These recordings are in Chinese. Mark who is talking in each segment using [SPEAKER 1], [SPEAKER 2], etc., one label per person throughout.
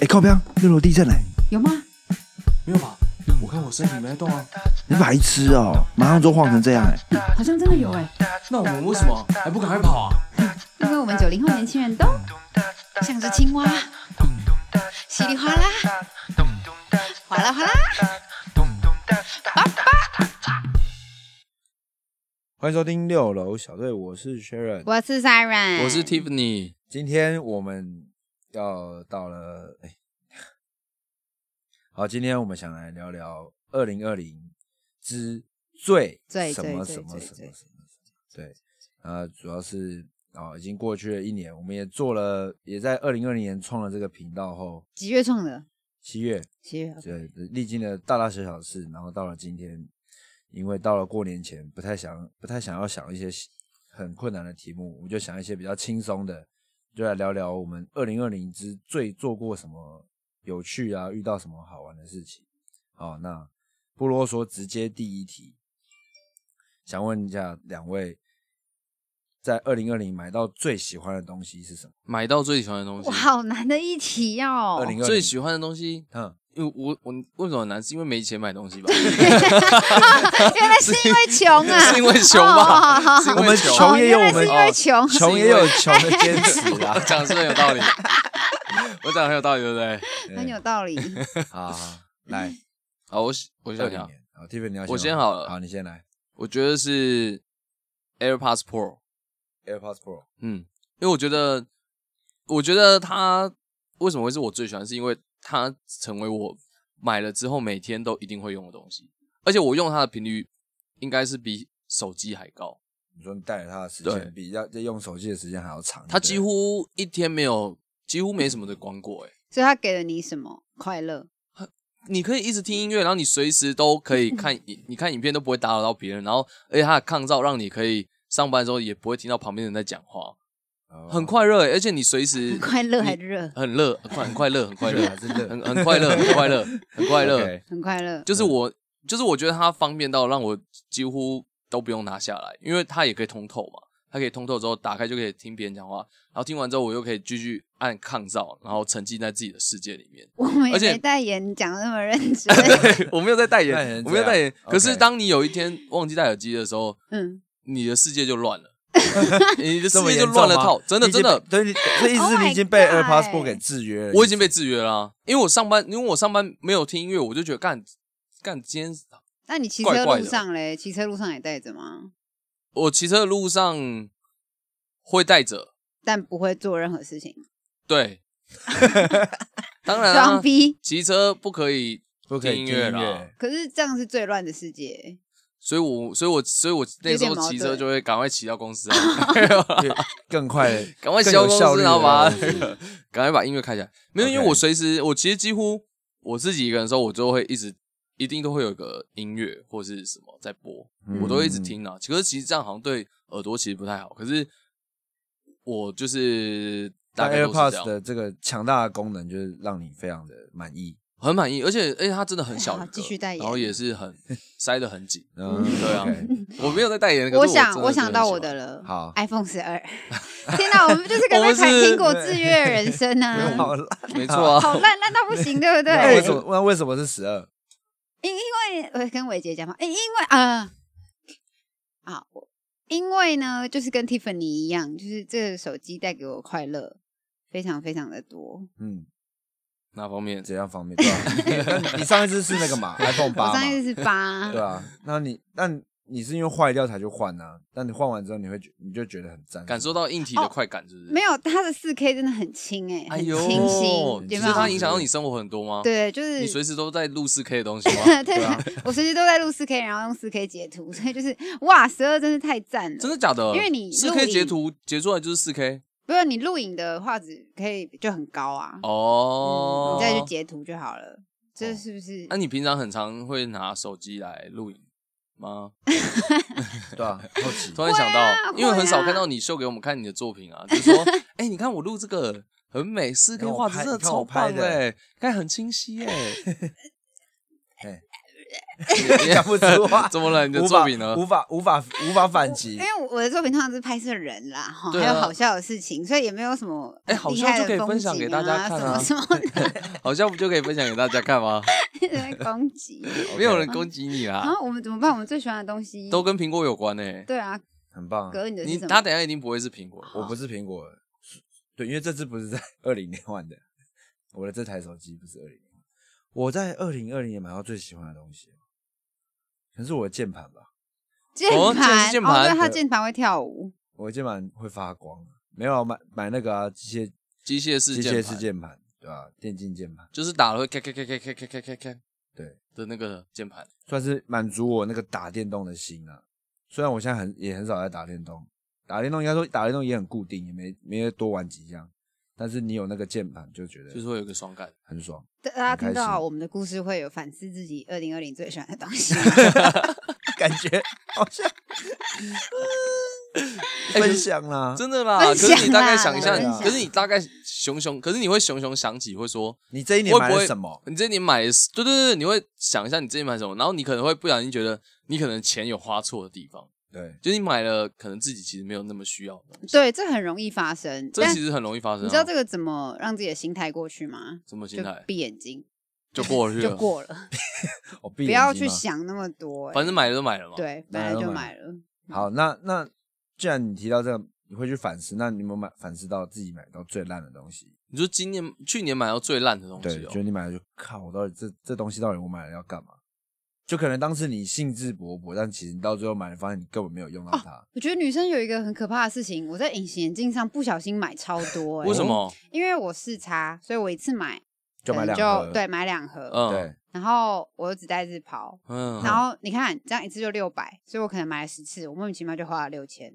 [SPEAKER 1] 哎，靠边，六楼地震嘞、
[SPEAKER 2] 有吗？
[SPEAKER 3] 没有吧？我看我身体没在动啊。
[SPEAKER 1] 你白痴哦，马上就晃成这样哎、
[SPEAKER 2] 好像真的有哎、
[SPEAKER 3] 那我们为什么还不赶快跑啊？
[SPEAKER 2] 因为我们九零后年轻人都像只青蛙，
[SPEAKER 3] 嗯
[SPEAKER 2] 稀里哗啦，哗啦哗啦。
[SPEAKER 1] 欢迎收听六楼小队，我是 Sharon，
[SPEAKER 2] 我是 Siren，
[SPEAKER 3] 我是 Tiffany，
[SPEAKER 1] 今天我们要到了，哎， 好，今天我们想来聊聊二零二零之最
[SPEAKER 2] 最
[SPEAKER 1] 什么
[SPEAKER 2] 最
[SPEAKER 1] 什么
[SPEAKER 2] 最
[SPEAKER 1] 什么什
[SPEAKER 2] 最
[SPEAKER 1] 么，什么对，呃，主要是哦，已经过去了一年，我们也做了，也在二零二零年创了这个频道后，
[SPEAKER 2] 几月创的？
[SPEAKER 1] 七月
[SPEAKER 2] 七月。
[SPEAKER 1] 对，历经了大大小小的事，然后到了今天，因为到了过年前，不太想不太想要想一些很困难的题目，我们就想一些比较轻松的，就来聊聊我们二零二零之最做过什么有趣啊，遇到什么好玩的事情。好，那不啰嗦，直接第一题，想问一下两位，在二零二零买到最喜欢的东西是什么？
[SPEAKER 3] 买到最喜欢的东西
[SPEAKER 2] 哇，。好难的一题哦！
[SPEAKER 1] 二零二
[SPEAKER 3] 最喜欢的东西，
[SPEAKER 1] 嗯，
[SPEAKER 3] 因为我我为什么很难？是因为没钱买东 西吧？
[SPEAKER 2] 原来是因为穷啊，
[SPEAKER 3] 是因为穷吧
[SPEAKER 2] 哦好好好
[SPEAKER 3] 是因
[SPEAKER 1] 我
[SPEAKER 3] 为
[SPEAKER 1] 们
[SPEAKER 3] 穷
[SPEAKER 1] 穷也有
[SPEAKER 2] 哦
[SPEAKER 1] 我
[SPEAKER 2] 原来
[SPEAKER 1] 们
[SPEAKER 2] 是因为穷
[SPEAKER 1] 穷也有穷的坚持啊
[SPEAKER 3] 我。讲得是不是很有道理，我讲得很有道理，对不对？
[SPEAKER 2] 很有道理。
[SPEAKER 1] 好，好来，
[SPEAKER 3] 好，我喜我
[SPEAKER 1] 二
[SPEAKER 3] 想
[SPEAKER 1] 零
[SPEAKER 3] 想，
[SPEAKER 1] 年，好，Tiffany 你要
[SPEAKER 3] 啊我先
[SPEAKER 1] 吗
[SPEAKER 3] 好了
[SPEAKER 1] 好，你先来
[SPEAKER 3] 我觉得是 AirPods Pro，
[SPEAKER 1] AirPods Pro，
[SPEAKER 3] 嗯，因为我觉得，我觉得它为什么会是我最喜欢，是因为它成为我买了之后每天都一定会用的东西，而且我用它的频率应该是比手机还高，
[SPEAKER 1] 你说你带着它的时
[SPEAKER 3] 对
[SPEAKER 1] 间比要在用手机的时间还要长，
[SPEAKER 3] 它
[SPEAKER 1] 对
[SPEAKER 3] 几乎一天没有，几乎没什么的光过、欸，
[SPEAKER 2] 所以他给了你什么快乐？
[SPEAKER 3] 你可以一直听音乐，然后你随时都可以看 影，你看影片都不会打扰到别人，然后而且它的抗噪让你可以上班的时候也不会听到旁边人在讲话，
[SPEAKER 1] 哦
[SPEAKER 3] 很快乐、欸，而且你随时
[SPEAKER 2] 快乐还
[SPEAKER 3] 你
[SPEAKER 2] 热？
[SPEAKER 3] 很乐，很快很快乐，很快乐
[SPEAKER 1] 还，是热
[SPEAKER 3] 很很快乐，很快乐，很快乐。
[SPEAKER 1] OK
[SPEAKER 2] 很快乐。
[SPEAKER 3] 就是我，就是我觉得它方便到让我几乎都不用拿下来，因为它也可以通透嘛。它可以通透之后打开就可以听别人讲话，然后听完之后我又可以继续按抗噪，然后沉浸在自己的世界里面。
[SPEAKER 2] 我们也
[SPEAKER 3] 而且
[SPEAKER 2] 没代言，你讲得那么认 真。
[SPEAKER 3] 我没有在代
[SPEAKER 1] 代言人
[SPEAKER 3] 言，我
[SPEAKER 1] 这
[SPEAKER 3] 没有
[SPEAKER 1] 样
[SPEAKER 3] 代言。可是
[SPEAKER 1] OK
[SPEAKER 3] 当你有一天忘记戴耳机的时候，
[SPEAKER 2] 嗯，
[SPEAKER 3] 你的世界就乱 了，你的世
[SPEAKER 1] 这么
[SPEAKER 3] 界就
[SPEAKER 1] 严重
[SPEAKER 3] 乱了
[SPEAKER 1] 吗
[SPEAKER 3] 套，真的
[SPEAKER 1] 你已经
[SPEAKER 3] 真的
[SPEAKER 1] 被，对，你这意思
[SPEAKER 2] Oh
[SPEAKER 1] 是
[SPEAKER 2] my
[SPEAKER 1] 你已经被
[SPEAKER 2] God
[SPEAKER 1] AirPods Pro 给制约了，
[SPEAKER 3] 我已经被制约了啊、因为我上班，因为我上班没有听音乐，我就觉得干干今天
[SPEAKER 2] 那你骑
[SPEAKER 3] 怪
[SPEAKER 2] 车
[SPEAKER 3] 怪
[SPEAKER 2] 路
[SPEAKER 3] 的
[SPEAKER 2] 上嘞？骑车路上也带着吗？
[SPEAKER 3] 我骑车的路上会带着，
[SPEAKER 2] 但不会做任何事情，
[SPEAKER 3] 对，当然
[SPEAKER 2] 装
[SPEAKER 3] 啊，
[SPEAKER 2] 逼。
[SPEAKER 3] 骑车不可以
[SPEAKER 1] 不可以
[SPEAKER 3] 听
[SPEAKER 1] 听
[SPEAKER 3] 音乐啦，
[SPEAKER 2] 可是这样是最乱的世界，
[SPEAKER 3] 所以我所以我所以我那时候
[SPEAKER 2] 有点矛
[SPEAKER 3] 骑车
[SPEAKER 2] 盾
[SPEAKER 3] 就会赶快骑到公司啊，
[SPEAKER 1] 对更快的，
[SPEAKER 3] 赶快骑
[SPEAKER 1] 更
[SPEAKER 3] 到
[SPEAKER 1] 有
[SPEAKER 3] 公
[SPEAKER 1] 效
[SPEAKER 3] 司，
[SPEAKER 1] 率啊
[SPEAKER 3] 然
[SPEAKER 1] 的
[SPEAKER 3] 后把它
[SPEAKER 1] 东西
[SPEAKER 3] 赶快把音乐开起来。没有，因为
[SPEAKER 1] OK
[SPEAKER 3] 我随时我其实几乎我自己一个人的时候，我就会一直一定都会有一个音乐或是什么在播，
[SPEAKER 1] 嗯
[SPEAKER 3] 我都会一直听啊。可是其实这样好像对耳朵其实不太好。可是我就是大
[SPEAKER 1] 但
[SPEAKER 3] 概都是这
[SPEAKER 1] AirPods
[SPEAKER 3] 样，
[SPEAKER 1] 的这个强大的功能就是让你非常的满意，
[SPEAKER 3] 很满意，而且而且它真的很小
[SPEAKER 2] 好
[SPEAKER 3] 一个，
[SPEAKER 2] 继续代言
[SPEAKER 3] 然后也是很塞得很紧。
[SPEAKER 1] 嗯，
[SPEAKER 3] 对啊
[SPEAKER 1] OK，
[SPEAKER 3] 我没有在代言，可是
[SPEAKER 2] 我
[SPEAKER 3] 真的
[SPEAKER 2] 想我想到我的。了。
[SPEAKER 1] 好
[SPEAKER 2] ，iPhone 十 二。天哪，我们就是跟
[SPEAKER 3] 我
[SPEAKER 2] 那
[SPEAKER 3] 们
[SPEAKER 2] 台苹
[SPEAKER 3] 是
[SPEAKER 2] 果制约的人生啊！
[SPEAKER 1] 好了，
[SPEAKER 3] 真的很喜欢没错 啊，
[SPEAKER 2] 好烂烂到不行，对不
[SPEAKER 1] 那
[SPEAKER 2] 对
[SPEAKER 1] 为？什么那为什么是十二？
[SPEAKER 2] 因因为我跟伟杰讲嘛，因因为啊啊，我因为呢，就是跟 Tiffany 一样，就是这个手机带给我快乐非常非常的多。
[SPEAKER 1] 嗯，
[SPEAKER 3] 哪方面？
[SPEAKER 1] 怎样方面？对啊 那你你上一次是那个嘛 iPhone 八
[SPEAKER 2] 我
[SPEAKER 1] 嘛？
[SPEAKER 2] 上一次是
[SPEAKER 3] 嗯
[SPEAKER 2] 八
[SPEAKER 1] 对，啊，那你那你是因为坏掉才去换啊？但你换完之后，你会觉你就觉得很赞，
[SPEAKER 3] 感受到硬体的快感是不是？
[SPEAKER 2] 哦没有它的四 K 真的很轻哎、
[SPEAKER 3] 哎
[SPEAKER 2] 很
[SPEAKER 3] 呦，
[SPEAKER 2] 清新，有
[SPEAKER 3] 其
[SPEAKER 2] 没
[SPEAKER 3] 实
[SPEAKER 1] 就是
[SPEAKER 3] 它
[SPEAKER 2] 有？
[SPEAKER 3] 影响到你生活很多吗？，
[SPEAKER 2] 对，就是
[SPEAKER 3] 你随时都在录四 K 的东西吗？
[SPEAKER 2] 对
[SPEAKER 1] 啊
[SPEAKER 2] 我随时都在录四 K，然后用四 K 截图， 所以就是哇，十二真是太赞了。
[SPEAKER 3] 真的假的？
[SPEAKER 2] 因为你
[SPEAKER 3] 四
[SPEAKER 2] 录
[SPEAKER 3] K
[SPEAKER 2] 影
[SPEAKER 3] 截图截出来就是四 K
[SPEAKER 2] 不是你录影的画质可以就很高啊，嗯
[SPEAKER 3] 哦
[SPEAKER 2] 你。再去截图就好了。这是不是？
[SPEAKER 3] 啊那、你平常很常会拿手机来录影吗？
[SPEAKER 1] 对啊，好奇
[SPEAKER 3] 突然想
[SPEAKER 2] 会
[SPEAKER 3] 到，
[SPEAKER 2] 啊
[SPEAKER 3] 因为很少看到你秀给我们看你的作品啊，就说，哎、你看我录这个很美，四 K
[SPEAKER 1] 看我
[SPEAKER 3] 画质
[SPEAKER 1] 拍
[SPEAKER 3] 真的
[SPEAKER 1] 你看
[SPEAKER 3] 超
[SPEAKER 1] 我拍
[SPEAKER 3] 棒
[SPEAKER 1] 的
[SPEAKER 3] 哎、看很清晰哎、
[SPEAKER 1] 哎讲不出话
[SPEAKER 3] 怎么了？你的
[SPEAKER 1] 无
[SPEAKER 3] 作
[SPEAKER 1] 法
[SPEAKER 3] 品呢？
[SPEAKER 1] 无法无法无法反击
[SPEAKER 2] 因。为我的作品通常是拍摄人啦，哈，
[SPEAKER 3] 对
[SPEAKER 2] 还
[SPEAKER 3] 啊
[SPEAKER 2] 有好笑的事情，所以也没有什么
[SPEAKER 3] 哎好
[SPEAKER 2] 厉
[SPEAKER 3] 笑
[SPEAKER 2] 害
[SPEAKER 3] 就
[SPEAKER 2] 的
[SPEAKER 3] 可以分
[SPEAKER 2] 风
[SPEAKER 3] 享给
[SPEAKER 2] 景
[SPEAKER 3] 大家
[SPEAKER 2] 啊
[SPEAKER 3] 看
[SPEAKER 2] 什
[SPEAKER 3] 啊
[SPEAKER 2] 么什 么的
[SPEAKER 3] 好像不就可以分享给大家看吗？
[SPEAKER 2] 在攻 击。
[SPEAKER 1] OK
[SPEAKER 3] 没有人攻击你
[SPEAKER 2] 然
[SPEAKER 3] 啦，
[SPEAKER 2] 后我们怎么办？我们最喜欢的东西
[SPEAKER 3] 啊都跟苹果有关呢。
[SPEAKER 2] 对啊，
[SPEAKER 1] 很棒啊。
[SPEAKER 2] 隔你的
[SPEAKER 3] 你
[SPEAKER 2] 是什
[SPEAKER 3] 他
[SPEAKER 2] 么？
[SPEAKER 3] 等一下一定不会是苹果，
[SPEAKER 1] 我不是苹果，对，因为这支不是在 二零年换的，我的这台手机不是二零年换的。我在二零二零年买到最喜欢的东西，可能是我的键盘吧。
[SPEAKER 2] 键
[SPEAKER 3] 哦这
[SPEAKER 2] 盘
[SPEAKER 3] 是键
[SPEAKER 2] 哦，
[SPEAKER 3] 盘
[SPEAKER 2] 对，他键盘会跳舞。
[SPEAKER 1] 我的键盘会发光，啊没有买买那个啊，机械
[SPEAKER 3] 机械式
[SPEAKER 1] 机
[SPEAKER 3] 键
[SPEAKER 1] 械式
[SPEAKER 3] 盘，
[SPEAKER 1] 键盘，对吧、电竞键盘，
[SPEAKER 3] 就是打了会咔咔咔咔咔咔咔咔咔
[SPEAKER 1] 对，
[SPEAKER 3] 的那个键盘。
[SPEAKER 1] 算是满足我那个打电动的心啊。虽然我现在很也很少在打电动，打电动应该说打电动也很固定，也没没多玩几样，但是你有那个键盘就觉
[SPEAKER 3] 就是
[SPEAKER 1] 得
[SPEAKER 3] 会有一个爽感。
[SPEAKER 1] 很爽。
[SPEAKER 2] 大家听
[SPEAKER 1] 很开
[SPEAKER 2] 到
[SPEAKER 1] 心
[SPEAKER 2] 我们的故事会有反思自己二零二零最喜欢的 东西吗，
[SPEAKER 1] 感觉好像
[SPEAKER 3] 哎可
[SPEAKER 1] 分
[SPEAKER 3] 是
[SPEAKER 1] 享啦。
[SPEAKER 3] 真的啦，
[SPEAKER 2] 分
[SPEAKER 3] 可是
[SPEAKER 2] 享
[SPEAKER 3] 你大概
[SPEAKER 2] 啦
[SPEAKER 3] 想一下
[SPEAKER 1] 分，享
[SPEAKER 3] 可是你大概熊熊，可是你会熊熊想起，会说
[SPEAKER 1] 你这一年
[SPEAKER 3] 会
[SPEAKER 1] 买
[SPEAKER 3] 不
[SPEAKER 1] 了
[SPEAKER 3] 会
[SPEAKER 1] 什么？
[SPEAKER 3] 你这一年买的是，对对对，你会想一下你这一年买什么，然后你可能会不小心觉得你可能钱有花错的地方，
[SPEAKER 1] 对，
[SPEAKER 3] 就是你买了可能自己其实没有那么需要的东西，
[SPEAKER 2] 对，这很容易发生。
[SPEAKER 3] 这
[SPEAKER 2] 但
[SPEAKER 3] 其实很容易发生、啊。
[SPEAKER 2] 你知道这个怎么让自己的心态过去吗？
[SPEAKER 3] 什么心
[SPEAKER 2] 就
[SPEAKER 3] 态
[SPEAKER 2] 闭眼睛
[SPEAKER 3] 就过去
[SPEAKER 2] 就
[SPEAKER 3] 了，
[SPEAKER 2] 过了，
[SPEAKER 1] 我不
[SPEAKER 2] 不要去。想那么多、
[SPEAKER 3] 反正
[SPEAKER 2] 买
[SPEAKER 3] 买了就买了嘛。，
[SPEAKER 2] 对，本
[SPEAKER 1] 买
[SPEAKER 2] 来
[SPEAKER 1] 了
[SPEAKER 2] 就
[SPEAKER 1] 买
[SPEAKER 2] 买了。
[SPEAKER 1] 好，那那既然你提到这个，你会去反思，那你有没有买反思到自己买到最烂的东西？
[SPEAKER 3] 你说今年去年买到最烂的东
[SPEAKER 1] 对，
[SPEAKER 3] 西
[SPEAKER 1] 觉得
[SPEAKER 3] 哦，
[SPEAKER 1] 你买了就靠，我到底这这东西到底我买了要干嘛？就可能当时你兴致勃勃，但其实你到最后买了，发现你根本没有用到它。
[SPEAKER 2] 我觉得女生有一个很可怕的事情，我在隐形眼镜上不小心买超 多、欸。
[SPEAKER 3] 为什？么？
[SPEAKER 2] 因为我视差，所以我一次买
[SPEAKER 1] 就买
[SPEAKER 2] 可能
[SPEAKER 1] 两盒，
[SPEAKER 2] 就对买两盒，
[SPEAKER 3] 嗯
[SPEAKER 1] 对
[SPEAKER 2] 然后我又只带日抛，
[SPEAKER 3] 嗯，
[SPEAKER 2] 然后你看这样一次就六百，所以我可能买了十次，我莫名其妙就花了六千，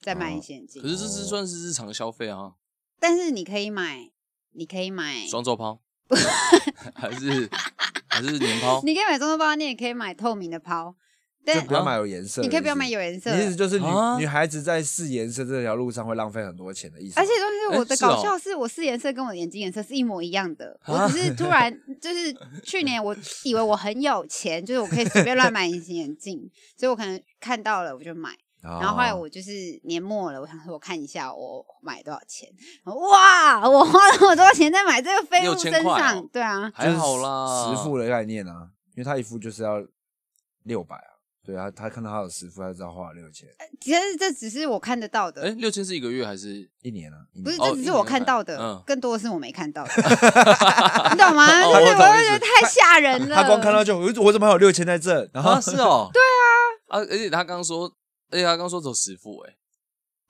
[SPEAKER 2] 再买
[SPEAKER 1] 哦
[SPEAKER 2] 隐形眼镜。
[SPEAKER 3] 可是这是算是日常消费啊，
[SPEAKER 2] 但是你可以买，你可以买，
[SPEAKER 3] 双 周抛还是还是年抛？
[SPEAKER 2] 你可以买中洲包，你也可以买透明的抛，
[SPEAKER 1] 就
[SPEAKER 2] 但
[SPEAKER 1] 不要买有颜色
[SPEAKER 2] 哦
[SPEAKER 1] 的
[SPEAKER 2] 你
[SPEAKER 1] 意
[SPEAKER 2] 可
[SPEAKER 1] 思。
[SPEAKER 2] 以不要买有颜色
[SPEAKER 1] 你意思
[SPEAKER 2] 的。
[SPEAKER 1] 就是女、
[SPEAKER 3] 啊
[SPEAKER 1] 女孩子在试颜色这条路上会浪费很多钱的意思吗。
[SPEAKER 2] 而且就是
[SPEAKER 3] 哎
[SPEAKER 2] 我的
[SPEAKER 3] 是
[SPEAKER 2] 搞
[SPEAKER 3] 哦
[SPEAKER 2] 笑是我试颜色跟我的眼睛颜色是一模一样的，
[SPEAKER 3] 啊
[SPEAKER 2] 我只是突然就是去年我以为我很有钱，就是我可以随便乱买隐形眼镜，所以我可能看到了我就买，
[SPEAKER 1] 然
[SPEAKER 2] 然后后
[SPEAKER 3] 哦
[SPEAKER 2] 来我就是年末了，我想说我看一下我买多少钱，哇，我花了好多钱在买这个飞
[SPEAKER 3] 6000
[SPEAKER 2] 物身
[SPEAKER 3] 块哦
[SPEAKER 2] 上，对啊，
[SPEAKER 3] 还好啦，
[SPEAKER 1] 十副的概念啊，因为他一副就是要六百啊，对啊，他看到他有十副，他就知道花了六千
[SPEAKER 2] 其实这只是我看得到的，
[SPEAKER 3] 哎，六千是一个月还是
[SPEAKER 1] 一年啊，一
[SPEAKER 2] 不是，
[SPEAKER 1] 年
[SPEAKER 3] 哦
[SPEAKER 2] 这只是我看到的，
[SPEAKER 3] 嗯
[SPEAKER 2] 更多的是我没看到 的， 你懂吗？
[SPEAKER 3] 哦
[SPEAKER 2] 我
[SPEAKER 3] 我
[SPEAKER 2] 我
[SPEAKER 3] 懂意
[SPEAKER 2] 会
[SPEAKER 3] 思
[SPEAKER 2] 觉得太吓人了。
[SPEAKER 1] 他哦光看到就我我怎么还有六千在这？然后
[SPEAKER 3] 啊，是哦，对啊，啊，而且他刚说，而且他刚说走十副，哎，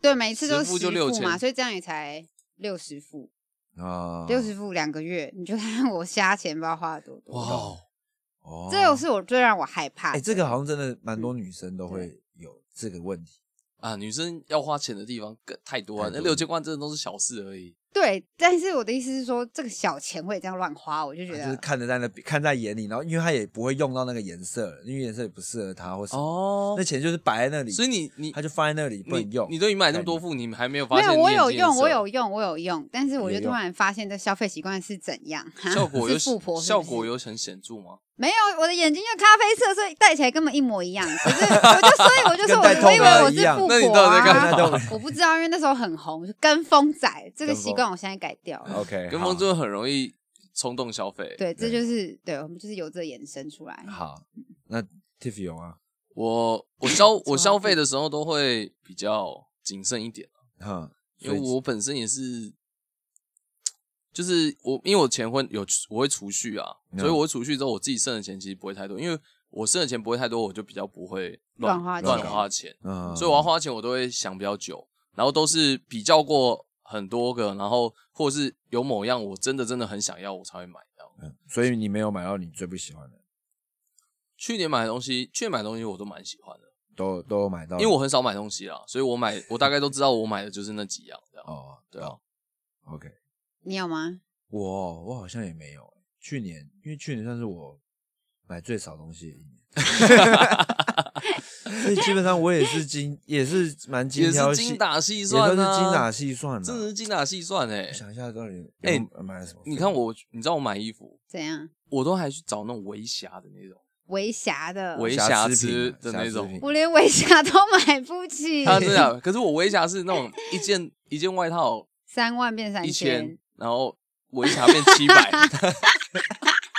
[SPEAKER 2] 对，每次都
[SPEAKER 3] 十副就
[SPEAKER 2] 十副嘛，
[SPEAKER 3] 6000
[SPEAKER 2] 所以这样也才六十副，
[SPEAKER 1] 啊
[SPEAKER 2] 哦六十副两个月，你就 看我瞎钱包花了多
[SPEAKER 3] 哦哇
[SPEAKER 2] 多。
[SPEAKER 3] 哦，
[SPEAKER 1] 哦
[SPEAKER 2] 这又是我最让我害怕
[SPEAKER 1] 哎，
[SPEAKER 2] 的。
[SPEAKER 1] 这个好像真的蛮
[SPEAKER 3] 嗯
[SPEAKER 1] 多女生都会有这个问题，
[SPEAKER 3] 啊，女生要花钱的地方更太多了，
[SPEAKER 1] 太
[SPEAKER 3] 那
[SPEAKER 1] 多
[SPEAKER 3] 六千块真的都是小事而已。
[SPEAKER 2] 对，但是我的意思是说，这个小钱会这样乱花，我就觉
[SPEAKER 1] 啊
[SPEAKER 3] 啊
[SPEAKER 1] 就
[SPEAKER 2] 得、
[SPEAKER 1] 是看得在那看在眼里，然后因为她也不会用到那个颜色了，因为颜色也不适合她或什么，
[SPEAKER 3] 哦
[SPEAKER 1] 那钱就是摆在那里，
[SPEAKER 3] 所以你你
[SPEAKER 1] 她就放在那里不
[SPEAKER 3] 你
[SPEAKER 1] 能用
[SPEAKER 3] 你。都已经买那么多副，你还没有发
[SPEAKER 2] 没
[SPEAKER 3] 现
[SPEAKER 2] 有，
[SPEAKER 3] 你
[SPEAKER 2] 我
[SPEAKER 3] 眼
[SPEAKER 2] 有
[SPEAKER 3] 睛哦颜
[SPEAKER 2] 用，
[SPEAKER 3] 色
[SPEAKER 2] 我有用，我有用，但是我
[SPEAKER 1] 你
[SPEAKER 2] 就
[SPEAKER 1] 有
[SPEAKER 2] 突
[SPEAKER 1] 用
[SPEAKER 2] 然发现这消费习惯是怎样，哈
[SPEAKER 3] 效 果
[SPEAKER 2] 是
[SPEAKER 3] 有
[SPEAKER 2] 富婆是不是
[SPEAKER 3] 效果有很显著吗？
[SPEAKER 2] 没有，我的眼睛就咖啡色，所以戴起来根本一模一样。可 是我就所以我就说，
[SPEAKER 1] 跟
[SPEAKER 2] 我我以
[SPEAKER 1] 戴透
[SPEAKER 2] 为
[SPEAKER 1] 明的
[SPEAKER 2] 我
[SPEAKER 1] 一
[SPEAKER 2] 是
[SPEAKER 1] 样
[SPEAKER 2] 富
[SPEAKER 3] 那你
[SPEAKER 2] 婆
[SPEAKER 3] 到底在干
[SPEAKER 1] 嘛
[SPEAKER 2] 啊，我不知道，因为那时候很红，我就跟风仔这个
[SPEAKER 1] 跟风
[SPEAKER 2] 习惯我现在改掉了。
[SPEAKER 1] OK，
[SPEAKER 3] 跟
[SPEAKER 1] 好
[SPEAKER 3] 风真的很容易冲动消费。
[SPEAKER 2] 对，这
[SPEAKER 1] 对
[SPEAKER 2] 就是对我们就是由这衍生出来。
[SPEAKER 1] 好，那 Tiff 有吗？
[SPEAKER 3] 我我 消
[SPEAKER 2] 么
[SPEAKER 3] 我消费的时候都会比较谨慎一点，
[SPEAKER 1] 哈，
[SPEAKER 3] 因为
[SPEAKER 1] 所以
[SPEAKER 3] 我本身也是，就是我因为我钱会有我会储蓄啊，
[SPEAKER 1] 嗯
[SPEAKER 3] 所以我会储蓄之后，我自己剩的钱其实不会太多，因为我剩的钱不会太多，我就比较不会
[SPEAKER 2] 乱花钱
[SPEAKER 3] 乱花钱，
[SPEAKER 1] 嗯
[SPEAKER 3] 所以我要花钱我都会想比较久，然后都是比较过很多个，然后或者是有某样我真的真的很想要，我才会买到。
[SPEAKER 1] 嗯，所以你没有买到你最不喜欢的，
[SPEAKER 3] 去年买的东西，去年买的东西我都蛮喜欢的，
[SPEAKER 1] 都都有买到，
[SPEAKER 3] 因为我很少买东西啦，所以我买我大概都知道我买的就是那几样，这样
[SPEAKER 1] 哦，
[SPEAKER 3] 对啊。
[SPEAKER 1] ，OK，
[SPEAKER 2] 你有吗？
[SPEAKER 1] 我哦我好像也没有，去年因为去年算是我买最少东西的一年，所以基本上我也是精也是蛮精
[SPEAKER 3] 也
[SPEAKER 1] 挑
[SPEAKER 3] 是
[SPEAKER 1] 细，
[SPEAKER 3] 精打细
[SPEAKER 1] 也
[SPEAKER 3] 算
[SPEAKER 1] 算是
[SPEAKER 3] 啊，
[SPEAKER 1] 精打细算
[SPEAKER 3] 真的
[SPEAKER 1] 的。
[SPEAKER 3] 是精打细算哎、
[SPEAKER 1] 我想一下到底
[SPEAKER 3] 哎
[SPEAKER 1] 哎买了什么？
[SPEAKER 3] 你看我，你知道我买衣服，
[SPEAKER 2] 怎样？
[SPEAKER 3] 我都还去找那种微瑕的那种，
[SPEAKER 2] 微瑕的，
[SPEAKER 3] 微瑕
[SPEAKER 1] 呃瑕
[SPEAKER 3] 疵
[SPEAKER 1] 疵品
[SPEAKER 3] 的
[SPEAKER 1] 啊
[SPEAKER 3] 那
[SPEAKER 1] 瑕疵
[SPEAKER 3] 种
[SPEAKER 1] 品
[SPEAKER 2] 我连微瑕都买不起，
[SPEAKER 3] 他真 的，可是啊我围侠是那种一件一件外套
[SPEAKER 2] 三万变三
[SPEAKER 3] 一
[SPEAKER 2] 千
[SPEAKER 3] 千，，然后围侠变 七百，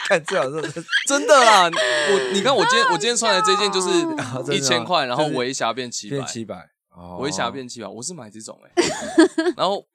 [SPEAKER 1] 看最好是
[SPEAKER 3] 真的啦！我你看我今天我今天穿的这件就
[SPEAKER 2] 真的吗
[SPEAKER 1] 哦
[SPEAKER 3] 是一千块，然后
[SPEAKER 1] 就是
[SPEAKER 3] 围侠变 七百
[SPEAKER 1] 变，七百，哦
[SPEAKER 3] 围侠变七百，我是买这种哎、 然后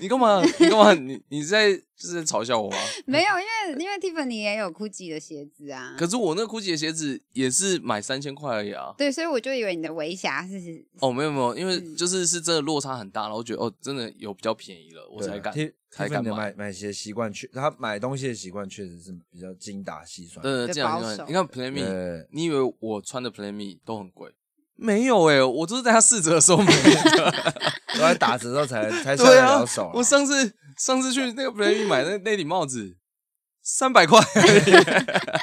[SPEAKER 3] 你干嘛？你干嘛？你你是在就是在嘲笑我吗？
[SPEAKER 2] 没有，因为因为 Tiffany 也有 GUCCI 的鞋子啊，
[SPEAKER 3] 可是我那 GUCCI 的鞋子也是买三千块而已啊。
[SPEAKER 2] 对，所以我就以为你的微瑕是
[SPEAKER 3] 哦，没有没有，因为
[SPEAKER 2] 嗯
[SPEAKER 3] 就是是真的落差很大，然后觉得哦，真的有比较便宜了，我才敢。
[SPEAKER 1] Ti-
[SPEAKER 3] 才敢
[SPEAKER 1] Tiffany 的
[SPEAKER 3] 买
[SPEAKER 1] 买买鞋习惯确，他买东西的习惯确实是比较精打细算。
[SPEAKER 3] 真的
[SPEAKER 2] 对
[SPEAKER 3] 这样，
[SPEAKER 2] 保
[SPEAKER 3] 你
[SPEAKER 2] 守
[SPEAKER 3] 看你看 Play Me，
[SPEAKER 1] 对，
[SPEAKER 3] 你以为我穿的 Play Me 都很贵？没有哎、我都是在他四折的时候买 的。
[SPEAKER 1] 都在打折之后才才下
[SPEAKER 3] 对
[SPEAKER 1] 得
[SPEAKER 3] 啊
[SPEAKER 1] 了手啊，。
[SPEAKER 3] 我上次上次去那个 Play Me 买那那顶帽子，三百块而已。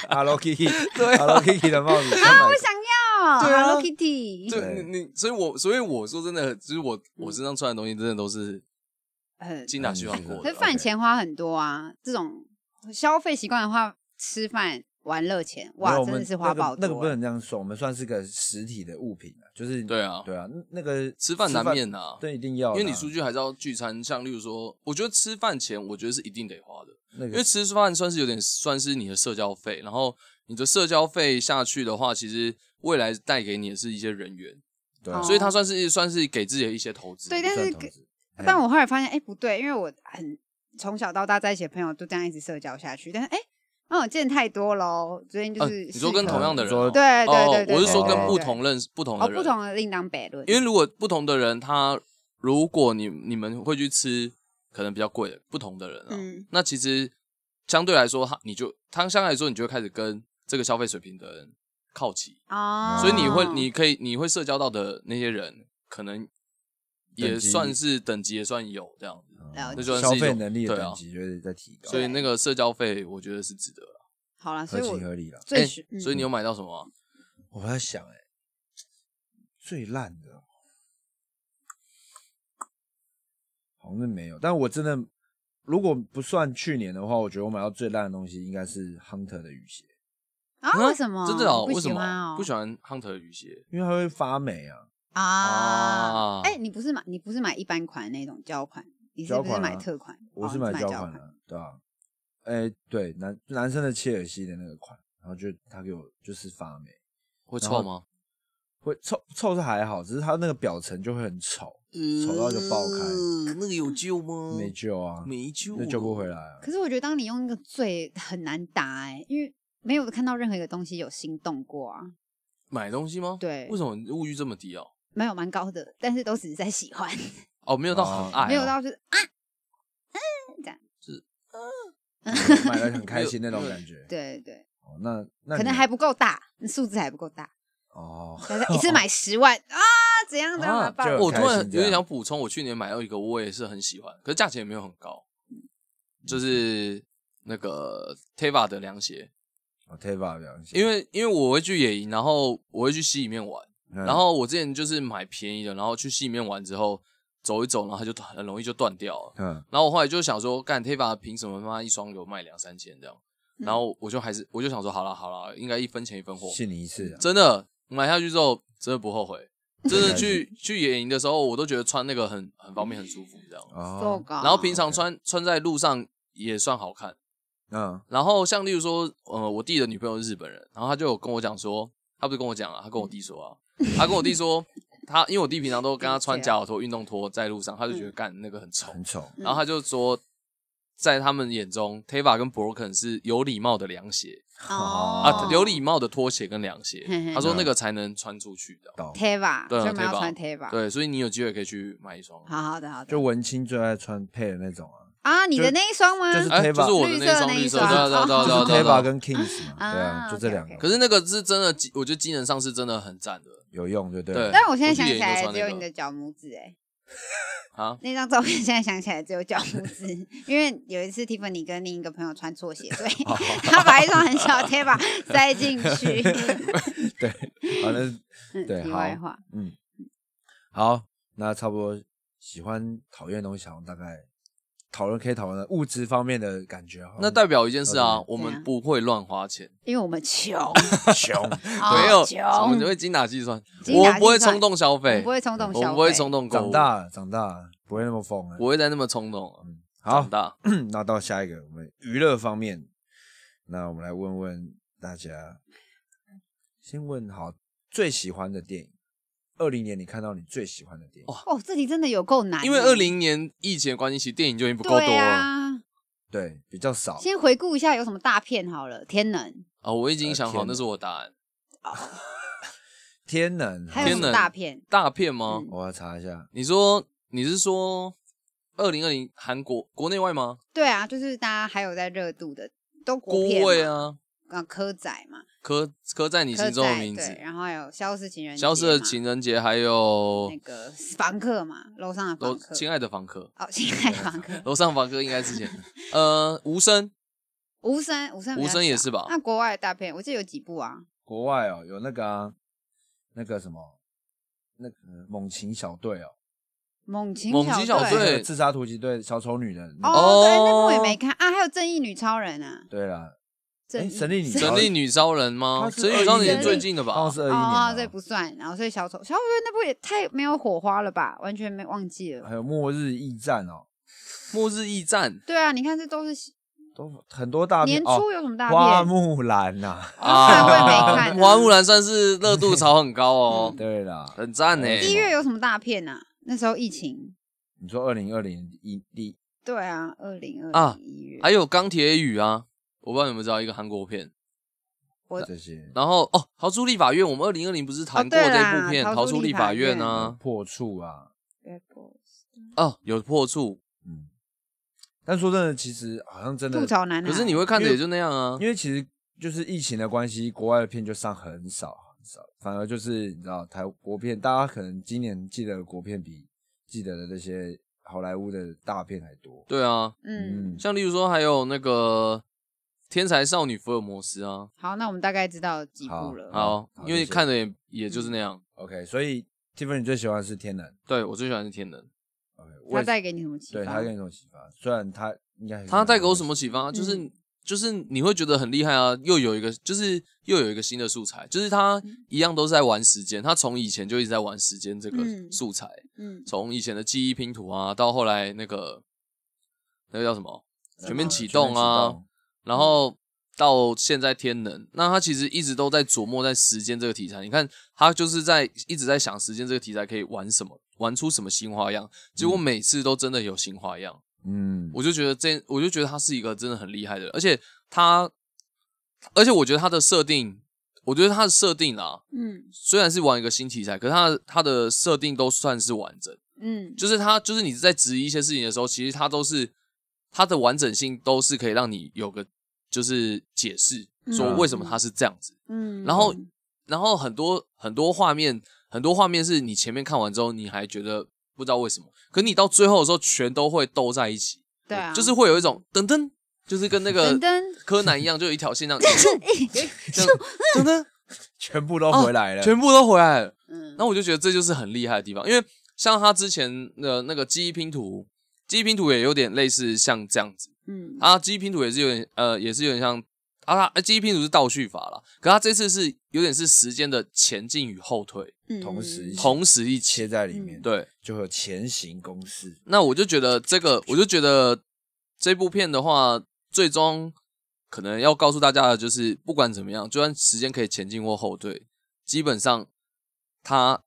[SPEAKER 1] 啊 Hello Kitty，Hello
[SPEAKER 3] 对啊
[SPEAKER 1] Kitty 的帽子 啊，我
[SPEAKER 2] 想要
[SPEAKER 3] 对啊
[SPEAKER 2] Hello Kitty，
[SPEAKER 3] 对，你你，所以我所以我说真的，就是
[SPEAKER 2] 嗯
[SPEAKER 3] 我我身上穿的东西真的都是
[SPEAKER 2] 很，
[SPEAKER 3] 精打细算过
[SPEAKER 2] 可
[SPEAKER 3] 嗯的
[SPEAKER 2] 是。饭钱花很多啊，这种消费习惯的话，吃饭玩乐钱，哇，
[SPEAKER 1] 没有
[SPEAKER 2] 真
[SPEAKER 1] 我
[SPEAKER 2] 的
[SPEAKER 1] 们
[SPEAKER 2] 是花爆多欸
[SPEAKER 1] 那个。那个不能这样说，我们算是个实体的物品啊，就是
[SPEAKER 3] 对啊
[SPEAKER 1] 对啊，那个
[SPEAKER 3] 吃饭难免啊
[SPEAKER 1] 对，一定要
[SPEAKER 3] 因
[SPEAKER 1] 的啊，
[SPEAKER 3] 为你出去还是要聚餐，像例如说，我觉得吃饭钱，我觉得是一定得花的，
[SPEAKER 1] 那
[SPEAKER 3] 因为
[SPEAKER 1] 个
[SPEAKER 3] 吃饭算是有点算是你的社交费，然后你的社交费下去的话，其实未来带给你的是一些人员，
[SPEAKER 1] 对啊，
[SPEAKER 2] 哦
[SPEAKER 3] 所以它算是算是给自己的一些投资。
[SPEAKER 2] 对但是
[SPEAKER 1] 算投资
[SPEAKER 2] 但我后来发现，哎、不对，因为我很从小到大在一起的朋友都这样一直社交下去，但是哎，那、我见太多喽。最近就
[SPEAKER 3] 呃
[SPEAKER 2] 是、
[SPEAKER 3] 你说跟同样的人哦、
[SPEAKER 1] 你说
[SPEAKER 2] 对对对对对
[SPEAKER 3] 哦，我是说跟
[SPEAKER 2] 对
[SPEAKER 3] 不
[SPEAKER 2] 对
[SPEAKER 3] 同认识不同
[SPEAKER 2] 哦
[SPEAKER 3] 的人，
[SPEAKER 2] 不同的另当别论，
[SPEAKER 3] 因为如果不同的人，他如果你你们会去吃可能比较贵的不同的人啊，
[SPEAKER 2] 嗯
[SPEAKER 3] 那其实相对来说，他你就他相对来说，你就会开始跟这个消费水平的人靠齐，
[SPEAKER 2] 哦，
[SPEAKER 3] 所以你会你可以你会社交到的那些人，可能也
[SPEAKER 1] 等级
[SPEAKER 3] 算是等级也算有这样子，
[SPEAKER 2] 了
[SPEAKER 3] 那
[SPEAKER 2] 解
[SPEAKER 3] 就算
[SPEAKER 1] 消
[SPEAKER 3] 是一
[SPEAKER 1] 费
[SPEAKER 3] 种
[SPEAKER 1] 能力的
[SPEAKER 3] 对啊
[SPEAKER 1] 等级就是在提高，
[SPEAKER 3] 所以那个社交费我觉得是值得了。
[SPEAKER 2] 好了，所
[SPEAKER 1] 合
[SPEAKER 2] 以我
[SPEAKER 1] 情合理了。
[SPEAKER 2] 最
[SPEAKER 3] 哎
[SPEAKER 2] 需、嗯
[SPEAKER 3] 所以你有买到什么啊、
[SPEAKER 1] 我在想，哎，最烂的哦好像是没有，但我真的如果不算去年的话，我觉得我买到最烂的东西应该是 Hunter 的雨鞋，
[SPEAKER 2] 啊为什么
[SPEAKER 3] 真的哦，
[SPEAKER 2] 不
[SPEAKER 3] 为什
[SPEAKER 2] 喜欢
[SPEAKER 3] 么
[SPEAKER 2] 哦
[SPEAKER 3] 不喜欢 Hunter 的雨鞋
[SPEAKER 1] 因为它会发霉啊。
[SPEAKER 2] 啊
[SPEAKER 3] 啊？
[SPEAKER 2] 哎、你不是买你不是买一般款那种胶款，你是
[SPEAKER 1] 胶
[SPEAKER 2] 不是
[SPEAKER 1] 款啊
[SPEAKER 2] 买特款？
[SPEAKER 1] 我
[SPEAKER 2] 哦
[SPEAKER 1] 是
[SPEAKER 2] 你
[SPEAKER 1] 买
[SPEAKER 2] 买
[SPEAKER 1] 胶
[SPEAKER 2] 款
[SPEAKER 1] 款的、对啊，哎、对，男男生的切尔西的那个款，然后就他给我就是发霉，
[SPEAKER 3] 会
[SPEAKER 1] 然后
[SPEAKER 3] 臭吗？
[SPEAKER 1] 会臭臭是还好，只是它那个表层就会很丑，丑到就爆
[SPEAKER 2] 嗯
[SPEAKER 1] 开
[SPEAKER 3] 呃那个有救吗？
[SPEAKER 1] 没救啊，
[SPEAKER 3] 嗯没救
[SPEAKER 1] 那救不回来 啊。
[SPEAKER 2] 可是我觉得，当你用一个最很难答哎、因为没有看到任何一个东西有心动过啊，
[SPEAKER 3] 买东西吗？
[SPEAKER 2] 对
[SPEAKER 3] 为什么你物欲这么低哦？
[SPEAKER 2] 没有蛮高的，但是都只是在喜欢，
[SPEAKER 1] 哎
[SPEAKER 3] 哦，没有到很爱哦，
[SPEAKER 2] 没有到就是啊，
[SPEAKER 1] 买了很开心那种感觉。
[SPEAKER 2] 对对，
[SPEAKER 1] 哦，那那
[SPEAKER 2] 可能
[SPEAKER 1] 你
[SPEAKER 2] 还不够大，数字还不够大，
[SPEAKER 1] 哦，
[SPEAKER 2] 但是一次买十万啊，怎样怎样
[SPEAKER 3] 啊
[SPEAKER 2] 把它爆
[SPEAKER 1] 就
[SPEAKER 3] 我突然
[SPEAKER 1] 很开心这
[SPEAKER 3] 有
[SPEAKER 1] 样
[SPEAKER 3] 点想补充，我去年买到一个我也是很喜欢，可是价钱也没有很高，
[SPEAKER 1] 嗯
[SPEAKER 3] 就是那个 Teva 的凉鞋，
[SPEAKER 1] 我 Teva 表现，
[SPEAKER 3] 因为因为我会去野营，然后我会去溪里面玩，
[SPEAKER 1] 嗯
[SPEAKER 3] 然后我之前就是买便宜的，然后去溪里面玩之后走一走，然后它就很容易就断掉了。
[SPEAKER 1] 嗯，
[SPEAKER 3] 然后我后来就想说，干 Teva 凭什么他妈一双给我卖两三千这样？
[SPEAKER 2] 嗯
[SPEAKER 3] 然后我就还是我就想说，好了好了，应该一分钱一分货，
[SPEAKER 1] 信你一次啊，
[SPEAKER 3] 真的买下去之后真的不后悔。真的去去野营的时候，我都觉得穿那个很很方便，很舒服这样。
[SPEAKER 2] 够
[SPEAKER 1] 哦，
[SPEAKER 2] 高。
[SPEAKER 3] 然后平常穿穿在路上也算好看。
[SPEAKER 1] 嗯
[SPEAKER 3] 然后像例如说，呃，我弟的女朋友是日本人，然后他就有跟我讲说，他不是跟我讲啊，他跟我弟说啊，他跟我弟说，他因为我弟平常都跟他穿夹脚拖、运动拖在路上，他就
[SPEAKER 2] 嗯
[SPEAKER 3] 觉得干那个很丑，
[SPEAKER 1] 很丑，
[SPEAKER 3] 然后他就说，在他们眼中，Teva 跟 Broken 是有礼貌的凉鞋
[SPEAKER 2] 哦
[SPEAKER 3] 啊，有礼貌的拖鞋跟凉鞋
[SPEAKER 2] 嘿嘿，
[SPEAKER 3] 他说那个才能穿出去的。
[SPEAKER 1] 到
[SPEAKER 2] Teva，
[SPEAKER 3] 对啊
[SPEAKER 2] 所以我们要
[SPEAKER 3] Teva
[SPEAKER 2] 穿 Teva。
[SPEAKER 3] 对，所以你有机会可以去买一双。
[SPEAKER 2] 好好的好的
[SPEAKER 1] 就文青最爱穿配的那种啊，
[SPEAKER 2] 啊，你的那一双吗？
[SPEAKER 1] 就是
[SPEAKER 3] 哎、
[SPEAKER 1] Teva
[SPEAKER 3] 就是我的那双
[SPEAKER 2] 绿
[SPEAKER 3] 绿
[SPEAKER 2] 色
[SPEAKER 3] 色，
[SPEAKER 2] 那一双
[SPEAKER 3] 对啊对啊对啊对
[SPEAKER 1] 就
[SPEAKER 3] 啊
[SPEAKER 1] 是
[SPEAKER 3] 对啊对啊
[SPEAKER 1] Teva 跟 Kings 嘛，
[SPEAKER 2] 啊
[SPEAKER 1] 对啊，就这两个
[SPEAKER 2] ，OK，OK
[SPEAKER 3] 可是那个是真的机，我觉得机能上是真的很赞的
[SPEAKER 1] 有用，对对
[SPEAKER 3] 对
[SPEAKER 1] 了。
[SPEAKER 2] 但是我现在
[SPEAKER 3] 我
[SPEAKER 2] 想
[SPEAKER 3] 去
[SPEAKER 2] 起
[SPEAKER 3] 野营就
[SPEAKER 2] 来
[SPEAKER 3] 穿
[SPEAKER 2] 只
[SPEAKER 3] 那
[SPEAKER 2] 有
[SPEAKER 3] 个
[SPEAKER 2] 你的脚拇指哎。
[SPEAKER 3] 啊。
[SPEAKER 2] 那张照片现 在想起来只有脚拇指，因为有一次 Tiffany 跟另一个朋友穿错鞋，所以
[SPEAKER 3] 哦
[SPEAKER 2] 他把一双很小的 Teva 塞进 去。
[SPEAKER 1] 对，反正
[SPEAKER 2] 嗯
[SPEAKER 1] 对
[SPEAKER 2] 题
[SPEAKER 1] 好
[SPEAKER 2] 外话，
[SPEAKER 1] 嗯，好，那差不多喜欢讨厌的东西，好像大概讨论可以讨论的物质方面的感觉。
[SPEAKER 3] 那代表一件事啊
[SPEAKER 1] 嗯，
[SPEAKER 3] 我
[SPEAKER 2] 对
[SPEAKER 3] 们
[SPEAKER 2] 啊
[SPEAKER 3] 不会乱花钱，
[SPEAKER 2] 因为我们穷，
[SPEAKER 1] 穷，
[SPEAKER 2] 啊
[SPEAKER 3] 没有，
[SPEAKER 2] 穷，
[SPEAKER 3] 我们只会精打细算，
[SPEAKER 2] 精打细
[SPEAKER 3] 我
[SPEAKER 2] 算
[SPEAKER 3] 不会冲动消
[SPEAKER 2] 我
[SPEAKER 3] 费
[SPEAKER 2] 们不，会冲动
[SPEAKER 3] 我
[SPEAKER 2] 消费，
[SPEAKER 3] 们不会冲动购
[SPEAKER 1] 长
[SPEAKER 3] 物，
[SPEAKER 1] 大了长大了不会那么疯了。
[SPEAKER 3] 不会再那么冲动了。
[SPEAKER 1] 好
[SPEAKER 3] 长，大，
[SPEAKER 1] 那到下一个，我们娱乐方面，那我们来问问大家，先问好最喜欢的电影，二零年你看到你最喜欢的电影，
[SPEAKER 3] 哇
[SPEAKER 2] 哦，这题真的有够难欸，
[SPEAKER 3] 因为二零年疫情的关系，其实电影就已经不够多
[SPEAKER 2] 对
[SPEAKER 3] 了
[SPEAKER 2] 啊，
[SPEAKER 1] 对，比较少，
[SPEAKER 2] 先回顾一下有什么大片好了，《天能》
[SPEAKER 3] 啊。我已经想
[SPEAKER 1] 呃
[SPEAKER 3] 好，
[SPEAKER 1] 天
[SPEAKER 3] 那是我的答案。
[SPEAKER 1] 天能，啊
[SPEAKER 2] 还有什
[SPEAKER 3] 天
[SPEAKER 2] 么
[SPEAKER 3] 能
[SPEAKER 2] 大片？
[SPEAKER 3] 大片吗？
[SPEAKER 2] 嗯
[SPEAKER 1] 我要查一下，
[SPEAKER 3] 你说你是说二零二零韩国国内外吗？
[SPEAKER 2] 对啊，就是大家还有在热度的都国
[SPEAKER 3] 郭
[SPEAKER 2] 片
[SPEAKER 3] 卫
[SPEAKER 2] 嘛，
[SPEAKER 3] 啊，
[SPEAKER 2] 啊，科仔嘛，
[SPEAKER 3] 刻刻在你
[SPEAKER 2] 科
[SPEAKER 3] 心中的
[SPEAKER 2] 仔
[SPEAKER 3] 名字
[SPEAKER 2] 对，，然后还有《消失情人节》
[SPEAKER 3] 消失的
[SPEAKER 2] 嘛
[SPEAKER 3] 情人节，还有
[SPEAKER 2] 那个房客嘛，楼上的
[SPEAKER 3] 楼
[SPEAKER 2] 房客，
[SPEAKER 3] 亲爱的房客，
[SPEAKER 2] 哦，亲爱的房客，
[SPEAKER 3] 楼上房客应该之前呃 无声
[SPEAKER 2] 无声，无声比较
[SPEAKER 3] 无
[SPEAKER 2] 小，
[SPEAKER 3] 声也是吧
[SPEAKER 2] 那国外的大片，我记得有几部啊？
[SPEAKER 1] 国外哦有那个啊，那个什么，那个猛禽小队哦，
[SPEAKER 2] 猛禽
[SPEAKER 3] 猛禽小
[SPEAKER 1] 那
[SPEAKER 3] 队
[SPEAKER 2] 队，
[SPEAKER 1] 个自杀突击队小丑女的那个，
[SPEAKER 2] 哦，对，那部我也
[SPEAKER 3] 哦
[SPEAKER 2] 没看啊，还有正义女超人啊，
[SPEAKER 1] 对啦，
[SPEAKER 2] 正
[SPEAKER 1] 诶神力女
[SPEAKER 3] 神力女超人吗
[SPEAKER 1] 它？是
[SPEAKER 3] 神力女超
[SPEAKER 1] 2020
[SPEAKER 3] 人最近的
[SPEAKER 1] 好
[SPEAKER 3] 吧
[SPEAKER 1] 像？是二一
[SPEAKER 2] 哦
[SPEAKER 1] 年啊
[SPEAKER 2] 哦，这不算。然后所以小丑小丑那部也太没有火花了吧，完全没忘记了。
[SPEAKER 1] 还有末日驿站哦，
[SPEAKER 3] 末日 驿站
[SPEAKER 2] 对啊，你看这都是
[SPEAKER 1] 都很多大片
[SPEAKER 2] 年
[SPEAKER 1] 哦
[SPEAKER 2] 初，有什么大
[SPEAKER 1] 花
[SPEAKER 2] 片？
[SPEAKER 1] 木兰呐、
[SPEAKER 2] 啊我也没 看啊
[SPEAKER 3] 花木兰算是热度潮很高哦，
[SPEAKER 1] 嗯对啦，
[SPEAKER 3] 很赞欸呢。
[SPEAKER 2] 一月有什么大片啊？那时候疫情。
[SPEAKER 1] 你说二零二零一第
[SPEAKER 2] 对啊，二零二
[SPEAKER 3] 啊
[SPEAKER 2] 零一月。
[SPEAKER 3] 还有钢铁雨啊，我不知道你们知道一个韩国片。
[SPEAKER 2] 我
[SPEAKER 1] 这些
[SPEAKER 3] 然后哦，《逃出立法院》，我们二零二零不是谈过
[SPEAKER 2] 哦对
[SPEAKER 3] 这
[SPEAKER 2] 啦
[SPEAKER 3] 部片《
[SPEAKER 2] 逃
[SPEAKER 3] 逃
[SPEAKER 2] 出
[SPEAKER 3] 出
[SPEAKER 2] 立
[SPEAKER 3] 立
[SPEAKER 2] 法
[SPEAKER 3] 法
[SPEAKER 2] 院
[SPEAKER 3] 院》啊？
[SPEAKER 1] 破处啊，
[SPEAKER 2] Bad Boys
[SPEAKER 3] 哦，有破处，
[SPEAKER 1] 嗯。但说真的，其实好像真的
[SPEAKER 2] 吐，槽男孩。
[SPEAKER 3] 可是你会看的也就那样啊
[SPEAKER 1] 因。为其实就是疫情的关系，国外的片就上很少很少，反而就是你知道台国片，大家可能今年记得的国片比记得的那些好莱坞的大片还多。
[SPEAKER 3] 对啊，
[SPEAKER 2] 嗯，
[SPEAKER 3] 像例如说还有那个《天才少女福尔摩斯》啊，
[SPEAKER 2] 好，那我们大概知道几
[SPEAKER 1] 好
[SPEAKER 2] 部了。
[SPEAKER 3] 哦好
[SPEAKER 1] 好，
[SPEAKER 3] 嗯因
[SPEAKER 1] 谢
[SPEAKER 3] 为
[SPEAKER 1] 谢
[SPEAKER 3] 看的也也就是那样。
[SPEAKER 1] OK，所以 Tiffany 最喜欢的是天能
[SPEAKER 3] 对我最喜欢的是天能，
[SPEAKER 1] ，OK，
[SPEAKER 2] 他
[SPEAKER 1] 为
[SPEAKER 2] 带给你什么启
[SPEAKER 1] 对
[SPEAKER 2] 发？
[SPEAKER 1] 他给你什么启发？虽然他应该
[SPEAKER 3] 他带给我什么启发？啊就是
[SPEAKER 2] 嗯
[SPEAKER 3] 就是你会觉得很厉害啊，又有一个就是又有一个新的素材，就是他
[SPEAKER 2] 嗯
[SPEAKER 3] 一样都是在玩时间，他从以前就一直在玩时间这个
[SPEAKER 2] 嗯
[SPEAKER 3] 素材，
[SPEAKER 2] 嗯，
[SPEAKER 3] 从以前的记忆拼图啊，到后来那个那个叫什么
[SPEAKER 1] 呃
[SPEAKER 3] 全面启
[SPEAKER 1] 全
[SPEAKER 3] 动啊，
[SPEAKER 1] 面启动
[SPEAKER 3] 然后到现在天能，那他其实一直都在琢磨在时间这个题材。你看，他就是在一直在想时间这个题材可以玩什么，玩出什么新花样。结果每次都真的有新花样，
[SPEAKER 1] 嗯，
[SPEAKER 3] 我就觉得这，我就觉得他是一个真的很厉害的人，而且他，而且我觉得他的设定，我觉得他的设定啊，
[SPEAKER 2] 嗯
[SPEAKER 3] 虽然是玩一个新题材，可是他的他的设定都算是完整。
[SPEAKER 2] 嗯，
[SPEAKER 3] 就是他，就是你在质疑一些事情的时候，其实他都是他的完整性都是可以让你有个就是解释，
[SPEAKER 2] 嗯
[SPEAKER 3] 说为什么他是这样子。
[SPEAKER 2] 嗯，
[SPEAKER 3] 然后然后很多很多画面，很多画面是你前面看完之后，你还觉得不知道为什么，可你到最后的时候，全都会兜在一起，
[SPEAKER 2] 对啊，
[SPEAKER 3] 就是会有一种噔噔，就是跟那
[SPEAKER 2] 噔
[SPEAKER 3] 个
[SPEAKER 2] 哎噔，
[SPEAKER 3] 柯南一样，就有一 条线这样咻这样噔噔，
[SPEAKER 1] 全部都回来了，
[SPEAKER 3] 啊全部都回来了。
[SPEAKER 2] 嗯
[SPEAKER 3] 那我就觉得这就是很厉害的地方，因为像他之前的那个记忆拼图，记忆拼图也有点类似像这样子，
[SPEAKER 2] 嗯，
[SPEAKER 3] 啊，记忆拼图也是有点呃，也是有点像啊，他呃记忆拼图是倒叙法啦，可他这次是有点是时间的前进与后退
[SPEAKER 2] 嗯
[SPEAKER 1] 同时
[SPEAKER 3] 同时一起，
[SPEAKER 1] 切在里面，
[SPEAKER 2] 嗯，
[SPEAKER 3] 对，
[SPEAKER 1] 就会有前行公式。
[SPEAKER 3] 那我就觉得这个，我就觉得这部片的话，最终可能要告诉大家的就是，不管怎么样，就算时间可以前进或后退，基本上它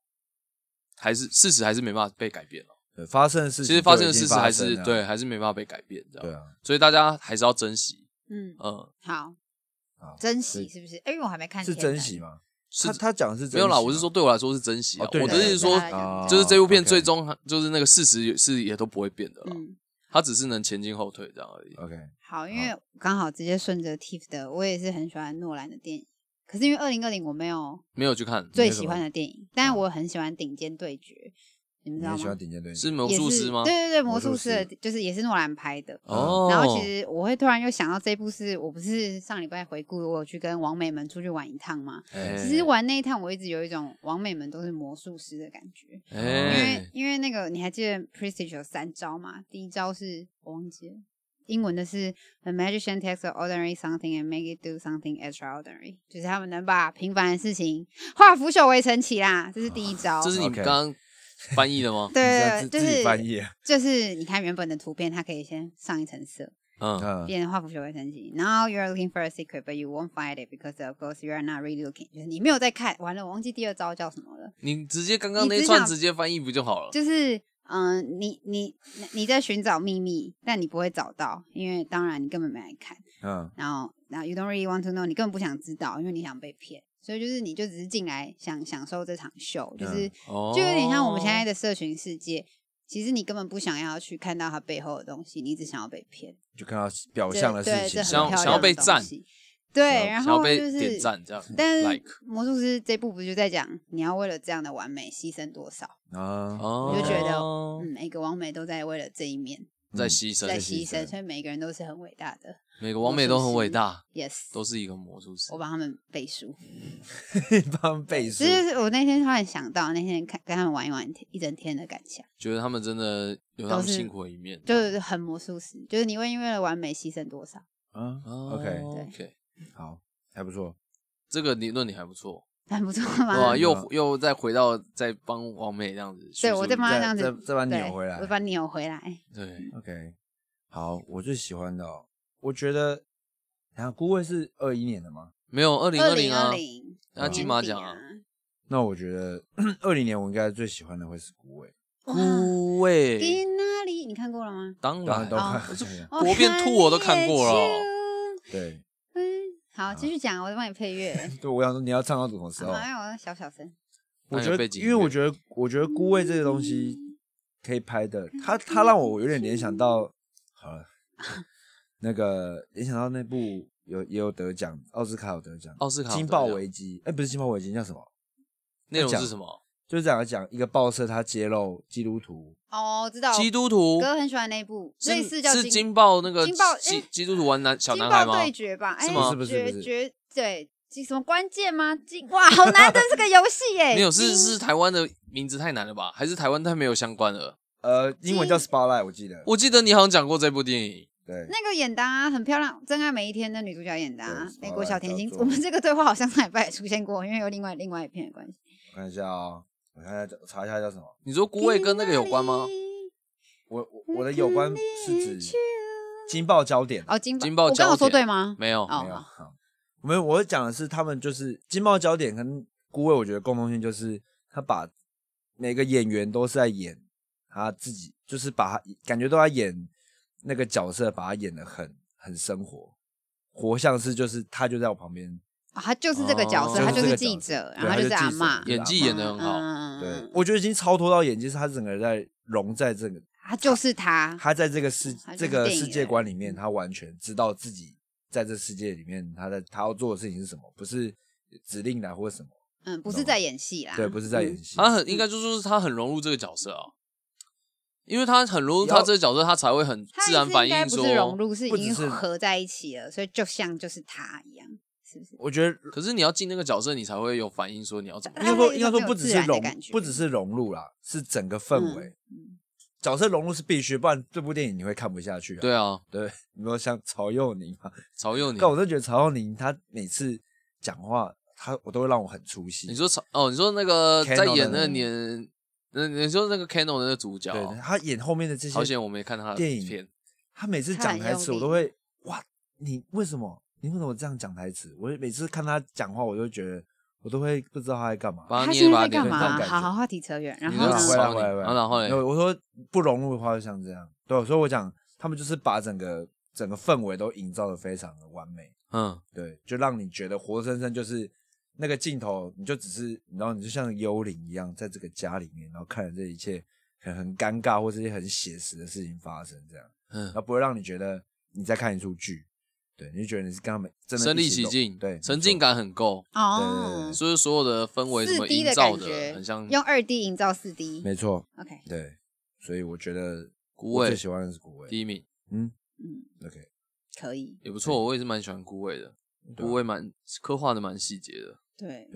[SPEAKER 3] 还是事实，还是没办法被改变了。
[SPEAKER 1] 对，发生的事情
[SPEAKER 3] 其实发生的事实
[SPEAKER 1] 就
[SPEAKER 3] 还
[SPEAKER 1] 已
[SPEAKER 3] 是
[SPEAKER 1] 经发生了啊
[SPEAKER 3] 对，还是没办法被改变这
[SPEAKER 1] 对
[SPEAKER 3] 样。
[SPEAKER 1] 啊，
[SPEAKER 3] 所以大家还是要珍惜，
[SPEAKER 2] 嗯，
[SPEAKER 3] 嗯，
[SPEAKER 2] 好
[SPEAKER 1] 好，
[SPEAKER 2] 珍惜是不是？哎，因为我还没看，
[SPEAKER 1] 是珍惜。吗？
[SPEAKER 3] 是
[SPEAKER 1] 他他讲的是珍惜
[SPEAKER 3] 没有啦，
[SPEAKER 1] 吗
[SPEAKER 3] 我是说对我来说是珍惜啊
[SPEAKER 1] 哦，对
[SPEAKER 3] 我
[SPEAKER 1] 啦
[SPEAKER 3] 的意思是说
[SPEAKER 2] 对。啦
[SPEAKER 1] 哦
[SPEAKER 3] 就是这部片
[SPEAKER 1] OK
[SPEAKER 3] 最终就是那个事实是也都不会变的了，
[SPEAKER 2] 嗯，
[SPEAKER 3] 它只是能前进后退这样而已。
[SPEAKER 1] OK，
[SPEAKER 2] 好，因为刚好直接顺着 Tiff 的，我也是很喜欢诺兰的电影。可是因为二零二零我没有
[SPEAKER 3] 没有去看，
[SPEAKER 2] 最喜欢的电影，但我很喜欢《顶尖对决》，你们
[SPEAKER 1] 你
[SPEAKER 2] 知道
[SPEAKER 1] 很喜
[SPEAKER 2] 吗
[SPEAKER 1] 欢？顶尖对决
[SPEAKER 3] 是魔
[SPEAKER 2] 也
[SPEAKER 3] 术
[SPEAKER 2] 是
[SPEAKER 3] 师吗
[SPEAKER 2] 对？对对，魔
[SPEAKER 1] 魔
[SPEAKER 2] 术
[SPEAKER 1] 术
[SPEAKER 2] 师的
[SPEAKER 1] 师
[SPEAKER 2] 就是也是诺兰拍的。
[SPEAKER 3] 哦，
[SPEAKER 2] 然后其实我会突然又想到这部是我不是上礼拜回顾我有去跟王美们出去玩一趟嘛？
[SPEAKER 1] 哎
[SPEAKER 2] 其实玩那一趟我一直有一种王美们都是魔术师的感觉，因为
[SPEAKER 3] 哎，
[SPEAKER 2] 因为那个你还记得 Prestige 有三招嘛？第一招是我忘记了，英文的是 The magician takes the ordinary something and make it do something extraordinary，就是他们能把平凡的事情化腐朽为神奇啦，这是第
[SPEAKER 1] 哦
[SPEAKER 2] 一招。？
[SPEAKER 3] 这是你
[SPEAKER 1] OK
[SPEAKER 3] 刚刚翻译的吗
[SPEAKER 2] 对
[SPEAKER 1] 你
[SPEAKER 2] 对，对
[SPEAKER 1] 这样自自己翻
[SPEAKER 2] 就是
[SPEAKER 1] 译啊，
[SPEAKER 2] 就是你看原本的图片，它可以先上一层色，
[SPEAKER 3] 嗯，
[SPEAKER 1] 嗯，
[SPEAKER 2] 变成化腐朽为神奇。Now you're looking for a secret, but you won't find it because of course you are not really looking。就是你没有在看，完了，我忘记第二招叫什么了。
[SPEAKER 3] 你直接刚刚
[SPEAKER 2] 你
[SPEAKER 3] 那一
[SPEAKER 2] 只
[SPEAKER 3] 串
[SPEAKER 2] 想
[SPEAKER 3] 直接翻译不就好了？
[SPEAKER 2] 就是嗯、呃你你你在寻找秘密，但你不会找到，因为当然你根本没来看。
[SPEAKER 1] 嗯，
[SPEAKER 2] 然后然后 you don't really want to know，你根本不想知道，因为你想被骗。所以就是你就只是进来想享受这场秀，就是、
[SPEAKER 3] 哦，
[SPEAKER 2] 就有点像我们现在的社群世界。其实你根本不想要去看到它背后的东西，你只想要被骗。
[SPEAKER 1] 就看到表
[SPEAKER 2] 对
[SPEAKER 1] 象的事
[SPEAKER 2] 对，这
[SPEAKER 1] 情，
[SPEAKER 2] 很
[SPEAKER 3] 想要
[SPEAKER 2] 漂
[SPEAKER 3] 想要
[SPEAKER 2] 亮的
[SPEAKER 3] 被
[SPEAKER 2] 东
[SPEAKER 3] 赞
[SPEAKER 2] 西
[SPEAKER 3] 想
[SPEAKER 2] 对，
[SPEAKER 3] 要
[SPEAKER 2] 然
[SPEAKER 3] 想要
[SPEAKER 2] 后
[SPEAKER 3] 被
[SPEAKER 2] 就是
[SPEAKER 3] 点赞这样，
[SPEAKER 2] 但是
[SPEAKER 3] like
[SPEAKER 2] 魔术师这部不就在讲你要为了这样的完美牺牲多少？
[SPEAKER 1] 啊，
[SPEAKER 3] 哦，
[SPEAKER 2] 你就觉得嗯，
[SPEAKER 3] 得
[SPEAKER 2] 每个完美都在为了这一面
[SPEAKER 1] 嗯
[SPEAKER 3] 在牺牲
[SPEAKER 2] 在，
[SPEAKER 1] 牺
[SPEAKER 2] 牺牲，
[SPEAKER 1] 牲
[SPEAKER 2] 所以每个人都是很伟大的。
[SPEAKER 3] 每个王美都很伟大，
[SPEAKER 2] Yes，
[SPEAKER 3] 都是一个魔术师
[SPEAKER 2] 我。帮他们背书。
[SPEAKER 1] 帮他们背书
[SPEAKER 2] 这，就是我那天突然想到，那天看跟他们玩一玩一整天的感想，
[SPEAKER 3] 觉得他们真的有他们
[SPEAKER 2] 都是
[SPEAKER 3] 辛苦的一面。啊
[SPEAKER 2] 就是很魔术师，就是你会因为了完美牺牲多少？
[SPEAKER 1] 嗯
[SPEAKER 3] 哦
[SPEAKER 1] ，OK，
[SPEAKER 3] OK，
[SPEAKER 1] 好，还不错，
[SPEAKER 3] 这个理论你还不错，
[SPEAKER 2] 很不错
[SPEAKER 3] 哇，
[SPEAKER 2] 吗？
[SPEAKER 1] 嗯
[SPEAKER 3] 又又再回到再帮王美这样子叙述
[SPEAKER 2] 对我
[SPEAKER 3] 一遍，
[SPEAKER 2] 再帮他这样
[SPEAKER 1] 再
[SPEAKER 2] 子，
[SPEAKER 1] 再把你
[SPEAKER 2] 对
[SPEAKER 1] 扭回来
[SPEAKER 2] 我把你扭回来。
[SPEAKER 3] 对
[SPEAKER 1] OK，好，我最喜欢的、哦，我觉得，然后顾问是二一年的吗？
[SPEAKER 3] 没有二零
[SPEAKER 2] 二
[SPEAKER 3] 零啊
[SPEAKER 2] 二，零，
[SPEAKER 3] 那金马奖啊，
[SPEAKER 1] 那我觉得二零年我应该最喜欢的会是顾问，
[SPEAKER 2] 啊哇，
[SPEAKER 1] 哦
[SPEAKER 3] 孤味
[SPEAKER 2] 给哪里？你看过了吗？哦
[SPEAKER 3] 当
[SPEAKER 1] 当然
[SPEAKER 3] 然
[SPEAKER 1] 都看，
[SPEAKER 3] 国片兔我都看过了。
[SPEAKER 1] 对
[SPEAKER 2] 嗯，好，继续讲，我在帮你配乐。
[SPEAKER 1] 对，我想说你要唱到什么时候
[SPEAKER 2] 好，？因为我小小声。
[SPEAKER 1] 我
[SPEAKER 3] 啊那
[SPEAKER 1] 觉
[SPEAKER 3] 有
[SPEAKER 1] 得
[SPEAKER 3] 背，景
[SPEAKER 1] 因
[SPEAKER 3] 音
[SPEAKER 1] 为我
[SPEAKER 3] 乐
[SPEAKER 1] 觉得，我觉得顾问这个东西可以拍的，他他让我有点联想到，好了，那个联想到那部有也有得奖，奥斯卡有得奖，
[SPEAKER 3] 奥斯卡有
[SPEAKER 1] 金
[SPEAKER 3] 得
[SPEAKER 1] 爆
[SPEAKER 3] 奖
[SPEAKER 1] 危机》哎，不是《金爆危机》，叫什么？
[SPEAKER 3] 内容
[SPEAKER 1] 讲
[SPEAKER 3] 是什么？
[SPEAKER 1] 就是讲讲一个报社，他揭露基督徒
[SPEAKER 2] 哦，知道。
[SPEAKER 3] 基督徒
[SPEAKER 2] 哥很喜欢那一部，
[SPEAKER 3] 是
[SPEAKER 2] 类似叫
[SPEAKER 3] 是
[SPEAKER 2] 金
[SPEAKER 3] 金爆那个
[SPEAKER 2] 金爆
[SPEAKER 3] 基
[SPEAKER 2] 哎
[SPEAKER 3] 基督徒玩男小
[SPEAKER 2] 金
[SPEAKER 3] 男孩
[SPEAKER 2] 爆
[SPEAKER 3] 吗？
[SPEAKER 2] 对决吧？哎，
[SPEAKER 3] 是吗
[SPEAKER 1] 不是不是
[SPEAKER 2] 决
[SPEAKER 1] 不是
[SPEAKER 2] 决对，金什么关键吗？金哇，好难的这个游戏耶！
[SPEAKER 3] 没有，是
[SPEAKER 2] 金
[SPEAKER 3] 是台湾的名字太难了吧？还是台湾太没有相关了？
[SPEAKER 1] 呃，英文叫 Spotlight，我记得。
[SPEAKER 3] 我记得你好像讲过这部电影，
[SPEAKER 1] 对，
[SPEAKER 2] 那个演的啊，很漂亮，《真爱每一天》的女主角演的啊
[SPEAKER 1] 对，
[SPEAKER 2] 美国小甜心
[SPEAKER 1] 叫。做
[SPEAKER 2] 我们这个对话好像上礼拜也出现过，因为有另外另外一片的关系。
[SPEAKER 1] 我看一下哦，我看一下叫，查一下叫什么。
[SPEAKER 3] 你说孤味跟那个有关吗？
[SPEAKER 1] 我我我的有关是指金爆焦点，
[SPEAKER 2] 哦，金
[SPEAKER 3] 金
[SPEAKER 2] 爆，
[SPEAKER 3] 爆
[SPEAKER 2] 我刚好
[SPEAKER 3] 焦
[SPEAKER 2] 说
[SPEAKER 3] 点
[SPEAKER 2] 对吗？
[SPEAKER 3] 没有，
[SPEAKER 2] 哦
[SPEAKER 1] 没有。
[SPEAKER 2] 好
[SPEAKER 1] 好我们我讲的是他们就是金爆焦点跟孤味，我觉得共同性就是他把每个演员都是在演他自己，就是把他感觉都在演那个角色，把他演的很很生活，活像是就是他就在我旁边。
[SPEAKER 2] 啊，他就是这个角色，
[SPEAKER 3] 哦
[SPEAKER 2] 他
[SPEAKER 1] 就
[SPEAKER 2] 就
[SPEAKER 1] 是这
[SPEAKER 2] 是
[SPEAKER 1] 个
[SPEAKER 2] 记
[SPEAKER 1] 角色
[SPEAKER 2] 者，
[SPEAKER 1] 对
[SPEAKER 2] 然后
[SPEAKER 1] 他
[SPEAKER 2] 是
[SPEAKER 1] 就
[SPEAKER 2] 阿
[SPEAKER 1] 记者
[SPEAKER 2] 嬷，
[SPEAKER 1] 对
[SPEAKER 3] 演技演得很好
[SPEAKER 2] 嗯
[SPEAKER 1] 对
[SPEAKER 2] 嗯，
[SPEAKER 1] 我觉得已经超脱到演技，是他整个人在融在这个
[SPEAKER 2] 他就是他，
[SPEAKER 1] 他在这个世
[SPEAKER 2] 他就是
[SPEAKER 1] 这个
[SPEAKER 2] 电影
[SPEAKER 1] 世界
[SPEAKER 2] 人嗯
[SPEAKER 1] 观里面，他完全知道自己在这世界里面，他在他要做的事情是什么，不是指令啊来或者什么，
[SPEAKER 2] 嗯，不是在演戏啦，
[SPEAKER 1] 对，不是在演
[SPEAKER 2] 戏，
[SPEAKER 1] 戏。
[SPEAKER 3] 他很应该就说是他很融入这个角色啊，因为他很融入他这个角色，他才会很
[SPEAKER 2] 他
[SPEAKER 3] 自然反应
[SPEAKER 2] 不是融
[SPEAKER 3] 说。
[SPEAKER 2] 入，是已
[SPEAKER 1] 不只
[SPEAKER 2] 经
[SPEAKER 1] 是
[SPEAKER 2] 合在一起了，所以就像就是他一样，是不是？
[SPEAKER 1] 我觉得
[SPEAKER 3] 可是你要进那个角色，你才会有反应说你要怎么
[SPEAKER 1] 应
[SPEAKER 2] 他
[SPEAKER 1] 该
[SPEAKER 2] 会有
[SPEAKER 1] 说
[SPEAKER 2] 一
[SPEAKER 1] 应该
[SPEAKER 2] 种
[SPEAKER 1] 说
[SPEAKER 2] 很
[SPEAKER 1] 不
[SPEAKER 2] 有
[SPEAKER 1] 只
[SPEAKER 2] 自
[SPEAKER 1] 是
[SPEAKER 2] 然的
[SPEAKER 1] 融
[SPEAKER 2] 感觉
[SPEAKER 1] 不只是融入啦，是整个氛围。
[SPEAKER 2] 嗯
[SPEAKER 1] 角色融入是必须，不然这部电影你会看不下去、啊。
[SPEAKER 3] 对啊，
[SPEAKER 1] 对，你说像曹佑宁嘛，
[SPEAKER 3] 曹佑宁
[SPEAKER 1] 但，我真的觉得曹佑宁他每次讲话，他我都会让我很出戏。
[SPEAKER 3] 你说曹哦，你说那个
[SPEAKER 1] Kano
[SPEAKER 3] 在演
[SPEAKER 1] 的那个
[SPEAKER 3] 那年，那你说那个 Canon 的那个主角，哦
[SPEAKER 1] 对，他演后面的这些
[SPEAKER 3] 好险我没看他的
[SPEAKER 1] 电影
[SPEAKER 3] 片，
[SPEAKER 1] 他每次
[SPEAKER 2] 他
[SPEAKER 1] 讲
[SPEAKER 2] 很
[SPEAKER 1] 台
[SPEAKER 2] 用
[SPEAKER 1] 词，我
[SPEAKER 2] 力
[SPEAKER 1] 都会哇，你为什么？你为什么这样讲台词？我每次看他讲话，我就觉得我都会不知道他在干嘛。
[SPEAKER 3] 把
[SPEAKER 2] 他
[SPEAKER 3] 捏
[SPEAKER 2] 现在
[SPEAKER 3] 把
[SPEAKER 2] 在
[SPEAKER 3] 脸
[SPEAKER 2] 干
[SPEAKER 1] 那种
[SPEAKER 2] 嘛？
[SPEAKER 1] 感
[SPEAKER 2] 好
[SPEAKER 1] 觉
[SPEAKER 2] 好话题扯远，然
[SPEAKER 3] 你
[SPEAKER 2] 后
[SPEAKER 3] 说
[SPEAKER 2] 呢？
[SPEAKER 1] 回
[SPEAKER 3] 是
[SPEAKER 1] 来
[SPEAKER 3] 少
[SPEAKER 1] 回
[SPEAKER 3] 女
[SPEAKER 1] 来回来，
[SPEAKER 3] 然后嘞
[SPEAKER 1] 对啊我说不融入的话就像这样。对，所以我讲他们就是把整个整个氛围都营造的非常的完美，
[SPEAKER 3] 嗯，
[SPEAKER 1] 对，就让你觉得活生生就是那个镜头，你就只是，然后你就像幽灵一样，在这个家里面，然后看着这一切很很尴尬或是一些很写实的事情发生，这样，
[SPEAKER 3] 嗯
[SPEAKER 1] 然后不会让你觉得你在看一出剧，对，你就觉得你是跟他们真的
[SPEAKER 3] 身临
[SPEAKER 1] 一起
[SPEAKER 3] 其
[SPEAKER 1] 走
[SPEAKER 3] 境，
[SPEAKER 1] 对，
[SPEAKER 3] 沉浸
[SPEAKER 1] 没错。
[SPEAKER 3] 感很够，
[SPEAKER 2] 哦，
[SPEAKER 3] 所以所有的氛围什么
[SPEAKER 2] 四 D
[SPEAKER 3] 营
[SPEAKER 2] 的
[SPEAKER 3] 造
[SPEAKER 2] 感
[SPEAKER 3] 的
[SPEAKER 2] 觉，
[SPEAKER 3] 很像
[SPEAKER 2] 用二 D 营造四 D。
[SPEAKER 1] 没错，
[SPEAKER 2] OK，
[SPEAKER 1] 对，所以我觉得
[SPEAKER 3] 古
[SPEAKER 1] 我
[SPEAKER 3] 伟
[SPEAKER 1] 最喜欢的是古伟，
[SPEAKER 3] 第一名
[SPEAKER 1] 嗯
[SPEAKER 2] 嗯，
[SPEAKER 1] ，OK，
[SPEAKER 2] 可以，
[SPEAKER 3] 也不错，我也是蛮喜欢孤味的，
[SPEAKER 1] 对啊
[SPEAKER 3] 孤味蛮刻画的蛮细节的。
[SPEAKER 2] 对，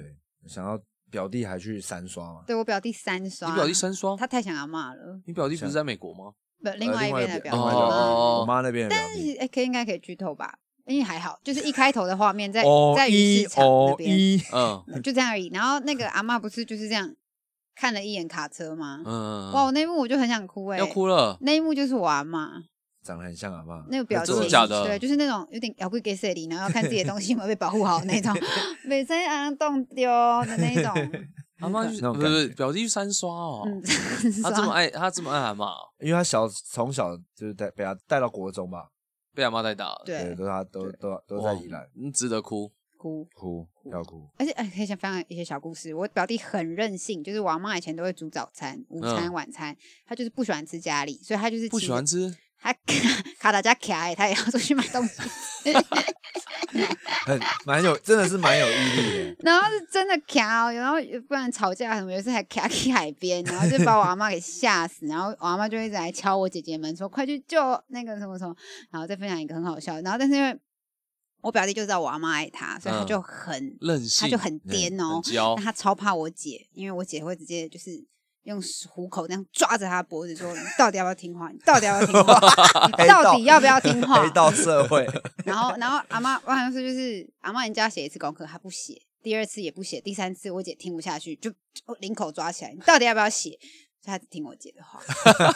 [SPEAKER 1] 想要表弟还去三刷嘛，呃
[SPEAKER 2] 对我表弟三刷，
[SPEAKER 3] 你表弟三双，
[SPEAKER 2] 他太想要骂了，
[SPEAKER 3] 你表弟不是在美国吗？
[SPEAKER 2] 不，另
[SPEAKER 1] 呃
[SPEAKER 2] 外一边的
[SPEAKER 1] 个
[SPEAKER 2] 表
[SPEAKER 1] 另
[SPEAKER 2] 弟
[SPEAKER 1] 外一
[SPEAKER 3] 哦
[SPEAKER 1] 个
[SPEAKER 3] 哦
[SPEAKER 2] 骂。
[SPEAKER 1] 我妈那边的表
[SPEAKER 2] 但
[SPEAKER 1] 弟，
[SPEAKER 2] 是哎，可以应该可以剧透吧？因为还好，就是一开头的画面在
[SPEAKER 1] 哦
[SPEAKER 2] 在鱼
[SPEAKER 1] 一
[SPEAKER 2] 市场那
[SPEAKER 1] 哦
[SPEAKER 2] 边，呃
[SPEAKER 1] 一，
[SPEAKER 3] 嗯
[SPEAKER 2] 就这样而已。然后那个阿嬷不是就是这样看了一眼卡车吗？
[SPEAKER 3] 嗯，
[SPEAKER 2] 哇，我那一幕我就很想哭哎，
[SPEAKER 3] 要哭了，
[SPEAKER 2] 那一幕就是我阿嬷
[SPEAKER 1] 长得很像阿妈，
[SPEAKER 2] 那个表情，
[SPEAKER 3] 真的假的
[SPEAKER 2] 对，就是那种有点摇滚给谁里，然后要看自己的东西有没有被保护好那种， 每次让动丢的那一种。
[SPEAKER 3] 阿妈就
[SPEAKER 1] 那
[SPEAKER 3] 是
[SPEAKER 1] 种
[SPEAKER 3] 不是不
[SPEAKER 1] 感
[SPEAKER 3] 是
[SPEAKER 1] 觉
[SPEAKER 3] 表弟去三刷哦，
[SPEAKER 2] 嗯，
[SPEAKER 3] 他这么爱他这么爱阿妈哦，
[SPEAKER 1] 因为他小从小就是带被他带到国中吧，
[SPEAKER 3] 被阿妈带大了，
[SPEAKER 2] 对
[SPEAKER 1] 对，都他都都都
[SPEAKER 3] 哇
[SPEAKER 1] 在宜兰，
[SPEAKER 3] 嗯值得哭。
[SPEAKER 2] 哭。
[SPEAKER 1] 哭要哭，
[SPEAKER 2] 而且哎，可以想分享一些小故事。我表弟很任性，就是我妈以前都会煮早餐、午餐、
[SPEAKER 3] 嗯
[SPEAKER 2] 晚餐，他就是不喜欢吃家里，所以他就是
[SPEAKER 3] 不
[SPEAKER 2] 骑
[SPEAKER 3] 喜欢
[SPEAKER 2] 着
[SPEAKER 3] 吃，
[SPEAKER 2] 他 卡达加卡，欸他也要出去买东西。
[SPEAKER 1] 很蛮有，真的是蛮有毅力的。
[SPEAKER 2] 然后是真的卡哦，然后不然吵架什么，有一次还卡去海边，然后就把我阿妈给吓死，然后我阿妈就一直来敲我姐姐门说快去救那个什么什么，然后再分享一个很好笑的，然后但是因为我表弟就知道我阿妈爱他，所以他
[SPEAKER 3] 嗯
[SPEAKER 2] 就很、
[SPEAKER 3] 任
[SPEAKER 2] 他
[SPEAKER 3] 性，哎
[SPEAKER 2] 就很颠哦
[SPEAKER 3] 很，娇
[SPEAKER 2] 那，他超怕我姐，因为我姐会直接就是用虎口那样抓着他的脖子说：“你到底要不要听话？你到底要不要听话？你
[SPEAKER 1] 黑
[SPEAKER 2] 到
[SPEAKER 1] 道
[SPEAKER 2] 底要不要听话
[SPEAKER 1] 黑？”道社会，
[SPEAKER 2] 然后，然后阿妈，我好像是就是阿妈，人家写一次功课，她不写，第二次也不写，第三次我姐听不下去，就就领口抓起来，你到底要不要写？所以她只听我姐的话，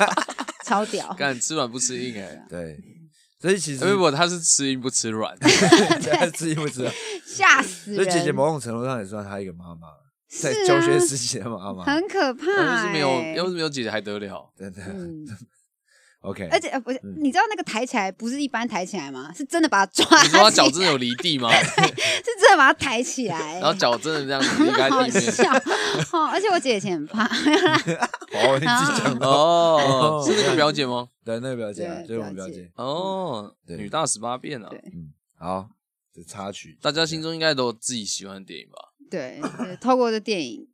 [SPEAKER 2] 超屌。
[SPEAKER 3] 干吃软不吃硬 哎。
[SPEAKER 1] 对，所以其实
[SPEAKER 2] 啊
[SPEAKER 3] 哎不，他是吃硬不吃软，
[SPEAKER 1] 对吃衣服吃，
[SPEAKER 2] 吓死
[SPEAKER 1] 所以
[SPEAKER 2] 人！
[SPEAKER 1] 姐姐某种程度上也算她一个妈妈，
[SPEAKER 2] 是
[SPEAKER 1] 在
[SPEAKER 2] 啊
[SPEAKER 1] 求学时期的妈妈，
[SPEAKER 2] 很可怕、
[SPEAKER 3] 要是
[SPEAKER 2] 欸，
[SPEAKER 3] 没有要是没有姐姐还 得了？
[SPEAKER 1] 真的
[SPEAKER 2] 嗯，
[SPEAKER 1] OK，
[SPEAKER 2] 而且呃不是，
[SPEAKER 1] 嗯
[SPEAKER 2] 你知道那个抬起来不是一般抬起来吗？是真的把它抓
[SPEAKER 3] 你
[SPEAKER 2] 起
[SPEAKER 3] 说他
[SPEAKER 2] 来，
[SPEAKER 3] 脚真的有离地 吗？
[SPEAKER 2] 是真的把它抬起来，
[SPEAKER 3] 然后脚真的这样子离开
[SPEAKER 2] 好
[SPEAKER 3] 地面？
[SPEAKER 2] 笑哦！而且我姐以前很怕，
[SPEAKER 1] 哦，你自己讲的，
[SPEAKER 3] 哦，是那个表姐吗？
[SPEAKER 1] 对，那个表姐啊，
[SPEAKER 2] 对
[SPEAKER 1] 就是我们
[SPEAKER 2] 表
[SPEAKER 1] 表
[SPEAKER 2] 姐
[SPEAKER 1] 姐，
[SPEAKER 3] 哦，
[SPEAKER 1] 对
[SPEAKER 3] 女大十八变啊！
[SPEAKER 2] 对
[SPEAKER 1] 嗯，好，这插曲，
[SPEAKER 3] 大家心中应该都有自己喜欢的电影吧？
[SPEAKER 2] 对，对透过这电影，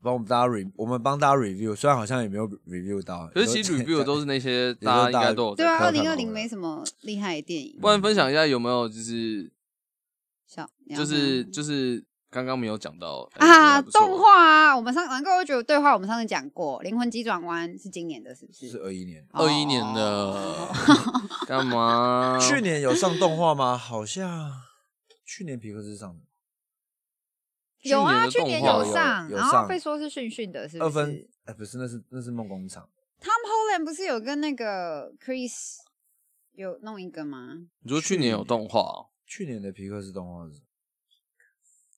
[SPEAKER 1] 帮我们大家 re，我们帮大家 review，虽然好像也没有 review 到，
[SPEAKER 3] 可是其实 review 都是那些
[SPEAKER 1] 也都大
[SPEAKER 3] 大家应该都有在
[SPEAKER 2] 对啊，二
[SPEAKER 3] 看。
[SPEAKER 2] 零
[SPEAKER 1] 看
[SPEAKER 2] 二
[SPEAKER 1] 好
[SPEAKER 2] 零
[SPEAKER 1] 了
[SPEAKER 2] 没什么厉害的电影，
[SPEAKER 3] 不然分享一下有没有就是
[SPEAKER 2] 小你要
[SPEAKER 3] 就是
[SPEAKER 2] 看
[SPEAKER 3] 就是刚刚没有讲到哎
[SPEAKER 2] 啊，
[SPEAKER 3] 觉得还不错
[SPEAKER 2] 动画啊，我们上能够觉得对话，我们上次讲过，《灵魂急转弯》是今年的，是不
[SPEAKER 1] 是
[SPEAKER 2] 是？
[SPEAKER 1] 二一年，
[SPEAKER 3] 二一年的
[SPEAKER 2] 哦
[SPEAKER 3] 干嘛？
[SPEAKER 1] 去年有上动画吗？好像去年皮克斯上的
[SPEAKER 2] 有啊，
[SPEAKER 3] 去
[SPEAKER 2] 去年
[SPEAKER 3] 年的动画
[SPEAKER 1] 有
[SPEAKER 2] 上，
[SPEAKER 1] 有
[SPEAKER 2] 然后
[SPEAKER 1] 上
[SPEAKER 2] 被说是训训的，是不是？
[SPEAKER 1] 二分，哎，不是，那是那是梦工厂，
[SPEAKER 2] Tom Holland 不是有跟那个 Chris 有弄一个吗？
[SPEAKER 3] 你说去年有动画哦，
[SPEAKER 1] 去年的皮克斯动画是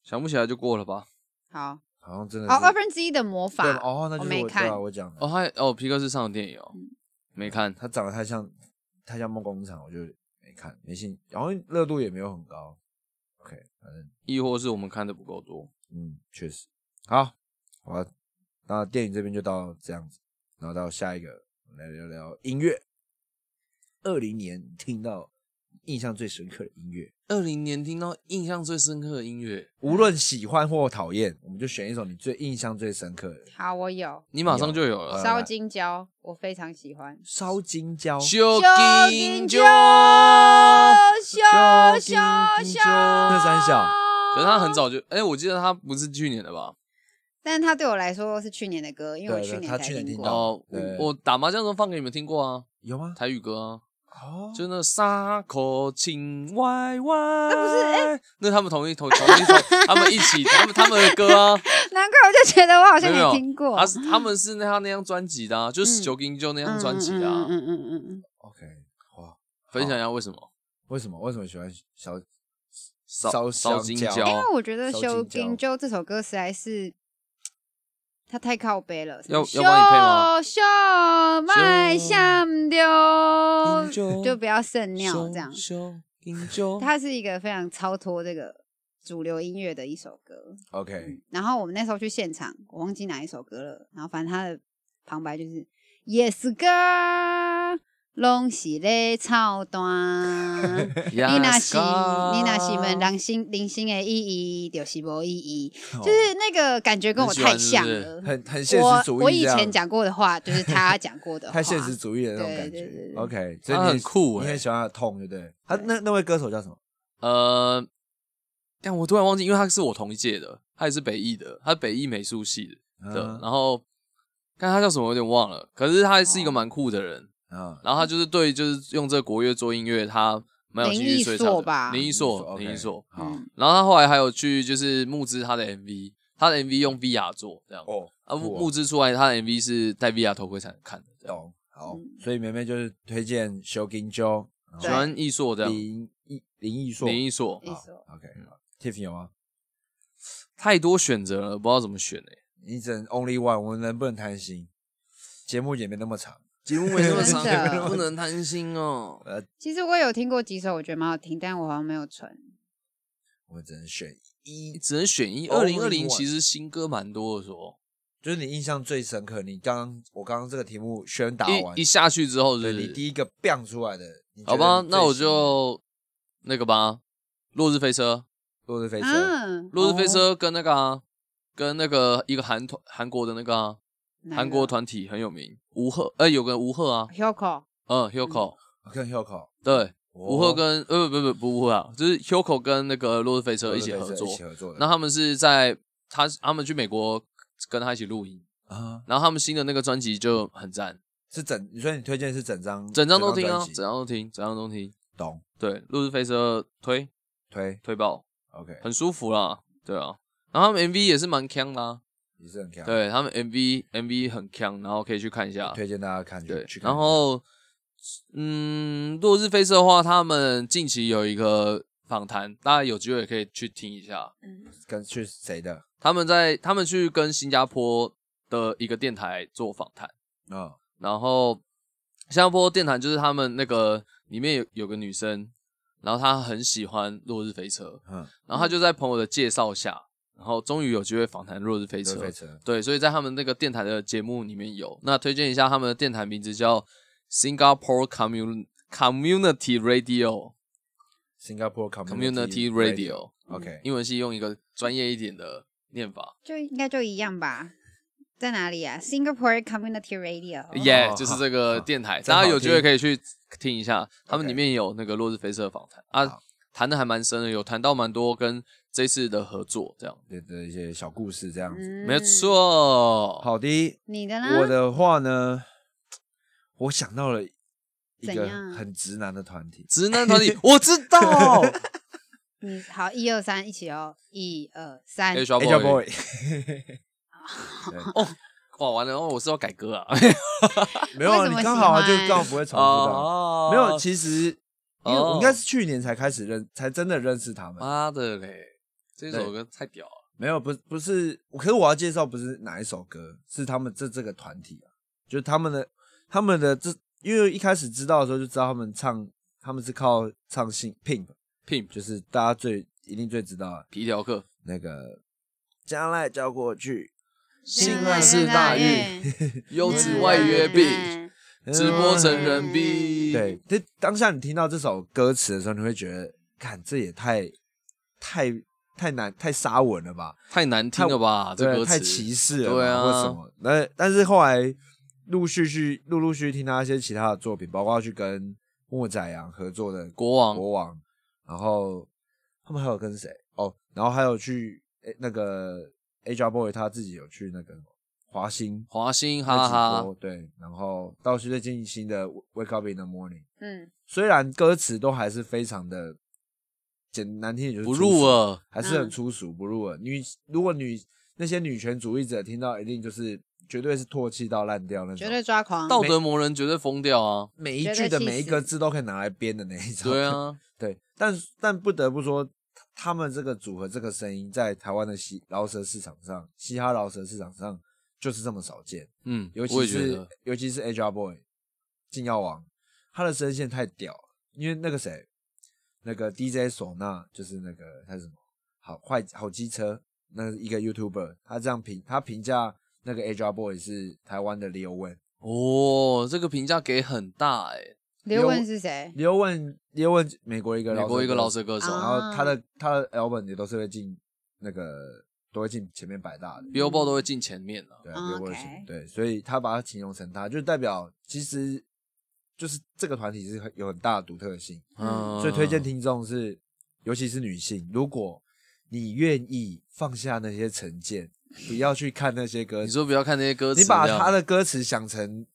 [SPEAKER 3] 想不起来就过了吧？
[SPEAKER 2] 好，
[SPEAKER 1] 好像真的
[SPEAKER 2] 哦，二
[SPEAKER 1] 是
[SPEAKER 2] 分之一的魔法
[SPEAKER 1] 对，哦，那就
[SPEAKER 2] 我
[SPEAKER 1] 是
[SPEAKER 2] 没
[SPEAKER 1] 我对
[SPEAKER 2] 看
[SPEAKER 1] 啊，我讲的
[SPEAKER 3] 哦，，还哦，皮克斯上的电影哦，
[SPEAKER 2] 嗯
[SPEAKER 3] 没看。
[SPEAKER 1] 他长得太像太像梦工厂，我就没看，没信，然后热度也没有很高，OK，反正。
[SPEAKER 3] 亦或是我们看的不够多。
[SPEAKER 1] 嗯，确实。好，好吧，那电影这边就到这样子，然后到下一个，我们来聊聊音乐。二零年听到印象最深刻的音乐，
[SPEAKER 3] 二零年听到印象最深刻的音乐，
[SPEAKER 1] 无论喜欢或讨厌，我们就选一首你最印象最深刻的。
[SPEAKER 2] 好，我有
[SPEAKER 3] 你马上就有
[SPEAKER 1] 好
[SPEAKER 3] 了。
[SPEAKER 2] 烧金胶，我非常喜欢。
[SPEAKER 1] 烧金胶，
[SPEAKER 3] 修
[SPEAKER 2] 烧
[SPEAKER 3] 金
[SPEAKER 2] 金
[SPEAKER 3] 就，
[SPEAKER 2] 就
[SPEAKER 3] 可
[SPEAKER 2] 咻咻
[SPEAKER 3] 金
[SPEAKER 2] 咻！
[SPEAKER 3] 胶那
[SPEAKER 1] 三小
[SPEAKER 3] 是他很早就，哎，我记得他不是去年的吧？
[SPEAKER 2] 但是它对我来说是去年的歌，因为我
[SPEAKER 1] 对
[SPEAKER 2] 去
[SPEAKER 1] 他
[SPEAKER 2] 年才
[SPEAKER 1] 去年
[SPEAKER 2] 听
[SPEAKER 1] 听
[SPEAKER 2] 过。
[SPEAKER 1] 到
[SPEAKER 3] 哦，
[SPEAKER 1] 对
[SPEAKER 3] 我我打麻将的时候放给你们听过啊，
[SPEAKER 1] 有吗？
[SPEAKER 3] 台语歌啊，
[SPEAKER 1] 哦，
[SPEAKER 3] 就那沙口琴歪歪，那
[SPEAKER 2] 啊不是哎
[SPEAKER 3] 那他们同一同同一首， 他们一起，他们他们的歌啊，
[SPEAKER 2] 难怪我就觉得我好像
[SPEAKER 3] 没有
[SPEAKER 2] 没听过。
[SPEAKER 3] 他是他们是那他那张专辑的啊，就是
[SPEAKER 2] 嗯
[SPEAKER 3] 九金就那张专辑的啊
[SPEAKER 2] 嗯，嗯嗯嗯嗯嗯，
[SPEAKER 1] OK，哇，
[SPEAKER 3] 分享一下为什么
[SPEAKER 1] 为什么为什么喜欢烧
[SPEAKER 3] 烧烧
[SPEAKER 1] 烧
[SPEAKER 3] 金
[SPEAKER 1] 胶
[SPEAKER 3] 胶
[SPEAKER 2] 因为我觉得
[SPEAKER 1] 烧
[SPEAKER 2] 《
[SPEAKER 1] 金
[SPEAKER 2] 修
[SPEAKER 1] 胶
[SPEAKER 2] 金就这首歌实在是。它太靠背了，
[SPEAKER 3] 要要帮你配吗
[SPEAKER 2] 修卖相丢，
[SPEAKER 3] 金
[SPEAKER 2] 哦就不要剩尿这样。
[SPEAKER 3] 修金
[SPEAKER 1] 哦
[SPEAKER 3] 就
[SPEAKER 2] 它是一个非常超脱这个主流音乐的一首歌。
[SPEAKER 1] ？OK，
[SPEAKER 2] 嗯然后我们那时候去现场，我忘记哪一首歌了。然后反正它的旁白就是 Yes girl, 拢是咧操 蛋。
[SPEAKER 3] 你
[SPEAKER 2] 你那是你那是们人心零星的意义，就是无意义，就是那个感觉跟我太像
[SPEAKER 3] 你喜
[SPEAKER 2] 了。
[SPEAKER 1] 哦很很现
[SPEAKER 2] 我
[SPEAKER 1] 实主义
[SPEAKER 2] 我以
[SPEAKER 1] 这样
[SPEAKER 2] 前讲过的话， 就是他讲过的话。
[SPEAKER 1] 太现实主义的那种
[SPEAKER 2] 对
[SPEAKER 1] 感
[SPEAKER 2] 对
[SPEAKER 1] 觉。
[SPEAKER 2] 对对
[SPEAKER 1] OK，所以
[SPEAKER 3] 他
[SPEAKER 1] 你
[SPEAKER 3] 很酷
[SPEAKER 1] 你
[SPEAKER 3] 哎、
[SPEAKER 1] 很喜欢他的痛，对不对？他那那位歌手叫什么？
[SPEAKER 3] 呃，但我突然忘记，因为他是我同一届的，他也是北艺的，他是北艺美术系的，
[SPEAKER 1] 嗯
[SPEAKER 3] 然后看他叫什么我有点忘了，可是他是一个
[SPEAKER 2] 哦
[SPEAKER 3] 蛮酷的人，
[SPEAKER 1] 啊，
[SPEAKER 3] 然后他就是对就是用这个国乐做音乐，他蛮有兴
[SPEAKER 2] 林
[SPEAKER 3] 趣，
[SPEAKER 2] 毅
[SPEAKER 3] 所以
[SPEAKER 2] 硕
[SPEAKER 3] 才有的
[SPEAKER 2] 吧
[SPEAKER 3] 林一硕，
[SPEAKER 1] OK，
[SPEAKER 3] 林一硕，
[SPEAKER 1] 好
[SPEAKER 2] 嗯
[SPEAKER 3] 然后他后来还有去就是募资他的 MV，他的 MV 用 VR 做这样，
[SPEAKER 1] 哦，
[SPEAKER 3] 啊
[SPEAKER 1] 酷
[SPEAKER 3] 募
[SPEAKER 1] 哦
[SPEAKER 3] 募资出来他的 MV 是戴 VR 头盔才能看的这样，
[SPEAKER 1] 懂好
[SPEAKER 2] 嗯，
[SPEAKER 1] 所以梅梅就是推荐 Shogin Joe，然后
[SPEAKER 3] 喜欢艺硕这样，
[SPEAKER 1] 林艺林艺硕，
[SPEAKER 3] 林一嗯硕
[SPEAKER 2] 艺
[SPEAKER 1] 好
[SPEAKER 2] 硕
[SPEAKER 1] ，OK，好，Tiff 有吗？
[SPEAKER 3] 太多选择了，不知道怎么选哎、
[SPEAKER 1] 你只能 Only One，我们能不能贪心？节目也没那么长，
[SPEAKER 3] 节目没那么长
[SPEAKER 2] 真的，
[SPEAKER 3] 不能贪心哦。
[SPEAKER 2] 其实我有听过几首，我觉得蛮好听，但我好像没有存。
[SPEAKER 1] 我只能选
[SPEAKER 3] 你
[SPEAKER 1] 一，
[SPEAKER 3] 只能选一。二
[SPEAKER 1] Only
[SPEAKER 3] 零二零
[SPEAKER 1] one
[SPEAKER 3] 其实新歌蛮多的说，
[SPEAKER 1] 就是你印象最深刻，你刚刚我刚刚这个题目宣打完
[SPEAKER 3] 一一，下去之后是
[SPEAKER 1] 对
[SPEAKER 3] 不
[SPEAKER 1] 你
[SPEAKER 3] 是
[SPEAKER 1] 第一个 bang 出来的，你觉得
[SPEAKER 3] 好吧
[SPEAKER 1] 你，最
[SPEAKER 3] 那我
[SPEAKER 1] 喜欢
[SPEAKER 3] 就那个吧，《落日飞车》，
[SPEAKER 1] 落日飞车，
[SPEAKER 2] 嗯
[SPEAKER 3] 《落日飞车》跟那个啊，跟那个一个韩团韩国的那个啊，韩国团体很有名，吴赫，呃，有个吴赫啊，
[SPEAKER 2] 哎 Hyoko
[SPEAKER 3] 嗯，Hyoko，
[SPEAKER 1] 我看 Hyoko，
[SPEAKER 3] 对，
[SPEAKER 1] 吴
[SPEAKER 3] 吴赫跟呃不不不不吴赫啊，就是 Hyoko 跟那个《落日飞车》一起合作
[SPEAKER 1] 一，起合作的，
[SPEAKER 3] 那他们是在他他们去美国跟他一起录音，
[SPEAKER 1] 啊
[SPEAKER 3] 然后他们新的那个专辑就很赞。
[SPEAKER 1] 是整，所以你推荐是整张
[SPEAKER 3] 整张都听啊，
[SPEAKER 1] 专辑
[SPEAKER 3] 整张都听，整张都听。
[SPEAKER 1] 懂
[SPEAKER 3] 对，《路日飞车》推
[SPEAKER 1] 推
[SPEAKER 3] 推爆，
[SPEAKER 1] OK，
[SPEAKER 3] 很舒服啦。对啊，然后他们 MV 也是蛮强啦，
[SPEAKER 1] 也是很强，，
[SPEAKER 3] 对他们 MV MV 很强，然后可以去看一下。
[SPEAKER 1] 推荐大家看
[SPEAKER 3] 对
[SPEAKER 1] 去，看
[SPEAKER 3] 然后嗯，《落日飞车》的话，他们近期有一个访谈，大家有机会也可以去听一下。
[SPEAKER 1] 跟去谁的
[SPEAKER 3] 他们在他们去跟新加坡的一个电台做访谈。
[SPEAKER 1] 啊
[SPEAKER 3] 然后新加坡电台就是他们那个里面有有个女生，然后她很喜欢《落日飞车》，
[SPEAKER 1] 嗯，
[SPEAKER 3] 然后她就在朋友的介绍下，然后终于有机会访谈《落日飞车
[SPEAKER 1] 落日飞》。车
[SPEAKER 3] 对，所以在他们那个电台的节目里面有。那推荐一下他们的电台名字叫 Singapore Commun Community Radio
[SPEAKER 1] Singapore
[SPEAKER 3] Community Radio，嗯
[SPEAKER 1] OK
[SPEAKER 3] 英文是用一个专业一点的念法，
[SPEAKER 2] 就应该就一样吧。在哪里啊？Singapore Community
[SPEAKER 1] 哦
[SPEAKER 2] Radio。
[SPEAKER 3] 耶、
[SPEAKER 1] 好
[SPEAKER 3] 就是这个电台，
[SPEAKER 1] 真好
[SPEAKER 3] 大家有机会
[SPEAKER 1] 听
[SPEAKER 3] 可以去听一下，他们
[SPEAKER 1] OK
[SPEAKER 3] 里面有那个落日飞车的访谈啊
[SPEAKER 1] 好，
[SPEAKER 3] 谈的还蛮深的，有谈到蛮多跟这次的合作，这样、
[SPEAKER 1] 的的一些小故事这样子。
[SPEAKER 2] 嗯
[SPEAKER 3] 没。错。，
[SPEAKER 1] 好的，
[SPEAKER 2] 你的呢？
[SPEAKER 1] 我的话呢，我想到了一
[SPEAKER 2] 怎
[SPEAKER 1] 个
[SPEAKER 2] 样
[SPEAKER 1] 很直男的团体，
[SPEAKER 3] 直男团体我知 道
[SPEAKER 2] 你好，一二三，一起哦，一二三。
[SPEAKER 3] ，H
[SPEAKER 1] H
[SPEAKER 3] Boy，
[SPEAKER 1] Boy，
[SPEAKER 3] 哇完了，哦我是要改 歌啊，
[SPEAKER 1] 没有啊，
[SPEAKER 2] 为什么
[SPEAKER 1] 你刚好啊，
[SPEAKER 2] 喜
[SPEAKER 1] 就
[SPEAKER 2] 欢
[SPEAKER 1] 刚好不会重复到。
[SPEAKER 3] 哦
[SPEAKER 1] 没有，其实因为我
[SPEAKER 3] 哦啊
[SPEAKER 1] 应该是去年才开始认，才真的认识他们。
[SPEAKER 3] 妈的嘞，这首歌太屌了，
[SPEAKER 1] 没有，不是不是，可是我要介绍不是哪一首歌，是他们这这个团体啊，就是他们的他们的这，因为一开始知道的时候就知道他们唱，他们是靠唱新 Pimp，
[SPEAKER 3] Pimp
[SPEAKER 1] 就是大家最一定最知道的
[SPEAKER 3] 皮条客，
[SPEAKER 1] 那个将来交过去，
[SPEAKER 3] 性
[SPEAKER 1] 爱是大欲，
[SPEAKER 3] 优
[SPEAKER 2] 嗯
[SPEAKER 3] 质外约病，直播成
[SPEAKER 1] 人。
[SPEAKER 3] 人币，
[SPEAKER 1] 对，这当下你听到这首歌词的时候，你会觉得，看这也太太太难太沙文了吧？
[SPEAKER 3] 太难听了吧？啊这
[SPEAKER 1] 对，
[SPEAKER 3] 歌词
[SPEAKER 1] 太歧视了吧，
[SPEAKER 3] 对啊
[SPEAKER 1] 或什么？那但是后来陆续续陆陆续续听他一些其他的作品，包括去跟莫宰阳合作的《
[SPEAKER 3] 国王
[SPEAKER 1] 国王》，然后他们还有跟谁？哦，然后还有去诶那个 A J Boy 他自己有去那个华星。
[SPEAKER 3] 华星，哈哈，，
[SPEAKER 1] 对，然后到现在进行的《Wake Up in the Morning》，
[SPEAKER 2] 嗯，
[SPEAKER 1] 虽然歌词都还是非常的简难听，也就是
[SPEAKER 3] 不
[SPEAKER 1] 粗
[SPEAKER 3] 入啊
[SPEAKER 1] 俗，
[SPEAKER 3] 耳。
[SPEAKER 1] 还是很
[SPEAKER 2] 嗯
[SPEAKER 1] 粗俗，不入耳。女如果女那些女权主义者听到，一定就是绝对是唾弃到烂掉那种，
[SPEAKER 2] 绝对抓狂。
[SPEAKER 3] 道德魔人绝对疯掉啊！
[SPEAKER 1] 每一
[SPEAKER 2] 绝
[SPEAKER 1] 句
[SPEAKER 2] 对
[SPEAKER 1] 的
[SPEAKER 2] 气
[SPEAKER 1] 每一个
[SPEAKER 2] 死
[SPEAKER 1] 字都可以拿来编的那一种。
[SPEAKER 3] 对，啊，
[SPEAKER 1] 对，但但不得不说。他们这个组合这个声音，在台湾的嘻饶舌市场上，嘻哈饶舌市场上就是这么少见，
[SPEAKER 3] 嗯，
[SPEAKER 1] 尤
[SPEAKER 3] 我
[SPEAKER 1] 其
[SPEAKER 3] 也觉
[SPEAKER 1] 是
[SPEAKER 3] 得
[SPEAKER 1] 尤其是 HR Boy 禁药王，他的声线太屌了，因为那个谁，那个 DJ 唢呐就是那个他是什么好坏好机车，那是一个 YouTuber，他这样评他评价那个 HR Boy 是台湾的 Leo Wen，
[SPEAKER 3] 哦，这个评价给很大哎、
[SPEAKER 2] 刘问是谁？
[SPEAKER 1] 刘问刘问美国一个
[SPEAKER 3] 美国一个
[SPEAKER 1] 老
[SPEAKER 3] 饶舌歌手
[SPEAKER 1] 然
[SPEAKER 2] 啊
[SPEAKER 1] 后他的他的 album 也都是会进那个都会进前面百大的，
[SPEAKER 3] ，Billboard 都会进前面了。
[SPEAKER 1] 对
[SPEAKER 2] 啊
[SPEAKER 1] 刘问
[SPEAKER 2] OK
[SPEAKER 1] 型对，所以他把它形容成他，就代表其实就是这个团体是很有很大的独特性，
[SPEAKER 2] 嗯
[SPEAKER 1] 所以推荐听众是尤其是女性，如果你愿意放下那些成见，不要去看那些歌
[SPEAKER 3] 你
[SPEAKER 1] 词，
[SPEAKER 3] 说不要看那些歌词，
[SPEAKER 1] 你把
[SPEAKER 3] 这样
[SPEAKER 1] 他的歌词想成。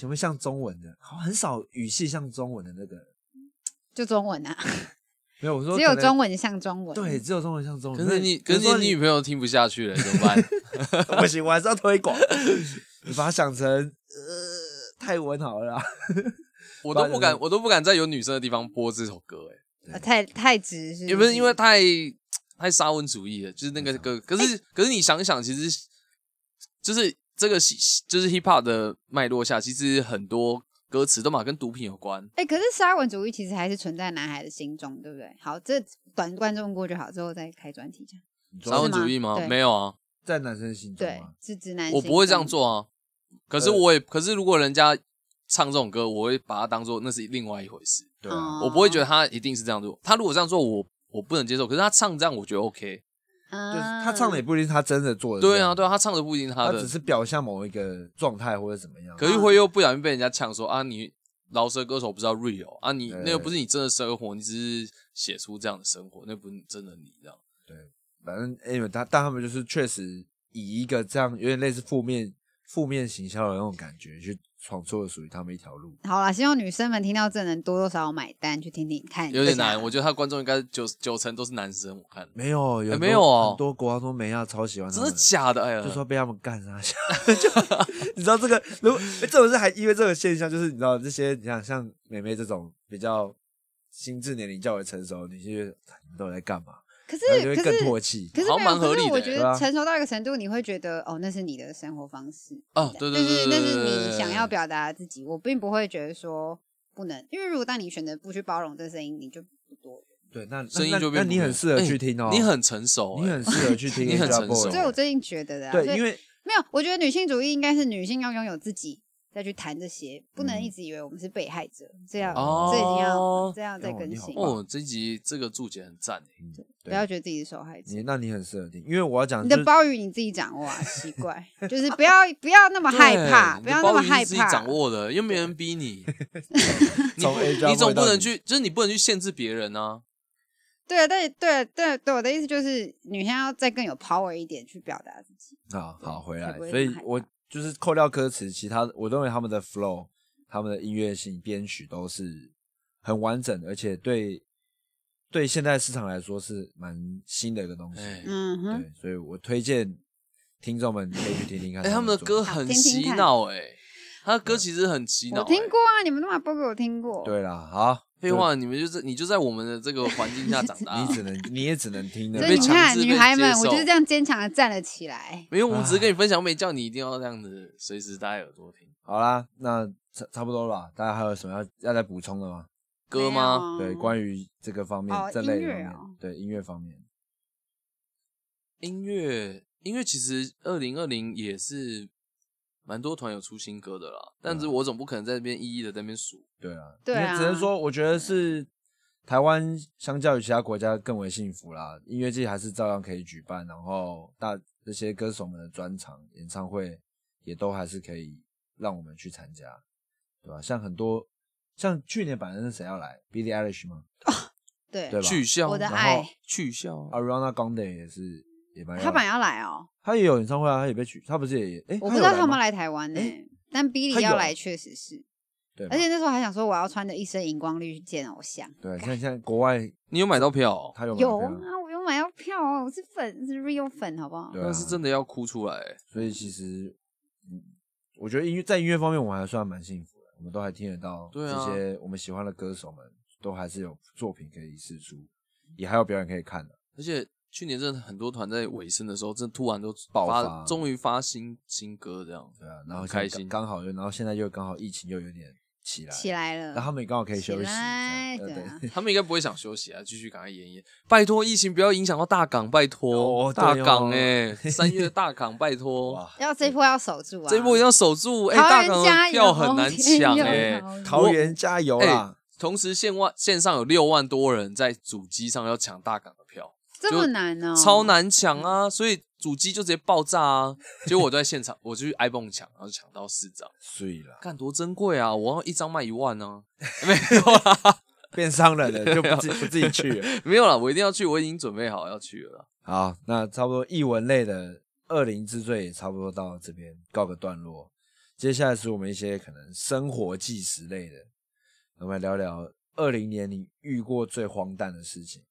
[SPEAKER 1] 什么像中文的？好，很少语系像中文的那个。
[SPEAKER 2] 就中文啊，
[SPEAKER 1] 没有，我说
[SPEAKER 2] 只有
[SPEAKER 1] 可能
[SPEAKER 2] 中文像中文。
[SPEAKER 1] 对，，只有中文像中文。
[SPEAKER 3] 可是你，可是你女朋友听不下去了，怎么 办？
[SPEAKER 1] 友不行，我还是要推广。你把它想成呃泰文好 了啦，
[SPEAKER 3] 我都不敢，
[SPEAKER 1] 不然就是
[SPEAKER 3] 我都不敢在有女生的地方播这首歌、欸，哎，
[SPEAKER 2] 啊太太直是
[SPEAKER 3] 也不是
[SPEAKER 1] 嗯
[SPEAKER 3] 因为太太沙文主义了，就是那个歌。可
[SPEAKER 1] 哎
[SPEAKER 3] 是，可是你想想，其实就是这个西就是 hip hop 的脉络下，其实很多歌词都嘛跟毒品有关。
[SPEAKER 2] 哎、可是沙文主义其实还是存在男孩的心中，对不对？好，这短观众过就好，之后再开专题讲。
[SPEAKER 3] 沙文
[SPEAKER 2] 吗
[SPEAKER 3] 主义吗？
[SPEAKER 2] 对
[SPEAKER 3] 没有啊，
[SPEAKER 1] 在男生心中
[SPEAKER 2] 对
[SPEAKER 1] 嘛，
[SPEAKER 2] 是直男。
[SPEAKER 3] 我不会这样。做啊。可是
[SPEAKER 1] 呃
[SPEAKER 3] 我也，可是如果人家唱这种歌，我会把它当做那是另外一回事。
[SPEAKER 1] 对啊，
[SPEAKER 2] 哦
[SPEAKER 3] 我不会觉得他一定是这样做。他如果这样做，我我不能接受。可是他唱这样，我觉得 OK。
[SPEAKER 1] 就是
[SPEAKER 2] 啊、
[SPEAKER 1] 他唱的也不一定是他真的做的这
[SPEAKER 3] 对
[SPEAKER 1] 样，
[SPEAKER 3] 啊，对啊，他唱的不一定是他
[SPEAKER 1] 他
[SPEAKER 3] 的
[SPEAKER 1] 只，是表现某一个状态或者怎么样。
[SPEAKER 3] 可是会又不小心被人家呛说啊，你饶舌歌手不知道 real 啊，你
[SPEAKER 1] 对
[SPEAKER 3] 那又不是你真的生活，你只是写出这样的生活，那不是真的你这样。
[SPEAKER 1] 反正 anyway，他但他们就是确实以一个这样有点类似负面负面行销的那种感觉去闯出了属于他们一条路。
[SPEAKER 2] 嗯好啦，希望女生们听到这能多多少少买单，去听听看。
[SPEAKER 3] 有点难，我觉得他观众应该九九成都是男生，我看
[SPEAKER 1] 没有，有
[SPEAKER 3] 哎
[SPEAKER 1] 很
[SPEAKER 3] 没
[SPEAKER 1] 多
[SPEAKER 3] 有哦
[SPEAKER 1] 很多国高中美亚啊超喜欢他
[SPEAKER 3] 真的
[SPEAKER 1] 们。
[SPEAKER 3] 假的？哎 呀，
[SPEAKER 1] 就说被他们干啥下，就你知道这个，如果这种事还因为这个现象，就是你知道这些，你像像美美这种比较心智年龄较为成熟，你就觉得哎你们到底在干嘛？
[SPEAKER 2] 可是
[SPEAKER 1] 然后就会
[SPEAKER 2] 可
[SPEAKER 1] 更
[SPEAKER 2] 是
[SPEAKER 1] 唾弃。
[SPEAKER 2] 可是
[SPEAKER 3] 好
[SPEAKER 2] 没
[SPEAKER 3] 像
[SPEAKER 2] 有
[SPEAKER 3] 蛮合
[SPEAKER 2] 可是
[SPEAKER 3] 理的
[SPEAKER 2] 我
[SPEAKER 3] 欸
[SPEAKER 2] 觉
[SPEAKER 1] 对啊
[SPEAKER 2] 得成熟到一个程度，你会觉得哦，那是你的生活方式，
[SPEAKER 3] 啊，对对对，
[SPEAKER 2] 那是
[SPEAKER 3] 对
[SPEAKER 2] 那是你想要。
[SPEAKER 3] 对对对
[SPEAKER 2] 表达的自己。我并不会觉得说不能，因为如果当你选择不去包容这声音，你就不多。
[SPEAKER 1] 对，那
[SPEAKER 3] 声音
[SPEAKER 1] 那
[SPEAKER 3] 就变
[SPEAKER 1] 那
[SPEAKER 3] 不
[SPEAKER 1] 你
[SPEAKER 3] 一样
[SPEAKER 1] 很适合
[SPEAKER 3] 哎
[SPEAKER 1] 去听哦，
[SPEAKER 3] 你很成熟，
[SPEAKER 1] 你
[SPEAKER 3] 哎
[SPEAKER 1] 很适合去听
[SPEAKER 3] 你很
[SPEAKER 1] Extra
[SPEAKER 3] 成熟
[SPEAKER 1] Boy
[SPEAKER 2] 这我最近觉得的、啊，所
[SPEAKER 1] 对，
[SPEAKER 2] 以
[SPEAKER 1] 因为
[SPEAKER 2] 没有，我觉得女性主义应该是女性要拥有自己，再去谈这些，不能
[SPEAKER 1] 嗯
[SPEAKER 2] 一直以为我们是被害者，这样、
[SPEAKER 3] 哦，
[SPEAKER 2] 这已经要这样再更
[SPEAKER 1] 哦
[SPEAKER 2] 新，
[SPEAKER 1] 你好棒
[SPEAKER 3] 哦，这集这个注解很赞哎
[SPEAKER 1] 嗯
[SPEAKER 2] 不要
[SPEAKER 1] 对
[SPEAKER 2] 觉得自己是受害者。
[SPEAKER 1] 你那你很适合听，因为我要讲
[SPEAKER 2] 你
[SPEAKER 1] 就
[SPEAKER 2] 的
[SPEAKER 1] 是
[SPEAKER 2] 包语你自己掌握啊，奇怪，就是不要不要那么害怕，
[SPEAKER 3] 对
[SPEAKER 2] 不要那么
[SPEAKER 3] 你的鲍鱼
[SPEAKER 2] 害
[SPEAKER 3] 是自己掌
[SPEAKER 2] 怕。
[SPEAKER 3] 握的，又没人逼你，你
[SPEAKER 1] 从 A
[SPEAKER 3] 不你总不能去，就是你不能去限制别人啊。
[SPEAKER 2] 对，但对对对，我的意思就是，女生要再更有 power 一点去表达自己。
[SPEAKER 1] 好好回
[SPEAKER 2] 才
[SPEAKER 1] 来
[SPEAKER 2] 不，会
[SPEAKER 1] 所
[SPEAKER 2] 那
[SPEAKER 1] 以
[SPEAKER 2] 么害
[SPEAKER 1] 我
[SPEAKER 2] 怕
[SPEAKER 1] 就是扣掉歌词，其他我认为他们的 flow、他们的音乐性、编曲都是很完整的，而且对对现在市场来说是蛮新的一个东西。
[SPEAKER 3] 哎
[SPEAKER 2] 嗯哼，
[SPEAKER 1] 对，所以我推荐听众们可以去听听看。
[SPEAKER 3] 哎，他们的歌
[SPEAKER 1] 作品
[SPEAKER 3] 很
[SPEAKER 2] 听听
[SPEAKER 3] 洗
[SPEAKER 2] 看
[SPEAKER 3] 脑哎，他的歌其实很洗脑。哎欸
[SPEAKER 2] 我听过，啊，你们都把播给我听过。
[SPEAKER 1] 对啦，好，
[SPEAKER 3] 废话，你们就是你就在我们的这个环境下长大 啊
[SPEAKER 1] 你，只能你也只能听的
[SPEAKER 2] 所
[SPEAKER 3] 对
[SPEAKER 2] 以
[SPEAKER 3] 被
[SPEAKER 2] 你
[SPEAKER 3] 强
[SPEAKER 2] 看，
[SPEAKER 3] 制被
[SPEAKER 2] 女孩们
[SPEAKER 3] 接，受
[SPEAKER 2] 我就是这样坚强的站了起来。
[SPEAKER 3] 没有，我们只是跟你分享，没叫你一定要这样子随时戴耳朵听
[SPEAKER 1] 好啦，那差差不多了吧？大家还有什么要要再补充的吗？
[SPEAKER 3] 歌吗？
[SPEAKER 1] 对，
[SPEAKER 2] 于
[SPEAKER 1] 关于这个方面
[SPEAKER 2] 嗯哦，
[SPEAKER 1] 这类
[SPEAKER 2] 音
[SPEAKER 1] 的
[SPEAKER 2] 乐
[SPEAKER 1] 方面
[SPEAKER 2] 哦，
[SPEAKER 1] 对音乐方面，
[SPEAKER 3] 音乐音乐其实二零二零也是蛮多团有出新歌的啦，
[SPEAKER 2] 啊
[SPEAKER 3] 但是我总不可能在这边一一的在那边数。
[SPEAKER 1] 对啊，
[SPEAKER 2] 对啊
[SPEAKER 1] 只能说我觉得是台湾相较于其他国家更为幸福啦，音乐季还是照样可以举办，然后大这些歌手们的专场、演唱会也都还是可以让我们去参加，对吧、像很多像去年反正是谁要来，Billie Eilish 吗？
[SPEAKER 2] 对
[SPEAKER 1] 对吧
[SPEAKER 3] 取笑，
[SPEAKER 2] 我的
[SPEAKER 3] 然后
[SPEAKER 2] 爱
[SPEAKER 3] 取笑啊，
[SPEAKER 1] ？Ariana Grande 也是也蛮要来，
[SPEAKER 2] 他本来要来哦，
[SPEAKER 1] 他也有演唱会啊，他也被取，他不是也哎、
[SPEAKER 2] 我不知道他
[SPEAKER 1] 有
[SPEAKER 2] 们
[SPEAKER 1] 吗
[SPEAKER 2] 来台湾呢、
[SPEAKER 1] 诶
[SPEAKER 2] 但 Billy
[SPEAKER 1] 他有
[SPEAKER 2] 要来确实是，
[SPEAKER 1] 对吧，
[SPEAKER 2] 而且那时候还想说我要穿着一身荧光绿去见偶像。
[SPEAKER 1] 对，像像国外
[SPEAKER 3] 你有买到票哦？
[SPEAKER 1] 他有买
[SPEAKER 2] 有
[SPEAKER 1] 票
[SPEAKER 2] 啊，我有买到票啊，我是粉，是 real 粉，好不好？
[SPEAKER 1] 对啊
[SPEAKER 3] 那是真的要哭出来欸。
[SPEAKER 1] 所以其实，嗯，我觉得音乐在音乐方面，我们还算蛮幸福的，我们都还听得到
[SPEAKER 3] 对
[SPEAKER 1] 这
[SPEAKER 3] 啊
[SPEAKER 1] 些我们喜欢的歌手们，都还是有作品可以试出，也还有表演可以看的。
[SPEAKER 3] 而且去年真的很多团在尾声的时候，真的突然都
[SPEAKER 1] 爆
[SPEAKER 3] 发，
[SPEAKER 1] 发
[SPEAKER 3] 终于发新新歌这样。
[SPEAKER 1] 对啊，然后
[SPEAKER 3] 很开
[SPEAKER 1] 现在
[SPEAKER 3] 心
[SPEAKER 1] 刚刚好又，然后现在又刚好疫情又有点起
[SPEAKER 3] 啊
[SPEAKER 1] 来，
[SPEAKER 2] 起来了，
[SPEAKER 1] 然后他们也刚好可以休息。
[SPEAKER 2] 起
[SPEAKER 1] 这
[SPEAKER 2] 来，
[SPEAKER 1] 样呃
[SPEAKER 2] 对
[SPEAKER 1] 对
[SPEAKER 2] 啊，
[SPEAKER 3] 他们应该不会想休息啊，继续赶快演演。拜托，疫情不要影响到大港，拜托、
[SPEAKER 1] 哦对
[SPEAKER 3] 大
[SPEAKER 1] 哦
[SPEAKER 3] 港哎、三月大港，拜托，
[SPEAKER 1] 哇，
[SPEAKER 2] 要这一波要守住啊！
[SPEAKER 3] 这一波一定要守住哎、
[SPEAKER 2] 桃
[SPEAKER 3] 大
[SPEAKER 2] 园
[SPEAKER 3] 港
[SPEAKER 2] 加油
[SPEAKER 3] 的票很难抢哎、
[SPEAKER 2] 天佑
[SPEAKER 1] 桃园加油啦！
[SPEAKER 3] 同时线外线上有六万多人在主机上要抢大港的票，
[SPEAKER 2] 这么难哦，
[SPEAKER 3] 超。难抢啊，所以主机就直接爆炸啊。结果我在现场，我就去 iPhone 抢，然后抢到四张，
[SPEAKER 1] 碎了，
[SPEAKER 3] 看多珍贵啊！我要一张卖一万啊呢、
[SPEAKER 1] 变商人了就不 自不自己去了。
[SPEAKER 3] 啊，没有啦，我一定要去，我已经准备好要去了啦。
[SPEAKER 1] 好，那差不多译文类的《恶灵之罪》也差不多到这边告个段落。接下来是我们一些可能生活纪实类的，我们来聊聊二零年你遇过最荒诞的事情，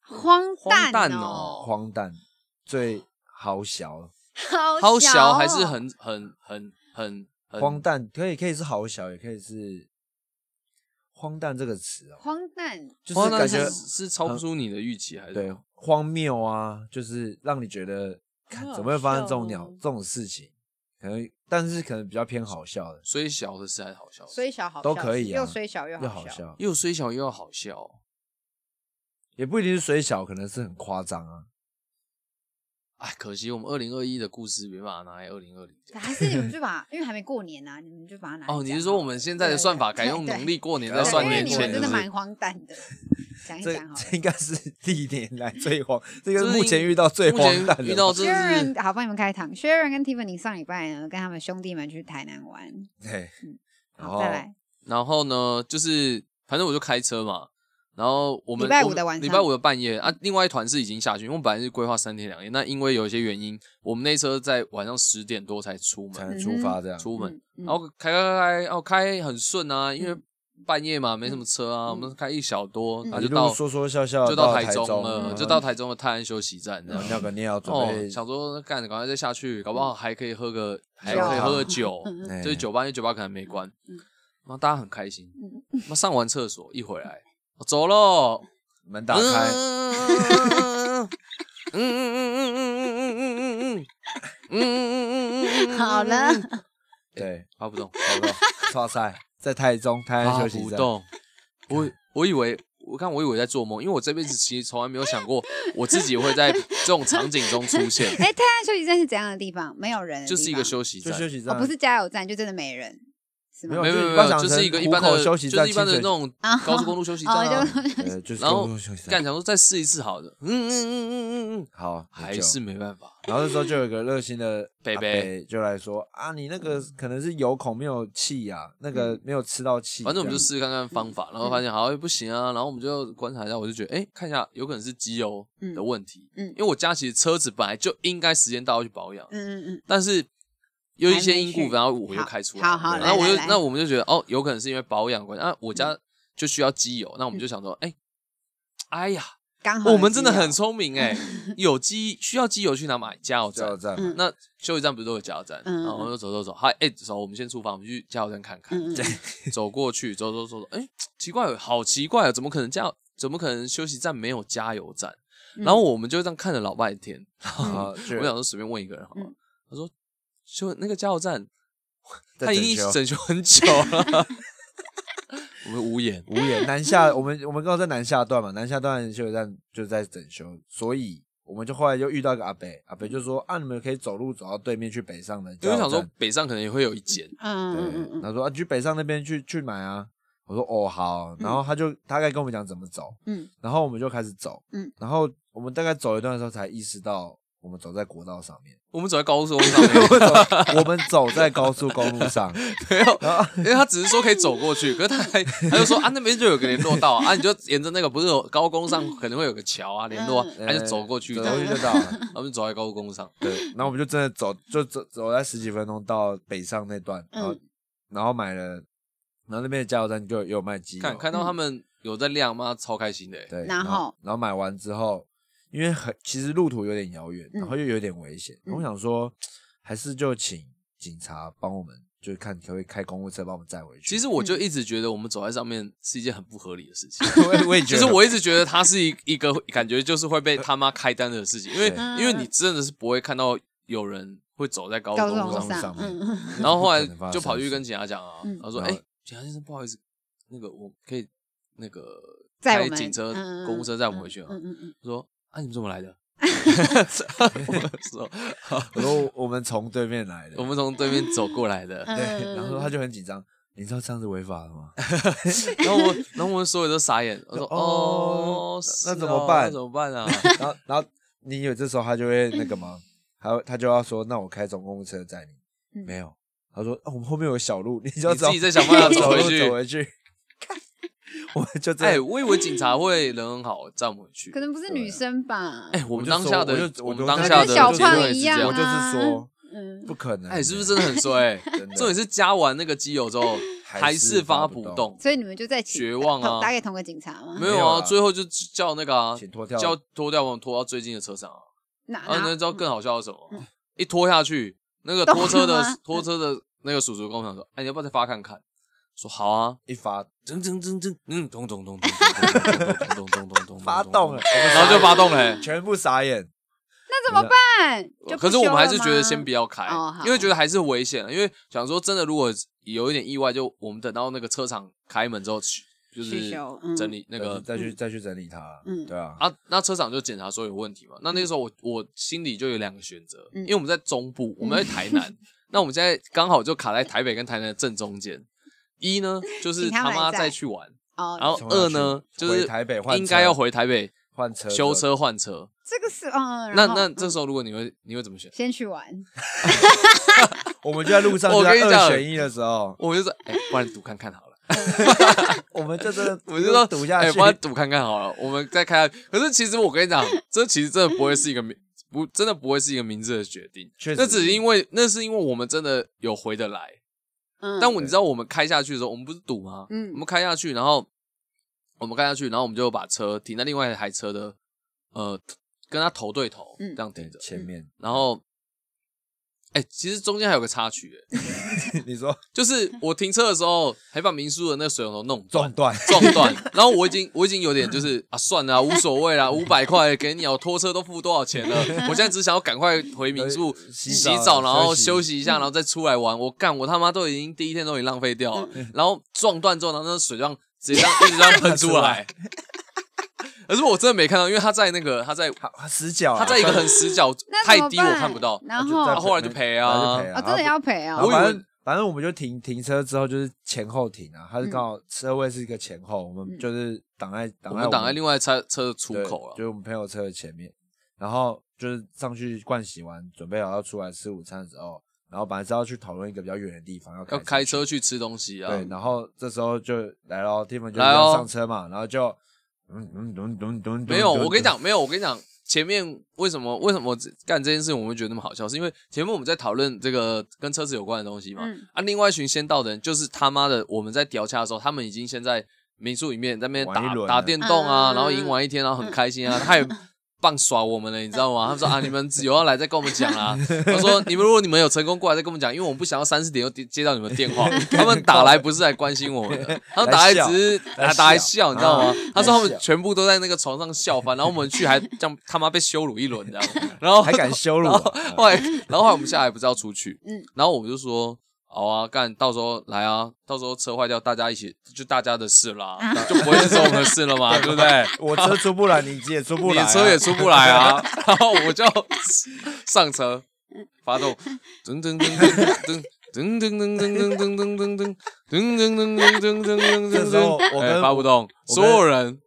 [SPEAKER 2] 荒
[SPEAKER 3] 荒诞哦
[SPEAKER 2] 哦，
[SPEAKER 1] 荒诞最好小，
[SPEAKER 3] 好
[SPEAKER 2] 小
[SPEAKER 3] 小
[SPEAKER 2] 哦
[SPEAKER 3] 还是很很很很很
[SPEAKER 1] 荒诞可以可以是好小，也可以是荒诞这个词哦，
[SPEAKER 2] 荒诞，
[SPEAKER 1] 就是
[SPEAKER 3] 荒
[SPEAKER 1] 感
[SPEAKER 3] 诞
[SPEAKER 1] 觉
[SPEAKER 3] 是是超不出你的预期还是
[SPEAKER 1] 对荒谬啊，就是让你觉得看
[SPEAKER 2] 好
[SPEAKER 1] 怎么会发生这种
[SPEAKER 2] 笑
[SPEAKER 1] 鸟
[SPEAKER 2] 哦
[SPEAKER 1] 这种事情，可能但是可能比较偏好笑的，
[SPEAKER 3] 虽小的事还是好笑的事，
[SPEAKER 2] 虽小好
[SPEAKER 1] 都
[SPEAKER 2] 笑
[SPEAKER 1] 可以啊
[SPEAKER 2] 又虽小又
[SPEAKER 1] 又
[SPEAKER 2] 好
[SPEAKER 1] 好。笑，
[SPEAKER 3] 又虽小又要好笑哦、
[SPEAKER 1] 也不一定是水小，可能是很夸张啊。
[SPEAKER 3] 哎，可惜我们二零二一的故事没办法拿来二零二零讲。
[SPEAKER 2] 还是你们就把，因为还没过年啊，你们就把它拿来
[SPEAKER 3] 哦，你
[SPEAKER 2] 讲
[SPEAKER 3] 是说
[SPEAKER 2] 好
[SPEAKER 3] 我们现在的
[SPEAKER 2] 对
[SPEAKER 3] 算法改
[SPEAKER 2] 对
[SPEAKER 3] 用
[SPEAKER 2] 对
[SPEAKER 3] 农历过年
[SPEAKER 1] 对
[SPEAKER 3] 再算
[SPEAKER 2] 因为
[SPEAKER 3] 年
[SPEAKER 2] 你
[SPEAKER 3] 前
[SPEAKER 2] 们，
[SPEAKER 3] 是
[SPEAKER 2] 真
[SPEAKER 3] 不
[SPEAKER 2] 的
[SPEAKER 3] 是
[SPEAKER 2] 蛮荒诞的，讲一
[SPEAKER 1] 这
[SPEAKER 2] 哎讲好
[SPEAKER 1] 这
[SPEAKER 2] 了。
[SPEAKER 1] 应该是历年来最荒，这
[SPEAKER 3] 这
[SPEAKER 1] 个
[SPEAKER 3] 是
[SPEAKER 1] 目前遇到最
[SPEAKER 3] 目
[SPEAKER 1] 荒
[SPEAKER 3] 前
[SPEAKER 1] 诞的。
[SPEAKER 3] 遇到真的是
[SPEAKER 2] Sharon，好，帮你们开堂。Sharon 跟 Tiffany 上礼拜呢，跟他们兄弟们去台南玩。
[SPEAKER 3] 嗯
[SPEAKER 1] 对，然
[SPEAKER 3] 哦
[SPEAKER 2] 好，
[SPEAKER 1] 后
[SPEAKER 2] 再来，
[SPEAKER 3] 然后呢，就是反正我就开车嘛，然后我们
[SPEAKER 2] 礼拜五
[SPEAKER 3] 我们
[SPEAKER 2] 的晚上
[SPEAKER 3] 礼拜五的半夜啊，另外一团是已经下去，因为我们本来是规划三天两夜，那因为有一些原因，我们那车在晚上十点多才出
[SPEAKER 1] 才
[SPEAKER 3] 门，
[SPEAKER 1] 能出发这样。
[SPEAKER 3] 出门，
[SPEAKER 2] 嗯嗯
[SPEAKER 3] 然后开开开，哦开很顺啊，因为
[SPEAKER 2] 嗯
[SPEAKER 3] 半夜嘛没什么车啊，
[SPEAKER 2] 嗯
[SPEAKER 3] 我们开一小多，
[SPEAKER 2] 嗯
[SPEAKER 3] 然
[SPEAKER 1] 啊
[SPEAKER 3] 后
[SPEAKER 1] 一路
[SPEAKER 3] 就到
[SPEAKER 1] 说说笑笑
[SPEAKER 3] 就到
[SPEAKER 1] 台
[SPEAKER 3] 台中
[SPEAKER 1] 中嗯
[SPEAKER 3] 了，
[SPEAKER 2] 嗯
[SPEAKER 3] 就到台中的泰安休息站这
[SPEAKER 1] 然
[SPEAKER 3] 样
[SPEAKER 1] 后。尿个尿，准
[SPEAKER 3] 哦，
[SPEAKER 1] 备
[SPEAKER 3] 想说干，赶快再下去，搞不好还可以喝个，还
[SPEAKER 2] 酒
[SPEAKER 3] 可以喝个酒，
[SPEAKER 1] 哎
[SPEAKER 3] 就是酒吧，因为酒吧可能没关
[SPEAKER 2] 嗯。
[SPEAKER 3] 妈，大家很开心
[SPEAKER 2] 嗯。
[SPEAKER 3] 妈上完厕所一回来，我走喽，
[SPEAKER 1] 门打开，
[SPEAKER 3] 嗯嗯嗯嗯嗯嗯嗯嗯嗯嗯嗯嗯嗯，
[SPEAKER 2] 好了，
[SPEAKER 1] 对，
[SPEAKER 3] 发不动，
[SPEAKER 1] 好了，哇塞，在台中台湾休
[SPEAKER 3] 发
[SPEAKER 1] 息
[SPEAKER 3] 不
[SPEAKER 1] 站，
[SPEAKER 3] 动。我我以为，我看我以为在做梦，因为我这辈子其实从来没有想过我自己会在这种场景中出现，
[SPEAKER 2] 哎，泰安休息站是怎样的地方？没有人的地
[SPEAKER 3] 就
[SPEAKER 2] 方，
[SPEAKER 3] 是一个休息
[SPEAKER 1] 就
[SPEAKER 3] 站，
[SPEAKER 1] 休息站，
[SPEAKER 2] 哦，不是加油站，就真的没人，是吗
[SPEAKER 1] 没有？
[SPEAKER 3] 没有没
[SPEAKER 1] 就
[SPEAKER 3] 有
[SPEAKER 1] 是
[SPEAKER 3] 没
[SPEAKER 1] 观
[SPEAKER 3] 有，
[SPEAKER 1] 赏
[SPEAKER 3] 就是一个
[SPEAKER 1] 城
[SPEAKER 3] 一般
[SPEAKER 1] 湖口
[SPEAKER 3] 的，
[SPEAKER 1] 休息
[SPEAKER 3] 就
[SPEAKER 1] 站
[SPEAKER 3] 是一般的
[SPEAKER 1] 清
[SPEAKER 3] 那
[SPEAKER 1] 水
[SPEAKER 3] 种
[SPEAKER 2] 啊
[SPEAKER 3] 高速公路休息站啊、
[SPEAKER 2] 哦就
[SPEAKER 1] 呃，就是
[SPEAKER 3] 然后
[SPEAKER 1] 公共休息
[SPEAKER 3] 干，
[SPEAKER 1] 站。
[SPEAKER 3] 想说再试一次好了，嗯嗯嗯嗯嗯嗯，
[SPEAKER 1] 好，
[SPEAKER 3] 还
[SPEAKER 1] 有救
[SPEAKER 3] 是没办法。
[SPEAKER 1] 然后那时候就有个热心 的
[SPEAKER 3] 伯伯
[SPEAKER 1] 阿伯就来说啊，你那个可能是有孔没有气呀、那个没有吃到气。
[SPEAKER 3] 嗯反正我们就
[SPEAKER 1] 这
[SPEAKER 3] 试试看看方法，然后发现好像不行啊，然后我们就观察一下，我就觉得哎、诶看一下有可能是机油的问题，
[SPEAKER 2] 嗯嗯
[SPEAKER 3] 因为我家其实车子本来就应该时间到要去保养，
[SPEAKER 2] 嗯嗯嗯，
[SPEAKER 3] 但是有一些因
[SPEAKER 2] 还没
[SPEAKER 3] 故，
[SPEAKER 2] 去
[SPEAKER 3] 然后我又开出来，
[SPEAKER 2] 好好好
[SPEAKER 3] 然后我
[SPEAKER 2] 来
[SPEAKER 3] 就
[SPEAKER 2] 来来嗯
[SPEAKER 3] 那我们就觉得哦，有可能是因为保养关系，啊，我家就需要机油，那我们就想说，哎、哎呀，
[SPEAKER 2] 刚好
[SPEAKER 3] 我们真的
[SPEAKER 2] 有
[SPEAKER 3] 很聪 明哎、有机需要机油去哪买？加油
[SPEAKER 1] 加油
[SPEAKER 3] 站。
[SPEAKER 1] 站
[SPEAKER 2] 嗯
[SPEAKER 3] 那休息站不是都有加油站？
[SPEAKER 2] 嗯
[SPEAKER 3] 然后我就走走走，嗨，哎、走，我们先出发，我们去加油站看看。
[SPEAKER 2] 嗯嗯
[SPEAKER 3] 走过去，走走走走，哎、奇怪，好奇怪啊，怎么可能加油？怎么可能休息站没有加油站？
[SPEAKER 2] 嗯
[SPEAKER 3] 然后我们就这样看了老半天，
[SPEAKER 1] 啊，
[SPEAKER 3] 我
[SPEAKER 1] 就
[SPEAKER 3] 想说随便问一个人好了，
[SPEAKER 2] 嗯
[SPEAKER 3] 他说修那个加油站，
[SPEAKER 1] 在
[SPEAKER 3] 他已经
[SPEAKER 1] 整修
[SPEAKER 3] 整修很 久了，我们无言。
[SPEAKER 1] 无言。南下，我们我们刚好在南下段嘛，南下段休息站就在整修，所以我们就后来就遇到一个阿伯，阿伯就说啊，你们可以走路走到对面去北上的加油站。
[SPEAKER 3] 因为我想说北上可能也会有 一间，
[SPEAKER 2] 嗯嗯嗯
[SPEAKER 1] 对，
[SPEAKER 2] 嗯
[SPEAKER 1] 他说啊，你去北上那边去去买啊。我说哦好，然后他就大概跟我们讲怎么走，
[SPEAKER 2] 嗯，
[SPEAKER 1] 然后我们就开始走，
[SPEAKER 2] 嗯，
[SPEAKER 1] 然后我们大概走一段的时候才意识到我们走在国道上面，
[SPEAKER 3] 我们走在高速公路 上面，
[SPEAKER 1] 我们走在高速公路上，
[SPEAKER 3] 没有，因为他只是说可以走过去，可是他还他就说啊那边就有个联络道啊，啊你 就沿着那个不是有高工上可能会有个桥啊联络啊，
[SPEAKER 1] 嗯
[SPEAKER 3] 他就走过去，
[SPEAKER 1] 走
[SPEAKER 3] 这
[SPEAKER 1] 过
[SPEAKER 3] 样
[SPEAKER 1] 去就到了。
[SPEAKER 3] 他们走在高工上，
[SPEAKER 1] 对，然后我们就真的走，就走走在十几分钟到北上那段，然后、
[SPEAKER 2] 嗯
[SPEAKER 1] 然后买了，然后那边的加油站就有也有卖鸡
[SPEAKER 3] 看
[SPEAKER 1] 肉，
[SPEAKER 3] 看到他们有在亮妈超开心的欸，
[SPEAKER 1] 对，
[SPEAKER 2] 然后
[SPEAKER 1] 然后买完之后，因为很其实路途有点遥远，
[SPEAKER 2] 嗯
[SPEAKER 1] 然后又有点危险，
[SPEAKER 2] 嗯
[SPEAKER 1] 我想说还是就请警察帮我们，就看可不可以开公务车帮我们载回去。
[SPEAKER 3] 其实我就一直觉得我们走在上面是一件很不合理的事情。
[SPEAKER 1] 我也我也觉
[SPEAKER 3] 就
[SPEAKER 1] 得，
[SPEAKER 3] 是我一直觉得它是一一个感觉就是会被他妈开单的事情，因为
[SPEAKER 2] 对
[SPEAKER 3] 因为你真的是不会看到有人会走在高速
[SPEAKER 2] 高速
[SPEAKER 3] 公路
[SPEAKER 2] 公路
[SPEAKER 3] 上
[SPEAKER 1] 上
[SPEAKER 2] 上，嗯嗯
[SPEAKER 3] 然后后来
[SPEAKER 1] 不可能发生
[SPEAKER 3] 就跑去跟警察讲啊，
[SPEAKER 2] 嗯
[SPEAKER 3] 他说：“
[SPEAKER 1] 然后
[SPEAKER 3] 哎，警察先生，不好意思，那个我可以那个
[SPEAKER 2] 载
[SPEAKER 3] 开
[SPEAKER 2] 我们
[SPEAKER 3] 警车、
[SPEAKER 2] 嗯
[SPEAKER 3] 公务车载我们回去吗？
[SPEAKER 2] 嗯嗯嗯，
[SPEAKER 3] 我说啊，你们怎么来的？我说好
[SPEAKER 1] 我说我们从对面来的，
[SPEAKER 3] 我们从对面走过来的。
[SPEAKER 2] 嗯
[SPEAKER 1] 对，然后他就很紧张，你知道这样子违法了吗？
[SPEAKER 3] 然后我，然后我们所有人都傻眼。我说
[SPEAKER 1] 哦
[SPEAKER 3] 哦，
[SPEAKER 1] 那
[SPEAKER 3] 是
[SPEAKER 1] 怎么
[SPEAKER 3] 哦
[SPEAKER 1] 办
[SPEAKER 3] 那怎么办啊？
[SPEAKER 1] 然后然后你以为这时候他就会那个吗？他会他就要说，那我开总公务车载你，
[SPEAKER 2] 嗯
[SPEAKER 1] 没有。他说：“哦，我们后面有个小路，你就
[SPEAKER 3] 你
[SPEAKER 1] 要
[SPEAKER 3] 自己再想办法
[SPEAKER 1] 走
[SPEAKER 3] 走回
[SPEAKER 1] 路
[SPEAKER 3] 去
[SPEAKER 1] 走回去。我们就这
[SPEAKER 3] 哎，
[SPEAKER 1] 样，
[SPEAKER 3] 我以为警察会人很好，载我们回去
[SPEAKER 2] 可。能不是女生吧？
[SPEAKER 3] 哎，
[SPEAKER 1] 我
[SPEAKER 3] 我们
[SPEAKER 1] 就
[SPEAKER 3] 当
[SPEAKER 1] 说
[SPEAKER 3] 下
[SPEAKER 1] 我
[SPEAKER 3] 的
[SPEAKER 1] 就
[SPEAKER 3] 我们
[SPEAKER 1] 就
[SPEAKER 3] 当
[SPEAKER 1] 跟
[SPEAKER 3] 下
[SPEAKER 1] 他
[SPEAKER 3] 的
[SPEAKER 2] 小
[SPEAKER 3] 结
[SPEAKER 2] 胖
[SPEAKER 3] 论
[SPEAKER 2] 一
[SPEAKER 3] 是这
[SPEAKER 2] 样啊
[SPEAKER 1] 我
[SPEAKER 3] 样。
[SPEAKER 1] 就是说，
[SPEAKER 2] 嗯
[SPEAKER 1] 不可能。
[SPEAKER 3] 哎，是不 是真的很衰？
[SPEAKER 1] 真的
[SPEAKER 3] 重点是加完那个机油之后，还是发不动。
[SPEAKER 2] 所以你们就在一起
[SPEAKER 3] 绝望啊
[SPEAKER 2] 打打给同个警察吗？
[SPEAKER 3] 没
[SPEAKER 1] 没
[SPEAKER 3] 有
[SPEAKER 1] 有
[SPEAKER 3] 啊，
[SPEAKER 1] 啊
[SPEAKER 3] 最后就叫那个啊，
[SPEAKER 1] 请脱掉
[SPEAKER 3] 叫拖掉，我们拖到最近的车上啊。
[SPEAKER 2] 哪
[SPEAKER 3] 啊，嗯
[SPEAKER 2] 哪
[SPEAKER 3] 那知道更好笑的是什么？一拖下去，那个拖车
[SPEAKER 2] 动了 吗
[SPEAKER 3] 的拖车的那个叔叔跟我讲说：“哎，你要不要再发看看？”说好啊，
[SPEAKER 1] 一发
[SPEAKER 3] 噔噔噔噔，嗯，咚咚咚咚咚咚咚咚咚，
[SPEAKER 1] 发动了，，
[SPEAKER 3] 然后就发动了。
[SPEAKER 1] 全部傻眼。
[SPEAKER 2] 那怎么办？就不
[SPEAKER 3] 可是我们还
[SPEAKER 2] 修
[SPEAKER 3] 是
[SPEAKER 2] 了吗
[SPEAKER 3] 觉得先不要开
[SPEAKER 2] 哦，好
[SPEAKER 3] 因为觉得还是危险，啊因为想说真的，如果有一点意外，就我们等到那个车厂开门之后，就是
[SPEAKER 2] 去修嗯
[SPEAKER 3] 整理那个
[SPEAKER 1] 再去再去整理它，
[SPEAKER 2] 嗯
[SPEAKER 1] 对啊，
[SPEAKER 3] 啊，那车厂就检查说有问题嘛。那那个时候我我心里就有两个选择，
[SPEAKER 2] 嗯
[SPEAKER 3] 因为我们在中部，我们在台南，那我们现在刚好就卡在台北跟台南的正中间。一呢，就是
[SPEAKER 2] 请他
[SPEAKER 3] 他
[SPEAKER 2] 们
[SPEAKER 3] 妈
[SPEAKER 2] 来
[SPEAKER 3] 再
[SPEAKER 2] 载
[SPEAKER 3] 去玩，
[SPEAKER 2] 哦，
[SPEAKER 3] 然后
[SPEAKER 1] 冲下去
[SPEAKER 3] 二呢，就
[SPEAKER 1] 回
[SPEAKER 3] 是
[SPEAKER 1] 台北换
[SPEAKER 3] 应
[SPEAKER 1] 车
[SPEAKER 3] 该要回台北
[SPEAKER 1] 换车
[SPEAKER 3] 修车换车。
[SPEAKER 2] 这个是嗯，
[SPEAKER 3] 那
[SPEAKER 2] 然后
[SPEAKER 3] 那
[SPEAKER 2] 嗯
[SPEAKER 3] 这时候如果你会你会怎么选？
[SPEAKER 2] 先去玩，
[SPEAKER 1] 我们就在路上，
[SPEAKER 3] 我
[SPEAKER 1] 就在
[SPEAKER 3] 跟你讲
[SPEAKER 1] 二选一的时候，
[SPEAKER 3] 我就说，哎，不然赌看看好了。
[SPEAKER 1] 我们就真的，
[SPEAKER 3] 我就说
[SPEAKER 1] 赌下
[SPEAKER 3] 哎
[SPEAKER 1] 去
[SPEAKER 3] 不，然赌看看好了，我们再看看。可是其实我跟你讲，这其实真的不会是一个明不真的不会是一个明智的决定。
[SPEAKER 1] 确实
[SPEAKER 3] 那只是因为那是因为我们真的有回得来。
[SPEAKER 2] 嗯，
[SPEAKER 3] 但我你知道我们开下去的时候，我们不是堵吗？
[SPEAKER 2] 嗯
[SPEAKER 3] 我们开下去，然后我们开下去，然后我们就把车停在另外一台车的呃跟他头对头
[SPEAKER 2] 嗯
[SPEAKER 3] 这样
[SPEAKER 1] 对
[SPEAKER 3] 停着，
[SPEAKER 1] 前面
[SPEAKER 3] 然后。哎、其实中间还有个插曲、哎
[SPEAKER 1] 你说
[SPEAKER 3] 就是我停车的时候还把民宿的那个水龙头弄断
[SPEAKER 1] 中，断，
[SPEAKER 3] 撞断，然后我已经我已经有点就是啊，算了啊、无所谓啦，五百块给你啊，我拖车都付多少钱了，我现在只想要赶快回民宿
[SPEAKER 1] 呃洗
[SPEAKER 3] 洗
[SPEAKER 1] 澡
[SPEAKER 3] 澡，然后
[SPEAKER 1] 休息
[SPEAKER 3] 休息一下，然后再出来玩。我干，我他妈都已经第一天都已经浪费掉了，然后撞断之后，然后那水让直接让一直让喷出来。可是我真的没看到，因为他在那个他在
[SPEAKER 1] 好死角啊，
[SPEAKER 3] 他在一个很死角
[SPEAKER 2] 那怎
[SPEAKER 3] 太
[SPEAKER 2] 么
[SPEAKER 3] 低，我
[SPEAKER 2] 办
[SPEAKER 3] 看不到。
[SPEAKER 2] 然
[SPEAKER 1] 就在
[SPEAKER 2] 后
[SPEAKER 3] 啊后来就赔啊
[SPEAKER 1] 后来就赔
[SPEAKER 2] 哦，真的要赔
[SPEAKER 1] 然
[SPEAKER 2] 啊
[SPEAKER 1] 后
[SPEAKER 3] 我，以为
[SPEAKER 1] 反正反正我们就停停车之后就是前后停啊，
[SPEAKER 2] 嗯
[SPEAKER 1] 它是刚好车位是一个前后，我们就是挡在
[SPEAKER 3] 我
[SPEAKER 1] 挡在
[SPEAKER 3] 们挡在另
[SPEAKER 1] 外
[SPEAKER 3] 外一车车的出口啊
[SPEAKER 1] 就是
[SPEAKER 3] 了，
[SPEAKER 1] 我们朋友车的前面，然后就是上去盥洗完，准备好要出来吃午餐的时候，然后本来是要去讨论一个比较远的地方，要
[SPEAKER 3] 要
[SPEAKER 1] 开
[SPEAKER 3] 开
[SPEAKER 1] 车
[SPEAKER 3] 车
[SPEAKER 1] 去。
[SPEAKER 3] 去吃东西啊。
[SPEAKER 1] 对，然后这时候就来了，Tim 就
[SPEAKER 3] 来
[SPEAKER 1] 要
[SPEAKER 3] 咯
[SPEAKER 1] 上车嘛，然后就嗯嗯嗯嗯嗯，
[SPEAKER 3] 没有，我跟你，讲，没有，我跟你讲，前面为什么为什么我干这件事，我们会觉得那么好笑，是因为前面我们在讨论这个跟车子有关的东西嘛。
[SPEAKER 2] 嗯
[SPEAKER 3] 啊，另外一群先到的人，就是他妈的我们在屌洽的时候，他们已经先在民宿里面在那边
[SPEAKER 1] 玩一
[SPEAKER 3] 打
[SPEAKER 1] 轮
[SPEAKER 3] 打
[SPEAKER 1] 了
[SPEAKER 3] 电动啊，
[SPEAKER 2] 嗯
[SPEAKER 3] 然后赢完一天，然后很开心啊，他也。棒耍我们了，你知道吗？他们说啊，你们有要来再跟我们讲啊。他说，你们如果你们有成功过来再跟我们讲，因为我们不想要三四点又接接到你们的电话。他们打来不是来关心我们的，他们打来
[SPEAKER 1] 来笑
[SPEAKER 3] 只是
[SPEAKER 1] 来
[SPEAKER 3] 打打来
[SPEAKER 1] 笑
[SPEAKER 3] 笑，你知道吗
[SPEAKER 1] 啊？
[SPEAKER 3] 他说他
[SPEAKER 1] 来
[SPEAKER 3] 们
[SPEAKER 1] 笑
[SPEAKER 3] 全部都在那个床上笑翻，然后我们去还这样他妈被羞辱一轮，这样，然后
[SPEAKER 1] 还敢羞辱
[SPEAKER 3] 然
[SPEAKER 1] 我啊
[SPEAKER 3] 后？后来，然后后来我们下来不是要出去，嗯
[SPEAKER 2] 嗯，
[SPEAKER 3] 然后我们就说，好啊，干，到时候来啊，到时候车坏掉，大家一起就大家的事啦，就不会是只有我们的事了嘛，对不对？
[SPEAKER 1] 我车出不来，你也出不
[SPEAKER 3] 你
[SPEAKER 1] 来、
[SPEAKER 3] 的
[SPEAKER 1] 啊，
[SPEAKER 3] 车也出不来啊，然后我就上车发动，噔噔噔噔噔噔噔噔噔噔噔噔噔噔噔噔噔噔噔噔
[SPEAKER 1] 这
[SPEAKER 3] 噔
[SPEAKER 1] 时候
[SPEAKER 3] 噔，
[SPEAKER 1] 我
[SPEAKER 3] 哎
[SPEAKER 1] 跟
[SPEAKER 3] 发不动，所有人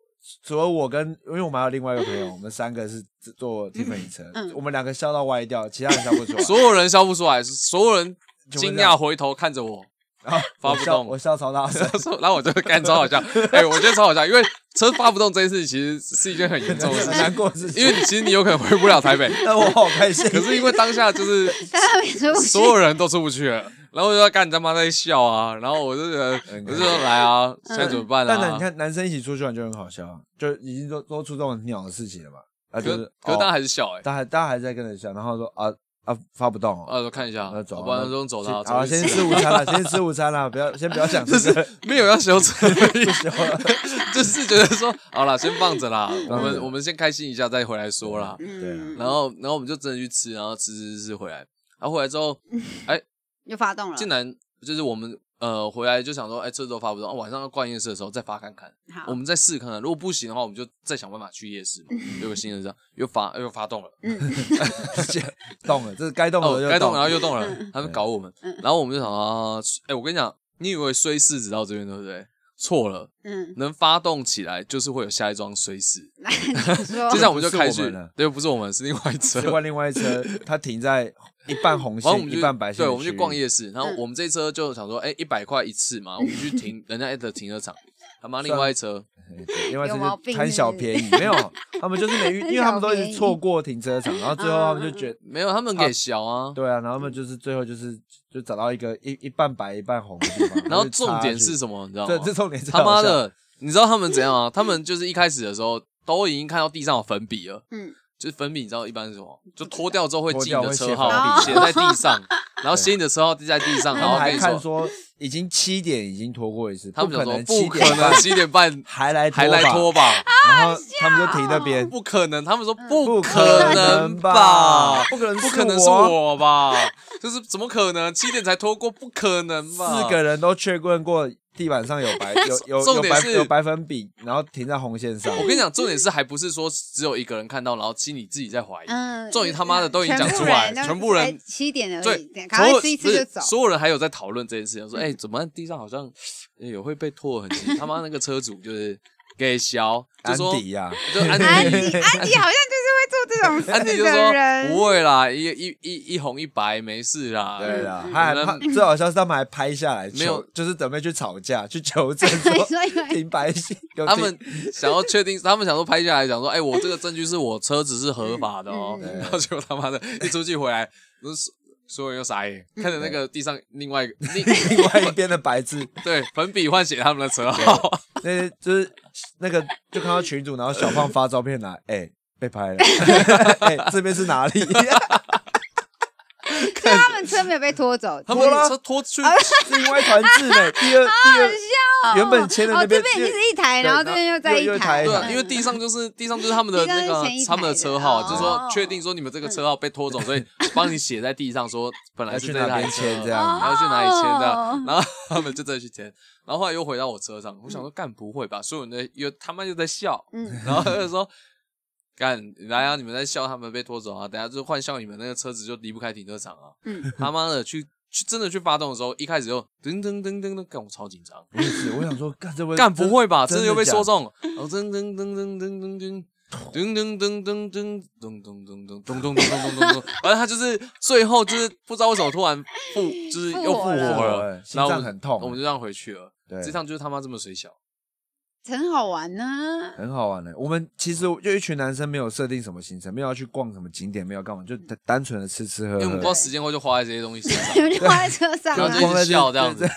[SPEAKER 1] 除了我跟，因为我们还有另外一个朋友，我们三个是坐 Tiffany 车，我们两个笑到歪掉，其他人笑不出来。
[SPEAKER 3] 所有人笑不出来，所有人
[SPEAKER 1] 全部
[SPEAKER 3] 惊
[SPEAKER 1] 这样
[SPEAKER 3] 讶回头看着我，
[SPEAKER 1] 然后
[SPEAKER 3] 发
[SPEAKER 1] 我
[SPEAKER 3] 不
[SPEAKER 1] 笑
[SPEAKER 3] 动
[SPEAKER 1] 我笑超大 声。
[SPEAKER 3] 说然后我就干超好笑， 哎、我觉得超好笑，因为车发不动这件事情其实是一件很严重的事
[SPEAKER 1] 很
[SPEAKER 3] 情，
[SPEAKER 1] 难过的事情，
[SPEAKER 3] 因为你其实你有可能回不了台北，
[SPEAKER 1] 但我好开心。
[SPEAKER 3] 可是因为当下就是
[SPEAKER 2] 但 他们也说不
[SPEAKER 3] 所有人都出不去了，然后我就要干你他妈在笑啊，然后我就觉得
[SPEAKER 1] 嗯
[SPEAKER 3] 我就说来啊，现在怎么办
[SPEAKER 1] 但男
[SPEAKER 3] 啊
[SPEAKER 1] 你？看男生一起出去玩就很好笑，就已经都都出这种鸟的事情了嘛。啊，就
[SPEAKER 3] 可
[SPEAKER 1] 是
[SPEAKER 3] 可是大家
[SPEAKER 1] 还
[SPEAKER 3] 还是笑哎、
[SPEAKER 1] 大家还大家还在跟着笑，然后说啊啊发不动
[SPEAKER 3] 啊，
[SPEAKER 1] 哦，
[SPEAKER 3] 我看一下，
[SPEAKER 1] 那走啊
[SPEAKER 3] 好吧，那就走了，
[SPEAKER 1] 先好
[SPEAKER 3] 走
[SPEAKER 1] 先
[SPEAKER 3] 去
[SPEAKER 1] 吃午餐了，先吃午餐了，不要先不要想这
[SPEAKER 3] 就是
[SPEAKER 1] 个。
[SPEAKER 3] 没有要修啊嗯车，
[SPEAKER 1] 修了
[SPEAKER 3] 就是觉得说好啦，先放着啦，我
[SPEAKER 1] 放
[SPEAKER 3] 们
[SPEAKER 1] 着
[SPEAKER 3] 我们先开心一下再回来说啦。
[SPEAKER 1] 对
[SPEAKER 2] 嗯，
[SPEAKER 3] 啊然后然后我们就真的去啊吃，然后吃吃吃回来，然后回来之后，哎、
[SPEAKER 2] 又发动了，
[SPEAKER 3] 竟然就是我们呃回来就想说，哎、这周发不动，啊晚上要逛夜市的时候再发看看，
[SPEAKER 2] 好，
[SPEAKER 3] 我们再试看看，如果不行的话，我们就再想办法去夜市嘛。有个新人这样又发又发动了，
[SPEAKER 1] 动了，这是该动
[SPEAKER 3] 哦
[SPEAKER 1] 了，就
[SPEAKER 3] 该动
[SPEAKER 1] 动
[SPEAKER 3] 了，然后又动了，他们搞我们
[SPEAKER 2] 嗯，
[SPEAKER 3] 然后我们就想啊，哎，我跟你讲，你以为衰势只到这边对不对？错了，
[SPEAKER 2] 嗯，
[SPEAKER 3] 能发动起来就是会有下一桩衰势。
[SPEAKER 2] 那你说
[SPEAKER 3] 就这样我们就开
[SPEAKER 1] 哦不是
[SPEAKER 3] 始
[SPEAKER 1] 我们了，
[SPEAKER 3] 对，不是我们，是另外一 车。
[SPEAKER 1] 就换另外一车，它停在一半红
[SPEAKER 3] 然后我
[SPEAKER 1] 线
[SPEAKER 3] 们
[SPEAKER 1] 一
[SPEAKER 3] 就
[SPEAKER 1] 半白线，
[SPEAKER 3] 对，我们去逛，夜市，然后
[SPEAKER 2] 嗯
[SPEAKER 3] 我们这一车就想说，
[SPEAKER 1] 嗯
[SPEAKER 3] 哎，一百块一次嘛，我们去停人家的停车场，他妈另外一车，
[SPEAKER 1] 哎对另外一
[SPEAKER 2] 有毛
[SPEAKER 1] 车
[SPEAKER 2] 病
[SPEAKER 1] 就是贪
[SPEAKER 2] 不
[SPEAKER 1] 小
[SPEAKER 2] 是
[SPEAKER 1] 便宜，没有，他们就是 没遇，因为他们都一直错过停车场，然后最后
[SPEAKER 2] 嗯
[SPEAKER 1] 他们就觉得。
[SPEAKER 3] 没有，他们给小啊。
[SPEAKER 1] 对啊，然后他们就是最后就是就找到一个一一半白一半红的地方，
[SPEAKER 3] 然后
[SPEAKER 1] 就
[SPEAKER 3] 重
[SPEAKER 1] 插
[SPEAKER 3] 点
[SPEAKER 1] 去
[SPEAKER 3] 是什么，你知道吗
[SPEAKER 1] 这？这重点是
[SPEAKER 3] 他妈的，你知道他们怎样啊？他们就是一开始的时候都已经看到地上有粉笔了，
[SPEAKER 2] 嗯，
[SPEAKER 3] 就是粉笔，你知道一般是什么？就脱掉之后会
[SPEAKER 1] 脱
[SPEAKER 3] 记你
[SPEAKER 1] 掉
[SPEAKER 3] 的
[SPEAKER 1] 会
[SPEAKER 3] 车
[SPEAKER 1] 写
[SPEAKER 3] 号，
[SPEAKER 2] 粉
[SPEAKER 3] 写
[SPEAKER 2] 笔
[SPEAKER 3] 在地上，然后写你的车号滴在地上，
[SPEAKER 1] 他们
[SPEAKER 3] 然后
[SPEAKER 1] 还
[SPEAKER 3] 跟你
[SPEAKER 1] 看
[SPEAKER 3] 说，
[SPEAKER 1] 说已经七点已经拖过一次，
[SPEAKER 3] 他们
[SPEAKER 1] 不可
[SPEAKER 3] 想说
[SPEAKER 1] 能
[SPEAKER 3] 不
[SPEAKER 1] 七
[SPEAKER 3] 可
[SPEAKER 1] 点
[SPEAKER 3] 能
[SPEAKER 1] 半
[SPEAKER 3] 七点半
[SPEAKER 1] 还来
[SPEAKER 3] 还来
[SPEAKER 1] 吧
[SPEAKER 3] 拖吧，
[SPEAKER 1] 然后他们就停那边，
[SPEAKER 3] 不可能，他们说
[SPEAKER 1] 不
[SPEAKER 3] 可
[SPEAKER 1] 可
[SPEAKER 3] 能
[SPEAKER 1] 能
[SPEAKER 3] 吧
[SPEAKER 1] 吧，嗯不可能是
[SPEAKER 3] 不可能是我吧，就是怎么可能七点才拖过，不可能吧？
[SPEAKER 1] 四个人都确认过地板上有 白有有
[SPEAKER 3] 重
[SPEAKER 1] 有
[SPEAKER 3] 点
[SPEAKER 1] 白
[SPEAKER 3] 是
[SPEAKER 1] 有白粉笔，然后停在红线 上。
[SPEAKER 3] 我跟你讲，重点是还不是说只有一个人看到，然后其实你自己在怀疑，
[SPEAKER 2] 嗯，
[SPEAKER 3] 终于他妈的都已经讲
[SPEAKER 2] 全部
[SPEAKER 3] 出来
[SPEAKER 2] 人都
[SPEAKER 3] 全部人
[SPEAKER 2] 才七点而
[SPEAKER 3] 对
[SPEAKER 2] 已，赶快
[SPEAKER 3] 所有
[SPEAKER 2] 吃一
[SPEAKER 3] 不
[SPEAKER 2] 次
[SPEAKER 3] 是
[SPEAKER 2] 就走。
[SPEAKER 3] 所有人还有在讨论这件事情，说哎、怎么地上好像呃有会被拖的痕迹？他妈那个车主就是给小，就
[SPEAKER 1] 安
[SPEAKER 3] 说
[SPEAKER 1] 迪啊呀、
[SPEAKER 3] 就安
[SPEAKER 2] 安迪，
[SPEAKER 3] 迪，
[SPEAKER 2] 安迪好像 就是会做这种
[SPEAKER 3] 安迪
[SPEAKER 2] 事
[SPEAKER 3] 就说
[SPEAKER 2] 的人，
[SPEAKER 3] 不会啦，一一一一红一白没事啦，
[SPEAKER 1] 对啦，
[SPEAKER 3] 哎你
[SPEAKER 1] 他还
[SPEAKER 3] 们
[SPEAKER 1] 拍最好笑是他们还拍下来，
[SPEAKER 3] 没有
[SPEAKER 1] 求就是准备去吵架，去求证
[SPEAKER 2] 所
[SPEAKER 1] 说
[SPEAKER 2] 以会
[SPEAKER 1] 停白线。有
[SPEAKER 3] 他
[SPEAKER 1] 停
[SPEAKER 3] 们想要确定，他们想说拍下来，想说，哎、我这个证据是我车子是合法的哦、
[SPEAKER 2] 嗯嗯
[SPEAKER 1] 嗯
[SPEAKER 3] 然后结果他妈的一出去回来，那所所有人又 傻眼，看着那个地上另外一个另
[SPEAKER 1] 另外一边的白字，
[SPEAKER 3] 对粉笔换写他们的车号，
[SPEAKER 1] 那些就是那个就看到群主，然后小胖发照片来，哎、被拍了， 哎、这边是哪里？
[SPEAKER 2] 所以他们车没有被拖走，
[SPEAKER 3] 他
[SPEAKER 2] 好
[SPEAKER 3] 们
[SPEAKER 1] 拖了
[SPEAKER 3] 车拖去，
[SPEAKER 1] 另外一团字呢？第二
[SPEAKER 3] 啊
[SPEAKER 1] 第二
[SPEAKER 2] 笑哦。
[SPEAKER 1] 原本签的那
[SPEAKER 2] 哦，这
[SPEAKER 1] 边
[SPEAKER 2] 边已经是一台，
[SPEAKER 1] 对
[SPEAKER 2] 然后这边
[SPEAKER 1] 然后
[SPEAKER 2] 又在
[SPEAKER 1] 又又
[SPEAKER 2] 台，
[SPEAKER 1] 台
[SPEAKER 3] 对
[SPEAKER 1] 一
[SPEAKER 3] 啊，
[SPEAKER 1] 台
[SPEAKER 3] 因为地上就是地上就是他们的那
[SPEAKER 2] 地上
[SPEAKER 3] 个
[SPEAKER 2] 是前一排的
[SPEAKER 3] 他们的车号，
[SPEAKER 2] 哦
[SPEAKER 3] 就是说确定说你们这个车号被拖走，所以帮你写在地上
[SPEAKER 2] 嗯
[SPEAKER 3] 说本来
[SPEAKER 1] 要
[SPEAKER 3] 是
[SPEAKER 1] 去
[SPEAKER 3] 这
[SPEAKER 1] 哪
[SPEAKER 3] 台
[SPEAKER 1] 边
[SPEAKER 3] 车
[SPEAKER 1] 签这
[SPEAKER 2] 哦
[SPEAKER 1] 样？
[SPEAKER 3] 然后去哪里签的，然后他们就再去签，然后后来又回到我车上，我想说干不会吧，所有人在又他妈又在笑，
[SPEAKER 2] 嗯，
[SPEAKER 3] 然后他就说干来啊，你们在笑他们被拖走啊，等下就换笑你们那个车子就离不开停车场啊，
[SPEAKER 2] 嗯
[SPEAKER 3] 他妈的去去真的去发动的时候，一开始就噔噔噔噔噔，干我超紧张，
[SPEAKER 1] 不是，我想说，干这会
[SPEAKER 3] 干不会吧，真的
[SPEAKER 1] 的
[SPEAKER 3] 又被
[SPEAKER 1] 假
[SPEAKER 3] 说中，然后噔噔噔噔噔噔噔。噔噔噔噔噔噔噔噔噔噔噔噔噔噔噔，反正他就是最后就是不知道为什么突然复就是又复活了，
[SPEAKER 1] 心
[SPEAKER 3] 然后
[SPEAKER 1] 脏很痛，
[SPEAKER 3] 我们就这样回去了。
[SPEAKER 1] 对
[SPEAKER 3] 这趟就是他妈这么水小，
[SPEAKER 2] 嗯很好玩 呢。
[SPEAKER 1] 很好玩的、我们其实就一群男生，没有设定什么行程，没有要去逛什么景点，没有干嘛，就单单纯的吃吃喝
[SPEAKER 3] 因为我们不知
[SPEAKER 1] 喝
[SPEAKER 3] 道。时间会就花在这些东西身上，
[SPEAKER 2] 你们就放在车上
[SPEAKER 3] 然后
[SPEAKER 2] 啊
[SPEAKER 3] 就一直笑这样子
[SPEAKER 1] 对。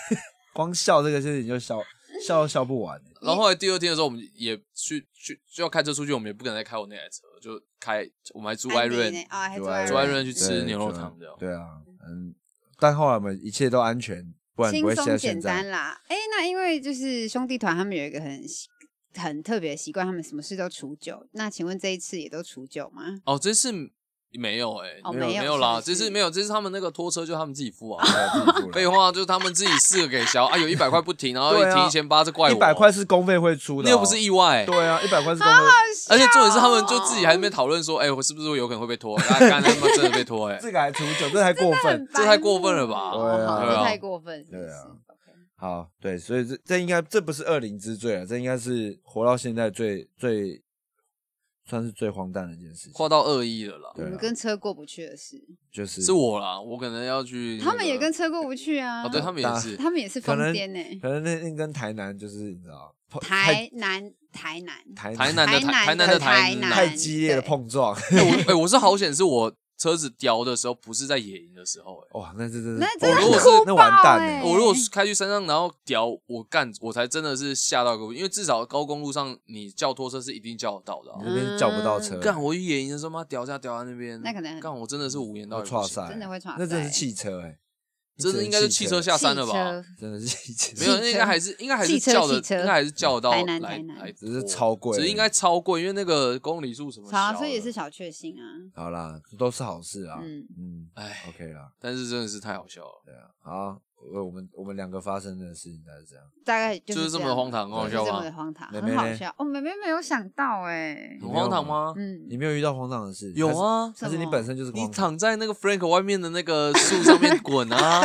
[SPEAKER 1] 光笑这个事情就笑笑笑不完、欸
[SPEAKER 3] 然后后来第二天的时候，我们也去去就要开车出去，我们也不敢再开我那台车，就开我们还租
[SPEAKER 2] 安
[SPEAKER 3] 外
[SPEAKER 2] 迪
[SPEAKER 3] 润，
[SPEAKER 2] 那啊，还
[SPEAKER 1] 对
[SPEAKER 2] 住外
[SPEAKER 3] 住外
[SPEAKER 2] 润，
[SPEAKER 3] 润去吃
[SPEAKER 1] 对
[SPEAKER 3] 牛肉
[SPEAKER 1] 就
[SPEAKER 3] 汤这样
[SPEAKER 1] 对啊，嗯，但后来我们一切都安全，不然不
[SPEAKER 2] 轻
[SPEAKER 1] 会
[SPEAKER 2] 松
[SPEAKER 1] 像
[SPEAKER 2] 简
[SPEAKER 1] 现
[SPEAKER 2] 单
[SPEAKER 1] 在。
[SPEAKER 2] 啦。哎，那因为就是兄弟团他们有一个很习很特别的习惯，他们什么事都除酒。那请问这一次也都除酒 吗？
[SPEAKER 3] 哦，这次没有哎、
[SPEAKER 2] 哦
[SPEAKER 3] 没
[SPEAKER 2] 没有
[SPEAKER 3] 没有啦，
[SPEAKER 2] 是
[SPEAKER 3] 这
[SPEAKER 2] 不是
[SPEAKER 3] 次没有，这次他们那个拖车就他们自己付啊。废
[SPEAKER 1] 对
[SPEAKER 3] 话，就是他们自己四个给消啊，有一百块不停，然后
[SPEAKER 1] 对
[SPEAKER 3] 一
[SPEAKER 1] 啊
[SPEAKER 3] 停一千八，这怪我。
[SPEAKER 1] 一百块，是公费会出的、
[SPEAKER 3] 那又不是意外、
[SPEAKER 1] 对啊，一百块是公费，
[SPEAKER 3] 而且重点是他们就自己还在那边讨论说，哎、我是不是有可能会 被拖？啊，干他妈真的被拖哎、
[SPEAKER 1] 这个还出酒，这还过分。
[SPEAKER 3] 这太过分了吧
[SPEAKER 1] 对啊
[SPEAKER 2] 哦
[SPEAKER 3] 对啊
[SPEAKER 2] 这太过分，
[SPEAKER 1] 对啊
[SPEAKER 2] 是不是
[SPEAKER 1] 好，对，所以这这应该这不是恶灵之最啊了，这应该是活到现在最最算是最荒诞的一件事情，
[SPEAKER 3] 跨到恶意了啦。
[SPEAKER 2] 我
[SPEAKER 1] 对啊
[SPEAKER 2] 们跟车过不去的事，
[SPEAKER 1] 就是
[SPEAKER 3] 嗯是我啦，我可能要去那个、
[SPEAKER 2] 他们也跟车过不去啊。
[SPEAKER 3] 哦，对他们也是，
[SPEAKER 2] 他们也是
[SPEAKER 1] 可
[SPEAKER 2] 疯
[SPEAKER 1] 能
[SPEAKER 2] 癫呢。
[SPEAKER 1] 可能那那跟台南就是你知道碰
[SPEAKER 2] 台南，台南，
[SPEAKER 1] 太
[SPEAKER 3] 台
[SPEAKER 1] 台
[SPEAKER 3] 南的台
[SPEAKER 2] 台南
[SPEAKER 3] 南的
[SPEAKER 2] 的
[SPEAKER 3] 台
[SPEAKER 2] 台
[SPEAKER 3] 南
[SPEAKER 2] 南
[SPEAKER 1] 太激烈的碰 撞，
[SPEAKER 3] 哎、我哎、我是好险，是我车子叼的时候，不是在野营的时候、哎，
[SPEAKER 1] 哇，那这真是
[SPEAKER 2] 那真的
[SPEAKER 1] 哦如果
[SPEAKER 3] 很
[SPEAKER 1] 是
[SPEAKER 2] 酷
[SPEAKER 1] 那完
[SPEAKER 2] 爆
[SPEAKER 1] 蛋
[SPEAKER 2] 欸
[SPEAKER 1] 了，
[SPEAKER 3] 我如果是开去山上，然后叼，我干，我才真的是吓到一个，因为至少高公路上你叫拖车是一定叫得到的、
[SPEAKER 1] 你
[SPEAKER 3] 啊。
[SPEAKER 1] 那边叫不到车，
[SPEAKER 3] 干，我去野营的时候，妈叼下叼在那边，
[SPEAKER 2] 那可能很
[SPEAKER 3] 干我真的是无言到
[SPEAKER 1] 要
[SPEAKER 3] 底不
[SPEAKER 1] 岔
[SPEAKER 3] 行，
[SPEAKER 1] 赛，
[SPEAKER 2] 真的会岔赛
[SPEAKER 1] 那真的是汽车哎，
[SPEAKER 3] 真的应该是汽车下山了吧？
[SPEAKER 2] 汽车？
[SPEAKER 1] 真的是汽车，
[SPEAKER 3] 没有，
[SPEAKER 2] 汽车
[SPEAKER 3] 那应该还是应该还是
[SPEAKER 2] 汽车
[SPEAKER 3] 叫的，
[SPEAKER 2] 汽车
[SPEAKER 3] 应该还是叫到来
[SPEAKER 2] 台南台南
[SPEAKER 3] 来，
[SPEAKER 1] 只是超贵
[SPEAKER 3] 只是应该超贵，因为那个公里数什么小
[SPEAKER 2] 好
[SPEAKER 3] 的，
[SPEAKER 2] 啊，所以也是小确幸啊。
[SPEAKER 1] 好啦，这都是好事啊，
[SPEAKER 2] 嗯
[SPEAKER 1] 嗯
[SPEAKER 3] 哎，
[SPEAKER 1] ，OK 啦，
[SPEAKER 3] 但是真的是太好笑了。
[SPEAKER 1] 对啊，好，呃，我们我们两个发生的事情大概是这样。
[SPEAKER 2] 大概就
[SPEAKER 3] 就是
[SPEAKER 2] 是
[SPEAKER 3] 这么
[SPEAKER 2] 样
[SPEAKER 3] 荒唐很好
[SPEAKER 2] 就是
[SPEAKER 3] 笑
[SPEAKER 2] 这
[SPEAKER 3] 吧
[SPEAKER 2] 么的荒唐，
[SPEAKER 1] 妹
[SPEAKER 2] 很
[SPEAKER 1] 妹
[SPEAKER 2] 好
[SPEAKER 1] 嘞
[SPEAKER 2] 笑。哦，妹妹没有想到哎、
[SPEAKER 1] 你
[SPEAKER 3] 很
[SPEAKER 1] 没有
[SPEAKER 3] 荒唐吗？
[SPEAKER 2] 嗯，
[SPEAKER 1] 你没有遇到荒唐的事？
[SPEAKER 3] 有
[SPEAKER 1] 还是，
[SPEAKER 3] 啊，
[SPEAKER 1] 还是你
[SPEAKER 2] 什么
[SPEAKER 1] 本身就是
[SPEAKER 3] 你
[SPEAKER 1] 荒唐？
[SPEAKER 3] 躺在那个 Frank 外面的那个树上面滚啊，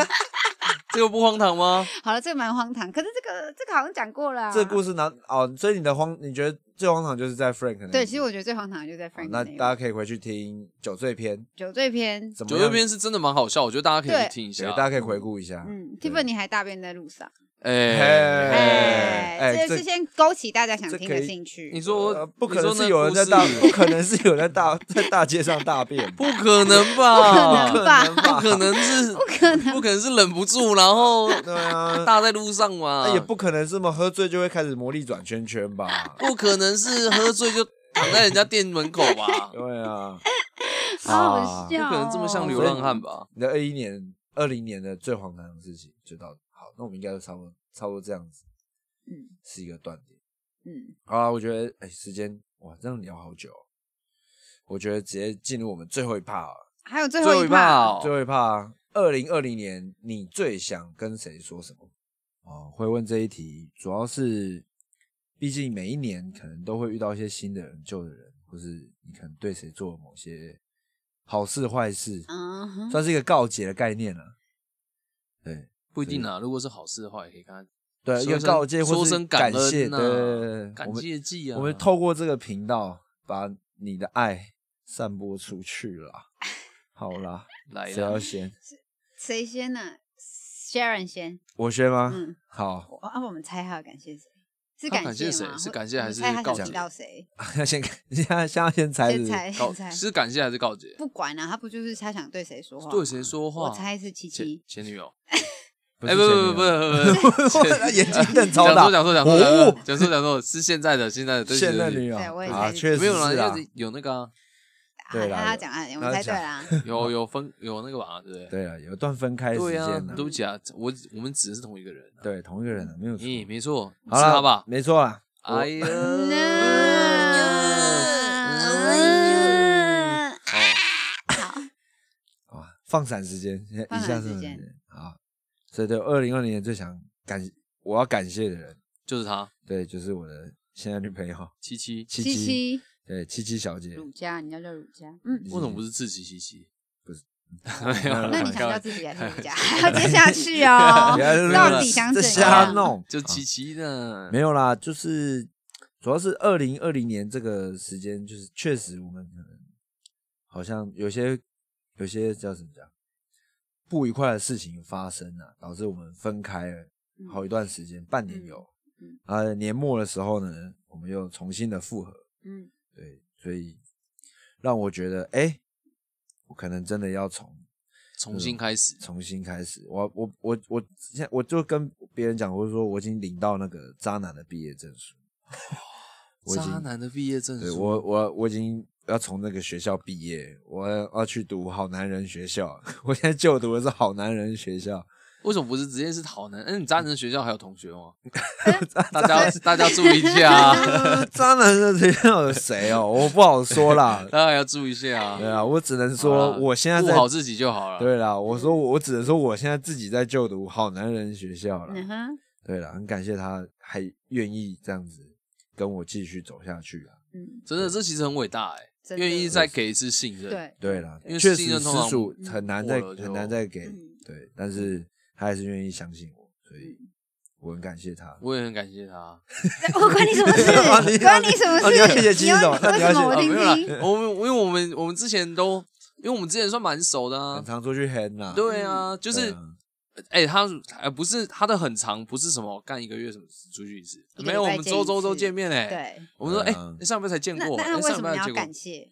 [SPEAKER 3] 这个不荒唐吗？
[SPEAKER 2] 好了，这个蛮荒唐，可是这个这个好像讲过了、啊。
[SPEAKER 1] 这故事哪哦？所以你的荒，你觉得最荒唐就是在 Frank 那里
[SPEAKER 2] 对，其实我觉得最荒唐的就是在
[SPEAKER 1] 好
[SPEAKER 2] Frank
[SPEAKER 1] 哦那
[SPEAKER 2] 一
[SPEAKER 1] 大家
[SPEAKER 2] 个
[SPEAKER 1] 可以回去听酒醉篇，
[SPEAKER 2] 酒醉篇，
[SPEAKER 1] 怎么
[SPEAKER 3] 九
[SPEAKER 1] 样
[SPEAKER 3] 月篇是真的蛮好笑，我觉得大家可以
[SPEAKER 2] 对
[SPEAKER 3] 去听一
[SPEAKER 1] 对
[SPEAKER 3] 下。
[SPEAKER 1] 大家可以回顾一下。
[SPEAKER 2] 嗯
[SPEAKER 1] 对
[SPEAKER 2] ，Tiffany 还大便在路上，
[SPEAKER 1] 哎
[SPEAKER 3] 哎，
[SPEAKER 2] 哎、
[SPEAKER 1] 哎
[SPEAKER 2] 这
[SPEAKER 1] 这
[SPEAKER 2] 是先勾起大家想
[SPEAKER 1] 这
[SPEAKER 2] 听
[SPEAKER 1] 可
[SPEAKER 2] 的
[SPEAKER 1] 以
[SPEAKER 2] 兴趣。嗯
[SPEAKER 3] 你说
[SPEAKER 1] 呃
[SPEAKER 3] 我
[SPEAKER 1] 不可
[SPEAKER 3] 你
[SPEAKER 1] 能
[SPEAKER 3] 说
[SPEAKER 1] 是
[SPEAKER 3] 那
[SPEAKER 1] 有人在
[SPEAKER 3] 故
[SPEAKER 1] 大，
[SPEAKER 3] 事
[SPEAKER 1] 不可能是有人在大在大街上大便，
[SPEAKER 3] 不可能
[SPEAKER 1] 不
[SPEAKER 3] 吧？
[SPEAKER 1] 可能吧
[SPEAKER 3] 不？可能是
[SPEAKER 2] 不可能，
[SPEAKER 3] 不可能是忍不住，然后
[SPEAKER 1] 对啊，
[SPEAKER 3] 大在路上嘛
[SPEAKER 1] 那，也不可能这么喝醉就会开始魔力转圈圈吧？
[SPEAKER 3] 不可能是喝醉就躺在人家店门口吧？
[SPEAKER 1] 对啊，
[SPEAKER 2] 好
[SPEAKER 1] 啊
[SPEAKER 2] 好笑、哦，
[SPEAKER 3] 不可能这么像流浪汉吧？
[SPEAKER 1] 你的二一年、二零年的最荒唐的事情就到好，那我们应该就差不多差不多这样子，
[SPEAKER 2] 嗯
[SPEAKER 1] 是一个断点。
[SPEAKER 2] 嗯，
[SPEAKER 1] 好啊，我觉得哎、时间哇，这样聊好久哦、我觉得直接进入我们最后一趴啊、
[SPEAKER 2] 还有最
[SPEAKER 3] 最
[SPEAKER 2] 后
[SPEAKER 3] 后
[SPEAKER 2] 一
[SPEAKER 3] 一趴
[SPEAKER 2] 趴，
[SPEAKER 1] 最
[SPEAKER 3] 哦，
[SPEAKER 1] 后一趴，二零二零年你最想跟谁说什么？哦，会问这一题，主要是毕竟每一年可能都会遇到一些新的人、旧的人，或是你可能对谁做某些好事、坏事，
[SPEAKER 2] 嗯哼，
[SPEAKER 1] 算是一个告解的概念了、对
[SPEAKER 3] 不一定啊。如果是好事的话，也可以跟
[SPEAKER 1] 对，一
[SPEAKER 3] 说
[SPEAKER 1] 个
[SPEAKER 3] 声
[SPEAKER 1] 告诫或
[SPEAKER 3] 说
[SPEAKER 1] 是
[SPEAKER 3] 声感恩
[SPEAKER 1] 谢，
[SPEAKER 3] 呐
[SPEAKER 1] 对对对对
[SPEAKER 3] 他感
[SPEAKER 1] 我们
[SPEAKER 3] 谢祭啊。
[SPEAKER 1] 我们透过这个频道把你的爱散播出去了。好啦，
[SPEAKER 3] 来
[SPEAKER 1] 谁要
[SPEAKER 3] 了，
[SPEAKER 1] 先？
[SPEAKER 2] 谁先呢、s h a r o n 先，
[SPEAKER 1] 我先吗？
[SPEAKER 2] 嗯，
[SPEAKER 1] 好，
[SPEAKER 2] 我啊，我们猜他要感谢谁？是
[SPEAKER 3] 他
[SPEAKER 2] 感
[SPEAKER 3] 感谢谁
[SPEAKER 2] 吗
[SPEAKER 3] 是
[SPEAKER 2] 或
[SPEAKER 3] 感谢还
[SPEAKER 2] 你
[SPEAKER 3] 是
[SPEAKER 2] 猜他
[SPEAKER 3] 告
[SPEAKER 2] 想
[SPEAKER 3] 解
[SPEAKER 2] 提到谁？
[SPEAKER 1] 那先看，现在现在先猜是
[SPEAKER 2] 先
[SPEAKER 1] 不是
[SPEAKER 2] 猜，先
[SPEAKER 3] 告
[SPEAKER 2] 猜，
[SPEAKER 3] 是感谢还是告诫？
[SPEAKER 2] 不管啊，他不就是他想对谁说话？
[SPEAKER 3] 对谁？说话？
[SPEAKER 2] 我猜是七
[SPEAKER 3] 前
[SPEAKER 2] 七。
[SPEAKER 3] 前女友。
[SPEAKER 1] 不
[SPEAKER 3] 哎，
[SPEAKER 1] 是
[SPEAKER 3] 不
[SPEAKER 1] 前女
[SPEAKER 3] 不
[SPEAKER 1] 友，
[SPEAKER 3] 不不不不
[SPEAKER 1] 他眼睛瞪超
[SPEAKER 3] 讲
[SPEAKER 1] 大
[SPEAKER 3] 错讲错讲错
[SPEAKER 1] 哦
[SPEAKER 3] 讲错讲错，是现在的现在的对
[SPEAKER 1] 现在女友
[SPEAKER 3] 友
[SPEAKER 2] 对我也
[SPEAKER 1] 啊，
[SPEAKER 2] 猜是
[SPEAKER 1] 确实
[SPEAKER 3] 没有啦，
[SPEAKER 1] 是啊
[SPEAKER 3] 因，为有那个啊
[SPEAKER 1] 对
[SPEAKER 2] 啊
[SPEAKER 1] 啦
[SPEAKER 2] 那他
[SPEAKER 1] 有
[SPEAKER 2] 讲啊，我
[SPEAKER 1] 那
[SPEAKER 2] 们猜对
[SPEAKER 1] 讲
[SPEAKER 2] 啦。
[SPEAKER 3] 有有分有那个吧，对不对？
[SPEAKER 1] 对啊，有一段分开时
[SPEAKER 3] 对啊
[SPEAKER 1] 间，呢
[SPEAKER 3] 对，不起啊，我我们指的是同一个人啊。
[SPEAKER 1] 对，同一个人啊，没有错，
[SPEAKER 3] 咦，没错，是
[SPEAKER 1] 好啦
[SPEAKER 3] 他吧？
[SPEAKER 1] 没错啦，
[SPEAKER 3] 哎呀，
[SPEAKER 2] 嗯
[SPEAKER 3] 嗯哦
[SPEAKER 2] 那
[SPEAKER 1] 啊，放闪时间，现在
[SPEAKER 2] 放
[SPEAKER 1] 一
[SPEAKER 2] 闪
[SPEAKER 1] 下子
[SPEAKER 2] 时间
[SPEAKER 1] 啊，所以对二零二零年最想感我要感谢的人，
[SPEAKER 3] 就是他，
[SPEAKER 1] 对，就是我的现在女朋友
[SPEAKER 3] 七七。
[SPEAKER 1] 七
[SPEAKER 2] 七
[SPEAKER 1] 七，
[SPEAKER 2] 七
[SPEAKER 1] 对，七七小姐，
[SPEAKER 2] 儒家，你要叫儒家，嗯，
[SPEAKER 3] 为什 么不是自己七七？
[SPEAKER 1] 不是，
[SPEAKER 3] 没有啦，
[SPEAKER 2] 那你
[SPEAKER 3] 开
[SPEAKER 2] 想叫
[SPEAKER 3] 玩
[SPEAKER 2] 自己还是 儒家？要接下去哦
[SPEAKER 1] 不要在那，边
[SPEAKER 2] 到底想
[SPEAKER 1] 这
[SPEAKER 2] 怎
[SPEAKER 1] 瞎
[SPEAKER 2] 样？
[SPEAKER 1] 弄，
[SPEAKER 3] 就七七
[SPEAKER 2] 嗯
[SPEAKER 3] 呢？
[SPEAKER 1] 没有啦，就是主要是二零二零年这个时间，就是确实我们可能好像有些有些叫什么讲不愉快的事情发生了、导致我们分开了
[SPEAKER 2] 嗯
[SPEAKER 1] 好一段时间，半年有
[SPEAKER 2] 嗯。
[SPEAKER 1] 啊、年末的时候呢，我们又重新的复合，
[SPEAKER 2] 嗯，
[SPEAKER 1] 对，所以让我觉得，哎、我可能真的要从
[SPEAKER 3] 重新开始，
[SPEAKER 1] 重新开始。我我我我现在我就跟别人讲，我就说我已经领到那个渣男的毕业证书，我已经
[SPEAKER 3] 渣男的毕业证
[SPEAKER 1] 对
[SPEAKER 3] 书，
[SPEAKER 1] 我我我已经要从那个学校毕业，我要要去读好男人学校。 我现在就读的是好男人学校，
[SPEAKER 3] 为什么不是直接是好男？嗯，你渣男的学校还有同学 吗？大
[SPEAKER 1] 大
[SPEAKER 3] 家要大家要注意一下啊，。
[SPEAKER 1] 渣男的学校有谁哦？我不好说啦
[SPEAKER 3] 大家要注意一下啊。
[SPEAKER 1] 对啊，我只能
[SPEAKER 3] 好
[SPEAKER 1] 说
[SPEAKER 3] 啦
[SPEAKER 1] 我现在
[SPEAKER 3] 顾
[SPEAKER 1] 在
[SPEAKER 3] 好自己就好了。
[SPEAKER 1] 对啦，我说我我只能说我现在自己在就读好男人学校啦。
[SPEAKER 2] 嗯哼，
[SPEAKER 1] 对了，很感谢他还愿意这样子跟我继续走下去啊。
[SPEAKER 2] 嗯，
[SPEAKER 3] 真的，这其实很伟大哎、
[SPEAKER 2] 真的
[SPEAKER 3] 愿意再给一次信任。，
[SPEAKER 2] 对，
[SPEAKER 1] 对了，
[SPEAKER 3] 因为
[SPEAKER 1] 确实
[SPEAKER 3] 信任通
[SPEAKER 1] 实
[SPEAKER 3] 常嗯
[SPEAKER 1] 属很难再
[SPEAKER 3] 过了就
[SPEAKER 1] 很难再给
[SPEAKER 2] 嗯，
[SPEAKER 1] 对，但是他还是愿意相信我，所以我很感谢他。
[SPEAKER 3] 我也很感谢他。
[SPEAKER 2] 我关你什么事
[SPEAKER 1] 啊你？
[SPEAKER 2] 关你什么
[SPEAKER 1] 啊
[SPEAKER 2] 事？
[SPEAKER 1] 你要谢谢七七
[SPEAKER 2] 你
[SPEAKER 1] 总那
[SPEAKER 2] 为
[SPEAKER 1] 你要
[SPEAKER 2] 什么我
[SPEAKER 1] 谢啊
[SPEAKER 2] 听
[SPEAKER 3] 没有啦
[SPEAKER 2] 听？，
[SPEAKER 3] 我们因为我们我们之前都，因为我们之前算蛮熟的
[SPEAKER 1] 很
[SPEAKER 3] 啊。
[SPEAKER 1] 常出去 hang 啦，
[SPEAKER 3] 对啊，就
[SPEAKER 1] 对
[SPEAKER 3] 是
[SPEAKER 1] 啊
[SPEAKER 3] 哎、他呃不是他的很长，不是什么干一个月什么只出去一次，
[SPEAKER 2] 一个礼拜
[SPEAKER 3] 没有，我们周周
[SPEAKER 2] 见一
[SPEAKER 3] 周
[SPEAKER 2] 次
[SPEAKER 3] 见面哎、
[SPEAKER 2] 对，
[SPEAKER 3] 我们说哎、
[SPEAKER 1] 对啊
[SPEAKER 3] 你上礼拜才见
[SPEAKER 2] 那
[SPEAKER 3] 过，
[SPEAKER 2] 那
[SPEAKER 3] 哎
[SPEAKER 2] 为
[SPEAKER 3] 上
[SPEAKER 2] 什么
[SPEAKER 3] 礼拜
[SPEAKER 2] 你
[SPEAKER 3] 才
[SPEAKER 2] 要
[SPEAKER 3] 见过
[SPEAKER 2] 感谢？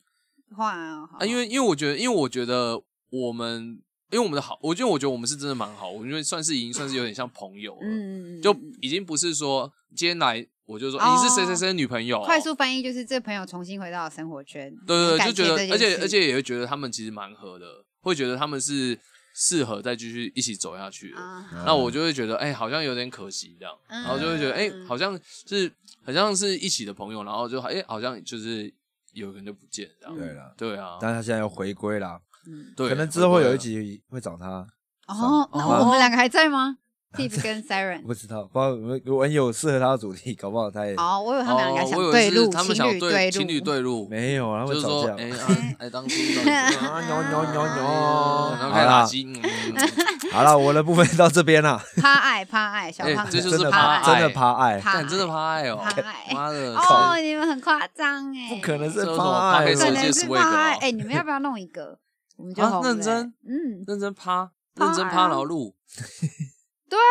[SPEAKER 2] 哇，好
[SPEAKER 3] 啊，因为因为我觉得，因为我觉得我们，因为我们的好，我觉得我觉得我们是真的蛮好，我觉得算是已经算是有点像朋友了。
[SPEAKER 2] 嗯，嗯嗯
[SPEAKER 3] 就
[SPEAKER 2] 嗯
[SPEAKER 3] 已经不是说今天来我就说、哎
[SPEAKER 2] 哦
[SPEAKER 3] 你是谁谁谁的女朋友，
[SPEAKER 2] 快速翻译就是这朋友重新回到了生活圈，
[SPEAKER 3] 对对对，
[SPEAKER 2] 感
[SPEAKER 3] 就
[SPEAKER 2] 谢
[SPEAKER 3] 觉得
[SPEAKER 2] 这
[SPEAKER 3] 而
[SPEAKER 2] 件
[SPEAKER 3] 且
[SPEAKER 2] 事
[SPEAKER 3] 而且也会觉得他们其实蛮合的，会觉得他们是适合再继续一起走下去的。
[SPEAKER 2] 啊，
[SPEAKER 3] 那我就会觉得，哎、好像有点可惜这样，
[SPEAKER 2] 嗯
[SPEAKER 3] 然后就会觉得，哎、
[SPEAKER 2] 嗯
[SPEAKER 3] 好像是很像是一起的朋友，然后就哎、好像就是有个人就不见这样，
[SPEAKER 1] 对了，
[SPEAKER 3] 对啊，
[SPEAKER 1] 但是他现在要回归啦，
[SPEAKER 2] 嗯
[SPEAKER 3] 对，
[SPEAKER 1] 可能之后有一
[SPEAKER 3] 集。
[SPEAKER 1] 集会找他，
[SPEAKER 2] 哦，那我们两个还在 吗？Tiff 跟 Siren。
[SPEAKER 1] 不知道，不知道有没有网友适合他的主题，搞不好他也
[SPEAKER 2] 哦，我以为他们两个
[SPEAKER 3] 哦
[SPEAKER 2] 想
[SPEAKER 3] 我
[SPEAKER 2] 对
[SPEAKER 3] 以为
[SPEAKER 2] 路，
[SPEAKER 3] 是他们
[SPEAKER 2] 情
[SPEAKER 3] 想
[SPEAKER 2] 侣对路，
[SPEAKER 3] 情侣对路，
[SPEAKER 1] 没有啊，他
[SPEAKER 3] 就是
[SPEAKER 1] 们
[SPEAKER 3] 说
[SPEAKER 1] 吵架。
[SPEAKER 3] 哎啊哎，当初 当初
[SPEAKER 1] 啊牛牛牛牛
[SPEAKER 3] 哦，然后
[SPEAKER 1] 好
[SPEAKER 3] 开始
[SPEAKER 1] 啦
[SPEAKER 3] 打击，嗯 嗯
[SPEAKER 1] 好了，我的部分到这边啦，
[SPEAKER 2] 怕爱怕爱，小
[SPEAKER 3] 哎
[SPEAKER 2] 胖子
[SPEAKER 3] 这就是
[SPEAKER 1] 真的
[SPEAKER 3] 怕
[SPEAKER 1] 怕，
[SPEAKER 3] 爱
[SPEAKER 1] 真的怕爱，
[SPEAKER 2] 怕
[SPEAKER 3] 干真的怕爱哦
[SPEAKER 2] 怕爱，
[SPEAKER 3] 妈的，靠
[SPEAKER 2] 哦，你们很夸张哎，
[SPEAKER 1] 不可能是
[SPEAKER 3] 这有什
[SPEAKER 1] 怕
[SPEAKER 3] 么怕
[SPEAKER 1] 爱
[SPEAKER 3] 黑
[SPEAKER 1] 吧，
[SPEAKER 2] 可
[SPEAKER 3] 世界
[SPEAKER 2] 能是
[SPEAKER 3] swag
[SPEAKER 2] 怕
[SPEAKER 3] 哦
[SPEAKER 2] 爱哎，你们要不要弄一个？我们就
[SPEAKER 3] 啊
[SPEAKER 2] 红了
[SPEAKER 3] 认真，
[SPEAKER 2] 嗯，
[SPEAKER 3] 认真趴，
[SPEAKER 2] 怕
[SPEAKER 3] 认真趴，
[SPEAKER 2] 啊
[SPEAKER 3] 然后录，
[SPEAKER 2] 对
[SPEAKER 3] 啊，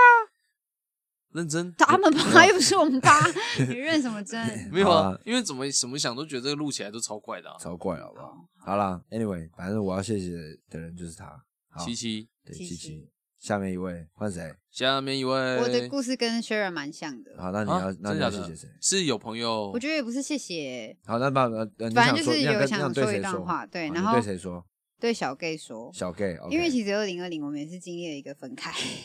[SPEAKER 3] 认真
[SPEAKER 2] 他 们趴又不是我们趴，你认什么真？
[SPEAKER 3] 没有
[SPEAKER 1] 好
[SPEAKER 3] 啊
[SPEAKER 1] 啊，
[SPEAKER 3] 因为怎么怎么想都觉得这个录起来都超怪的啊，
[SPEAKER 1] 超怪好不好？好啦 a n y w a y 反正我要谢谢的人就是他，好，
[SPEAKER 3] 七七。
[SPEAKER 1] 对
[SPEAKER 2] 七
[SPEAKER 1] 七
[SPEAKER 2] 七
[SPEAKER 1] 七。下面一位换谁？
[SPEAKER 3] 下面一位，
[SPEAKER 2] 我的故事跟 Sharon 蛮像的，
[SPEAKER 1] 好，那你
[SPEAKER 3] 啊
[SPEAKER 1] 要，那
[SPEAKER 3] 真
[SPEAKER 1] 你
[SPEAKER 3] 假
[SPEAKER 1] 要谢
[SPEAKER 3] 的
[SPEAKER 1] 谢谁？
[SPEAKER 3] 是有朋友
[SPEAKER 2] 我，觉得也不是谢谢，
[SPEAKER 1] 好，那把呃，呃你
[SPEAKER 2] 反正
[SPEAKER 1] 想
[SPEAKER 2] 就
[SPEAKER 1] 说
[SPEAKER 2] 是
[SPEAKER 1] 你想
[SPEAKER 2] 有
[SPEAKER 1] 跟
[SPEAKER 2] 想
[SPEAKER 1] 你对
[SPEAKER 2] 说一
[SPEAKER 1] 谁
[SPEAKER 2] 段
[SPEAKER 1] 说
[SPEAKER 2] 话，对，
[SPEAKER 1] 好
[SPEAKER 2] 然
[SPEAKER 1] 你
[SPEAKER 2] 后
[SPEAKER 1] 对谁说？
[SPEAKER 2] 对小 gay 说，
[SPEAKER 1] 小 gay，
[SPEAKER 2] 因为其实二零二零我们也是经历了一个分开，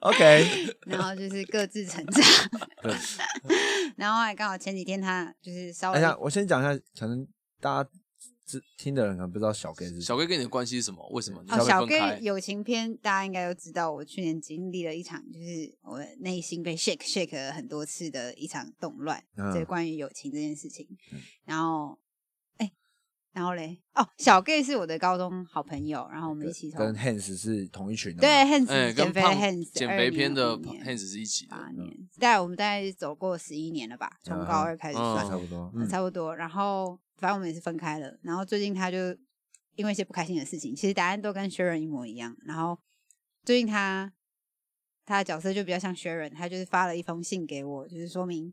[SPEAKER 1] OK，
[SPEAKER 2] 然后就是各自成 长， 然后还刚好前几天他就是稍
[SPEAKER 1] 等
[SPEAKER 2] 微哦
[SPEAKER 1] 一下，我先讲一下，可能大家知听的人可能不知道小 gay 是谁
[SPEAKER 3] 小哥跟你的关系是什么？为什么？你
[SPEAKER 2] 哦，
[SPEAKER 3] 们
[SPEAKER 2] 小
[SPEAKER 3] 分开
[SPEAKER 2] gay 友情篇大家应该都知道，我去年经历了一场就是我的内心被 shake shake 了很多次的一场动乱，
[SPEAKER 1] 嗯
[SPEAKER 2] 对、关于友情这件事情。然后，哎、然后嘞，哦，小 gay 是我的高中好朋友，然后我们一起从
[SPEAKER 1] 跟 Hans 是同一群的
[SPEAKER 2] 对
[SPEAKER 1] 嘛，
[SPEAKER 2] Hans
[SPEAKER 3] 哎，
[SPEAKER 2] 减
[SPEAKER 3] 跟
[SPEAKER 2] 肥
[SPEAKER 3] 胖
[SPEAKER 2] Hans
[SPEAKER 3] 减肥篇的
[SPEAKER 2] Hans
[SPEAKER 3] Hans 是一起的，
[SPEAKER 2] 八年，大概我们大概走过十一年了吧，从高二开始
[SPEAKER 3] 嗯
[SPEAKER 2] 算，
[SPEAKER 1] 差不多，
[SPEAKER 2] 差不多。然后反正我们也是分开了。然后最近他就因为一些不开心的事情，其实答案都跟 Sharon 一模一样。然后最近他他的角色就比较像 Sharon，他就是发了一封信给我，就是说明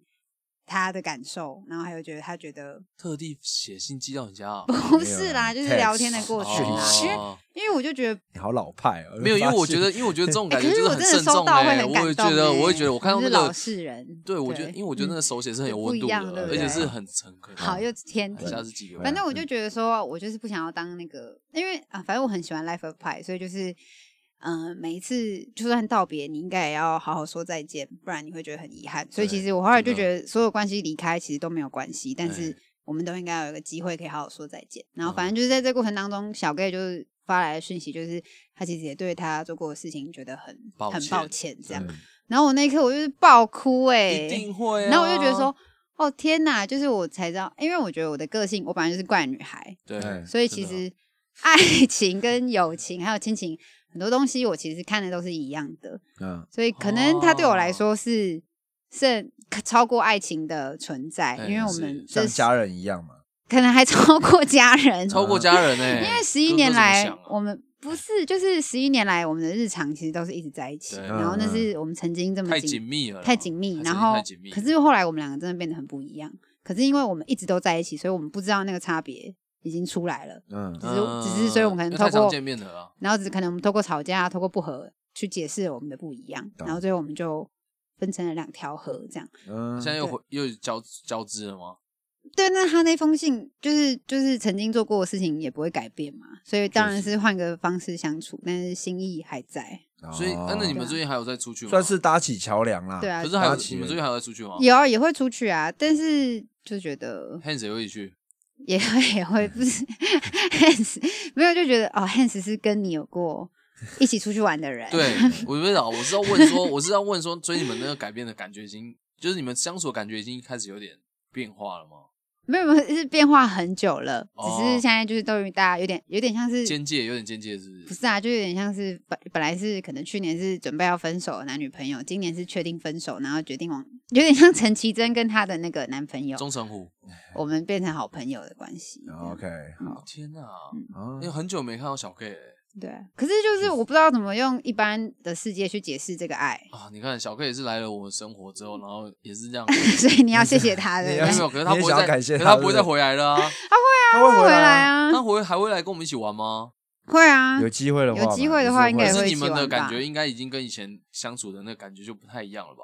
[SPEAKER 2] 他的感受，然后还有觉得他觉得
[SPEAKER 3] 特地写信寄到你家啊，
[SPEAKER 2] 不是啦，就是聊天的过程啦。因为
[SPEAKER 3] 哦
[SPEAKER 2] 因为我就觉得
[SPEAKER 1] 你好老派哦。
[SPEAKER 3] 没有，因为我觉
[SPEAKER 1] 得。
[SPEAKER 3] 得，因为我觉得这种感
[SPEAKER 2] 欸
[SPEAKER 3] 觉
[SPEAKER 2] 可
[SPEAKER 3] 就是
[SPEAKER 2] 我
[SPEAKER 3] 很
[SPEAKER 2] 真的
[SPEAKER 3] 慎
[SPEAKER 2] 收
[SPEAKER 3] 重
[SPEAKER 2] 到会
[SPEAKER 3] 哎，
[SPEAKER 2] 很
[SPEAKER 3] 我
[SPEAKER 2] 感
[SPEAKER 3] 也
[SPEAKER 2] 动
[SPEAKER 3] 觉
[SPEAKER 2] 欸
[SPEAKER 3] 得，我也觉得，我看到
[SPEAKER 2] 你
[SPEAKER 3] 那
[SPEAKER 2] 是
[SPEAKER 3] 个
[SPEAKER 2] 老实人
[SPEAKER 3] 对我觉得，
[SPEAKER 2] 对嗯
[SPEAKER 3] 因为我觉得那个手写是很有温度
[SPEAKER 2] 不一样对
[SPEAKER 3] 的，
[SPEAKER 2] 不
[SPEAKER 3] 而
[SPEAKER 2] 对啊
[SPEAKER 3] 且是很诚恳。
[SPEAKER 2] 好又天
[SPEAKER 3] 哎
[SPEAKER 2] 真。
[SPEAKER 3] 下次寄给我
[SPEAKER 1] 对啊
[SPEAKER 2] 反正我就觉得说，我就是不想要当那个，因为啊，反正我很喜欢 Life of Pi，所以就是，嗯、每一次就算道别，你应该也要好好说再见，不然你会觉得很遗憾。所以其实我后来就觉
[SPEAKER 3] 哦
[SPEAKER 2] 得，所有关系离开其实都没有关系，但是
[SPEAKER 3] 哎
[SPEAKER 2] 我们都应该有一个机会可以好好说再见。然后
[SPEAKER 3] 嗯
[SPEAKER 2] 反正就是在这过程当中，小 gay 就是发来的讯息，就是他其实也对他做过的事情觉得很
[SPEAKER 3] 抱
[SPEAKER 2] 很
[SPEAKER 3] 歉
[SPEAKER 2] 抱歉这样
[SPEAKER 1] 嗯。
[SPEAKER 2] 然后我那一刻我就是爆哭哎、
[SPEAKER 3] 一定会啊。
[SPEAKER 2] 然后我就觉得说，哦天哪，就是我才知道，因为我觉得我的个性，我本来就是怪女孩，
[SPEAKER 3] 对，
[SPEAKER 1] 哎
[SPEAKER 2] 所以其实 爱情跟友情还有亲情很多东西，我其实看的都是一样的，
[SPEAKER 1] 嗯，
[SPEAKER 2] 所以可能它对我
[SPEAKER 3] 哦
[SPEAKER 2] 来说是是超过爱情的存在，
[SPEAKER 3] 哎
[SPEAKER 2] 因为我
[SPEAKER 3] 是
[SPEAKER 2] 们
[SPEAKER 1] 像
[SPEAKER 2] 这
[SPEAKER 1] 家人一样嘛。
[SPEAKER 2] 可能还超过家人，
[SPEAKER 3] 超哎过家人欸呢，
[SPEAKER 2] 因为十一年来
[SPEAKER 3] 啊
[SPEAKER 2] 我们。不是，就是十一年来，我们的日常其实都是一直在一起，
[SPEAKER 3] 对
[SPEAKER 2] 然后那
[SPEAKER 1] 嗯
[SPEAKER 2] 是我们曾经这么
[SPEAKER 3] 太
[SPEAKER 2] 紧
[SPEAKER 3] 紧密了，
[SPEAKER 2] 太紧密，
[SPEAKER 3] 还是
[SPEAKER 2] 然后
[SPEAKER 3] 太紧密了。
[SPEAKER 2] 可是后来我们两个真的变得很不一样。可是因为我们一直都在一起，所以我们不知道那个差别已经出来了。
[SPEAKER 1] 嗯
[SPEAKER 2] 只是只是所以我们可能
[SPEAKER 3] 因为
[SPEAKER 2] 透
[SPEAKER 3] 太常
[SPEAKER 2] 过
[SPEAKER 3] 见面了啊啦。
[SPEAKER 2] 然后只可能我们透过吵架、透过不和去解释我们的不一样，
[SPEAKER 1] 懂
[SPEAKER 2] 然后最后我们就分成了两条河这样。
[SPEAKER 1] 嗯，
[SPEAKER 3] 现在又回又交交织了吗？
[SPEAKER 2] 对，那他那封信就是就是曾经做过的事情也不会改变嘛，所以当然
[SPEAKER 1] 确
[SPEAKER 2] 是换个方式相处，但是心意还在。
[SPEAKER 3] 所以，啊那你
[SPEAKER 1] 哦
[SPEAKER 3] 们最近还有在出去吗？
[SPEAKER 1] 算是搭起桥梁啦。
[SPEAKER 2] 对啊
[SPEAKER 3] 可是还有
[SPEAKER 1] 搭起
[SPEAKER 3] 你们最近还有在出去吗？
[SPEAKER 2] 有啊也会出去啊，但是就觉得
[SPEAKER 3] Hans 也会一起去，
[SPEAKER 2] 也会也会不是 Hans 没有就觉得哦 Hans 是跟你有过一起出去玩的人，
[SPEAKER 3] 对，我不知道，我是要问说，我是要问说，所以你们那个改变的感觉已经，就是你们相处的感觉已经开始有点变化了吗？
[SPEAKER 2] 没有没有是变化很久了，
[SPEAKER 3] 哦
[SPEAKER 2] 只是现在就是对于大家有点有点像是
[SPEAKER 3] 间接有点间接是不
[SPEAKER 2] 不
[SPEAKER 3] 是？
[SPEAKER 2] 是啊，就有点像是本本来是可能去年是准备要分手的男女朋友，今年是确定分手，然后决定往有点像陈绮贞跟她的那个男朋友，
[SPEAKER 3] 钟成虎，
[SPEAKER 2] 我们变成好朋友的关系。
[SPEAKER 1] 哦 OK，好
[SPEAKER 3] 天哪，
[SPEAKER 1] 啊
[SPEAKER 2] 嗯
[SPEAKER 3] 因为很久没看到小 K 欸
[SPEAKER 2] 对啊，可是就是我不知道怎么用一般的世界去解释这个爱，
[SPEAKER 3] 啊！你看小 K 也是来了我们生活之后，然后也是这样，
[SPEAKER 2] 所以你要谢谢他，对
[SPEAKER 1] 你
[SPEAKER 2] 不
[SPEAKER 1] 要
[SPEAKER 2] 对
[SPEAKER 3] 没？有，可是他
[SPEAKER 1] 你
[SPEAKER 3] 不
[SPEAKER 1] 也想
[SPEAKER 3] 会
[SPEAKER 1] 要
[SPEAKER 3] 再，
[SPEAKER 1] 感谢
[SPEAKER 3] 可是
[SPEAKER 1] 他
[SPEAKER 3] 他
[SPEAKER 1] 是
[SPEAKER 3] 不
[SPEAKER 1] 不
[SPEAKER 3] 会
[SPEAKER 1] 是
[SPEAKER 3] 再回来 了啊！
[SPEAKER 1] 他会
[SPEAKER 2] 回来
[SPEAKER 1] 来，
[SPEAKER 2] 啊，
[SPEAKER 3] 他回还会来跟我们一起玩吗？
[SPEAKER 2] 会啊，
[SPEAKER 1] 有机会的话嘛，
[SPEAKER 2] 有机会的话
[SPEAKER 1] 有时候
[SPEAKER 2] 应
[SPEAKER 3] 可
[SPEAKER 2] 该也
[SPEAKER 3] 是
[SPEAKER 2] 会一
[SPEAKER 3] 你
[SPEAKER 2] 起
[SPEAKER 3] 们的
[SPEAKER 2] 玩吧
[SPEAKER 3] 感觉应该已经跟以前相处的那感觉就不太一样了吧？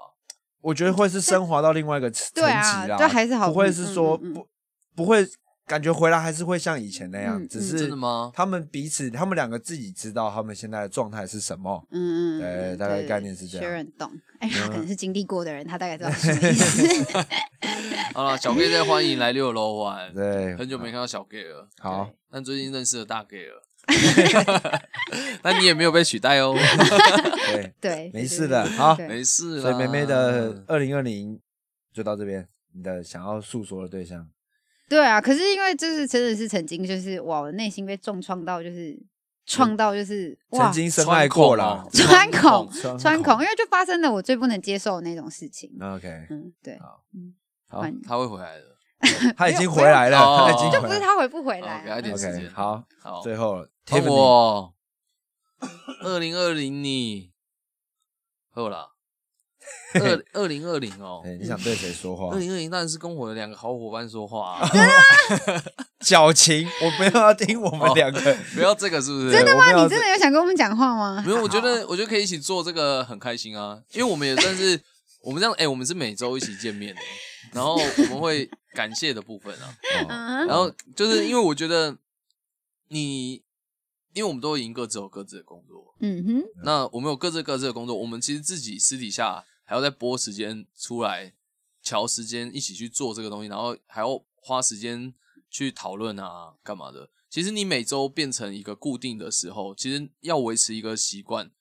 [SPEAKER 1] 我觉得会是升华到另外一个层级
[SPEAKER 2] 对啊
[SPEAKER 1] 啦，
[SPEAKER 2] 就还是好
[SPEAKER 1] 不会是说
[SPEAKER 2] 嗯嗯嗯
[SPEAKER 1] 不不会感觉回来还是会像以前那样
[SPEAKER 2] 嗯，
[SPEAKER 1] 只
[SPEAKER 2] 嗯
[SPEAKER 1] 是
[SPEAKER 3] 真的吗？
[SPEAKER 1] 他们彼此他们两个自己知道他们现在的状态是什么。
[SPEAKER 2] 嗯嗯
[SPEAKER 1] 对
[SPEAKER 2] 嗯，
[SPEAKER 1] 大概概念是这样
[SPEAKER 2] 学人懂，哎，他
[SPEAKER 1] 嗯
[SPEAKER 2] 可能是经历过的人，他大概知道是什么意思。
[SPEAKER 3] 好了，小 K 再欢迎来六楼玩，
[SPEAKER 1] 对，
[SPEAKER 3] 嗯很久没看到小 K 了。
[SPEAKER 1] 好，
[SPEAKER 3] 但最近认识了大 gay 了，那你也没有被取代哦，
[SPEAKER 1] 对，
[SPEAKER 2] 对，
[SPEAKER 1] 没
[SPEAKER 2] 对
[SPEAKER 1] 事
[SPEAKER 2] 对
[SPEAKER 1] 的
[SPEAKER 2] 对
[SPEAKER 1] 好
[SPEAKER 2] 对
[SPEAKER 3] 没事
[SPEAKER 1] 所
[SPEAKER 3] 啦。嗯
[SPEAKER 1] 以妹妹的二零二零就到这边，你的想要诉说的对象，
[SPEAKER 2] 对啊，可是因为就是真的是曾经就是哇，我内心被重创到就是创到就是哇
[SPEAKER 1] 曾经深爱过
[SPEAKER 3] 哦
[SPEAKER 1] 了，
[SPEAKER 2] 穿孔
[SPEAKER 1] 穿
[SPEAKER 2] 穿孔，因为就发生了我最不能接受的那种事情。
[SPEAKER 3] 哦
[SPEAKER 1] OK，
[SPEAKER 2] 嗯，对，
[SPEAKER 1] 好，
[SPEAKER 2] 换
[SPEAKER 3] 他会回来的。
[SPEAKER 2] 嗯
[SPEAKER 1] 他已经回来了，
[SPEAKER 3] 哦
[SPEAKER 1] 他已
[SPEAKER 2] 就
[SPEAKER 1] 经
[SPEAKER 2] 不
[SPEAKER 1] 回
[SPEAKER 2] 是
[SPEAKER 1] 来。
[SPEAKER 2] 他回不回来
[SPEAKER 3] 好，给他
[SPEAKER 2] 啊
[SPEAKER 3] 一。点时
[SPEAKER 1] OK，
[SPEAKER 3] 间。
[SPEAKER 1] 好，
[SPEAKER 3] 好，哦
[SPEAKER 1] 最后了
[SPEAKER 3] 换
[SPEAKER 1] Tiffany，
[SPEAKER 3] 我。 二零二零你，够啦。二 二零二零哦，
[SPEAKER 1] 哎你想对谁说话
[SPEAKER 3] 二？零二零当然是跟我的两个好伙伴说话、 啊，
[SPEAKER 1] 矫情，我没有要听我们两个，
[SPEAKER 3] 不要这个是不是？
[SPEAKER 1] 真的
[SPEAKER 2] 哇，你真的有想跟我们讲话 吗
[SPEAKER 3] 没？有，我觉得我觉得可以一起做这个很开心啊，因为我们也算是我们这样，哎、我们是每周一起见面的，然后我们会感谢的部分啊，
[SPEAKER 2] 嗯
[SPEAKER 3] 然后就是因为我觉得你，因为我们都已经各自有各自的工作，
[SPEAKER 2] 嗯哼，
[SPEAKER 3] 那我们有各自各自的工作，我们其实自己私底下还要再拨时间出来，调时间一起去做这个东西，然后还要花时间去讨论啊，干嘛的？其实你每周变成一个固定的时候，其实要维持一个习惯，